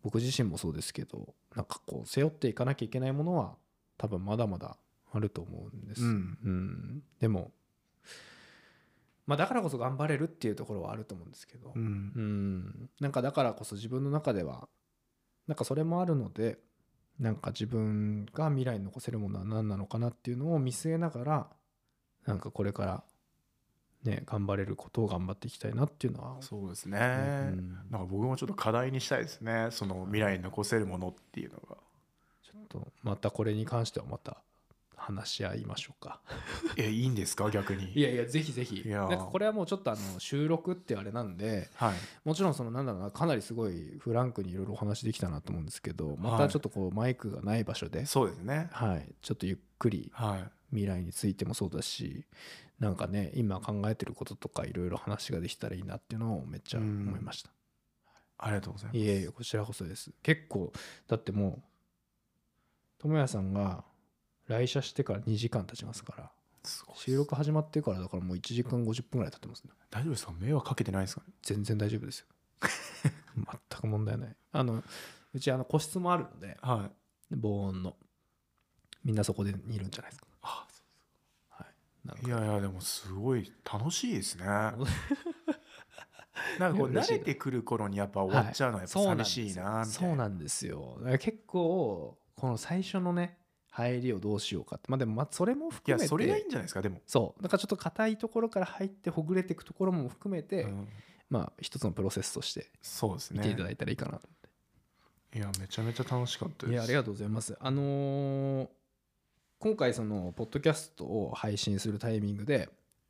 僕自身もそうですけどなんかこう背負っていかなきゃいけないものは多分まだまだあると思うんです、
うん
うんでも、まあ、だからこそ頑張れるっていうところはあると思うんですけど、
うん
うん、なんかだからこそ自分の中ではなんかそれもあるのでなんか自分が未来に残せるものは何なのかなっていうのを見据えながらなんかこれからね頑張れることを頑張っていきたいなっていうのは
そうですね、
うん
なんか僕もちょっと課題にしたいですねその未来に残せるものっていうのが。
ちょっとまたこれに関してはまた話し合いましょうか
えいいんですか逆に。
いやいやぜひぜひ
い
な
や
ん
ー
かこれはもうちょっとあの収録ってあれなんで
はい、
もちろんそのなんだろうなかなりすごいフランクにいろいろお話できたなと思うんですけどまたちょっとこうマイクがない場所で
そうですね。
はい、ちょっとゆっくり
は
未来についてもそうだしなんかね今考えてることとかいろいろ話ができたらいいなっていうのをめっちゃ思いました、
い、ありがとうございます。
いえいえこちらこそです結構だってもう智也さんが来社してから2時間経ちますから
すごいです
収録始まってからだからもう1時間50分ぐらい経ってますね
大丈夫ですか迷惑かけてないですかね。
全然大丈夫ですよ 全く問題ないあのうちあの個室もあるので
はい。
防音のみんなそこでいるんじゃないですか
あ
はいなんか
いやいやでもすごい楽しい ですね。なんかこう
いや嬉しい
慣れてくる頃にやっぱ終わっちゃうのはやっぱ寂しいなみたいな。
そうなんですよだから結構この最初のね入りをどうしようかってまあでもまあそれも
い
含
や
めて
それがいいんじゃないですかでも、
そうだからちょっと硬いところから入ってほぐれていくところも含めて、
うん
まあ一つのプロセスとして
そうです
見
ね
ていただいたらいいかなと思って、
いやめちゃめちゃ楽しかったです
いやありが
と
とうございますあのー今回そのポッドキャストを配信するタイミングで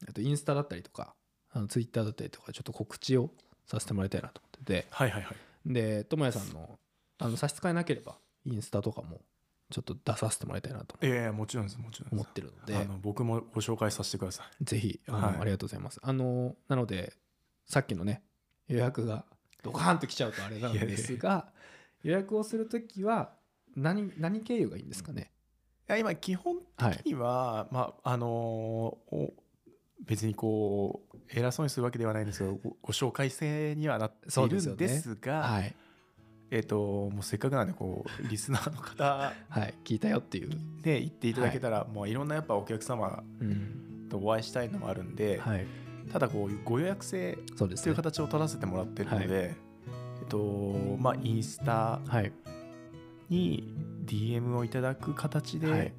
あとインスタだったりとかあのツイッターだったりとかちょっと告知をさせてもらいたいなと思ってて
はいはいはい
で智也さんのあの差し支えなければインスタとかもちょっと出させてもらいたいなと
いやいやもちろんですもちろん
思
で
ってるの
す
で
あの僕もご紹介させてください
ぜひあの、
はい
ありがとうございますあのなのでさっきのね予約がドカーンと来ちゃうとあれなんですが予約をするときは何何経由がいいんですかね、
いや今基本
はい
的には、まああのーお別にこう偉そうにするわけではないんですけどごご紹介制にはなって
そう
い
で
る
すよね
んですが
はい
えっ、ともうせっかくなんでこ うリスナーの方
はい、聞いたよっていう、
で行っていただけたら、もういろんなやっぱお客様
うん
とお会いしたいのもあるんで、
はい、
ただこうご予約制
そうです
とい
ね
う形を取らせてもらってるので、えっとまあインスタ
はい、
に DM をいただく形で、
は
はいい、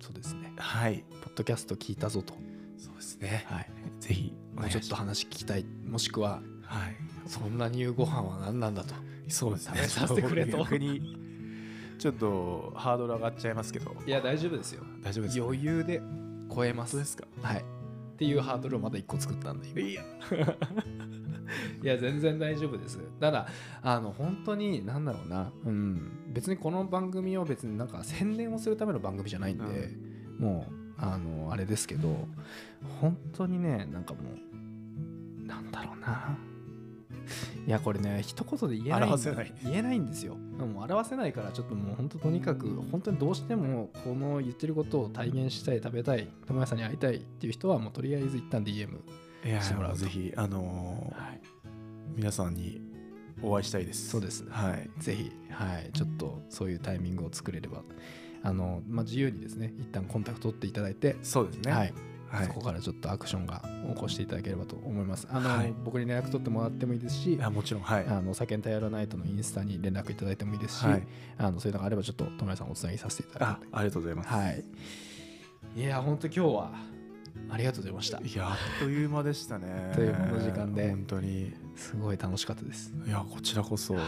そうですねポッドキャスト聞いたぞと、
そうですね、
はい、
ぜひお
も
願
う
い
ち
しま
ょっ
す
と話聞きたいもしくは
はい、
そんなに夕ご飯は何なんだと
そうですね。
試させてくれと
逆にちょっとハードル上がっちゃいますけど、
いや大丈夫ですよ
大丈夫ですか、
余裕で超えま
本当
す
ですか。
はいっていうハードルをまだ1個作ったんで今
いや、
いや全然大丈夫ですただあの本当に何だろうな、うん、別にこの番組を別になんか宣伝をするための番組じゃないんで、もうあのあれですけど本当にねなんかもうなんだろうないやこれね一言で言えないんだ
表せない
言えないんですよもう表せないからちょっともう本当とにかく本当にどうしてもこの言ってることを体現したい食べたい友也さんに会いたいっていう人はもうとりあえず一旦 DM
いや
してもらうと
ぜひあのー
はい
皆さんにお会いしたいです。
そうですね
はい。
ぜひ、はい、ちょっとそういうタイミングを作れればあの、まあ、自由にですね一旦コンタクト取っていただいて、
そうですね。
は
はいい。
そこからちょっとアクションが起こしていただければと思いますあの、
はい
僕に連絡取ってもらってもいいですし
あもちろんはい。
あのお酒に頼らないとのインスタに連絡いただいてもいいですし、
はい。
あのそういうのがあればちょっと友也さんおつなぎさせていただ
あ
いて
ありがとうございます。
はいいや本当今日はありがとうございました
いやあっという間でしたね。
あっという間の時間で
本当に
すごい楽しかったです
いやこちらこそ。
はいい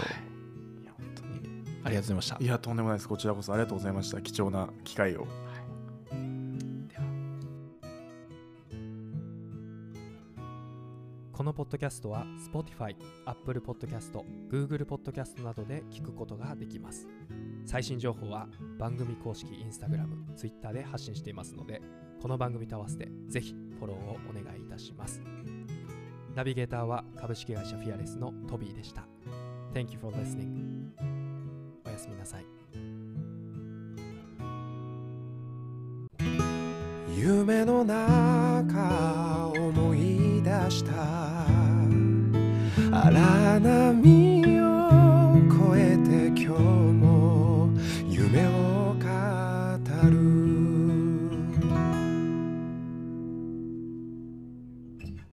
や本当にありがとうございました
いやとんでもないです。こちらこそありがとうございました。貴重な機会を。
このポッドキャストは Spotify、Apple Podcast、Google Podcast などで聞くことができます。最新情報は番組公式 Instagram、Twitter で発信していますので、この番組と合わせてぜひフォローをお願いいたします。ナビゲーターは株式会社フィアレスのトビーでした。Thank you for listening. おやすみなさい。
夢の中思い出した荒波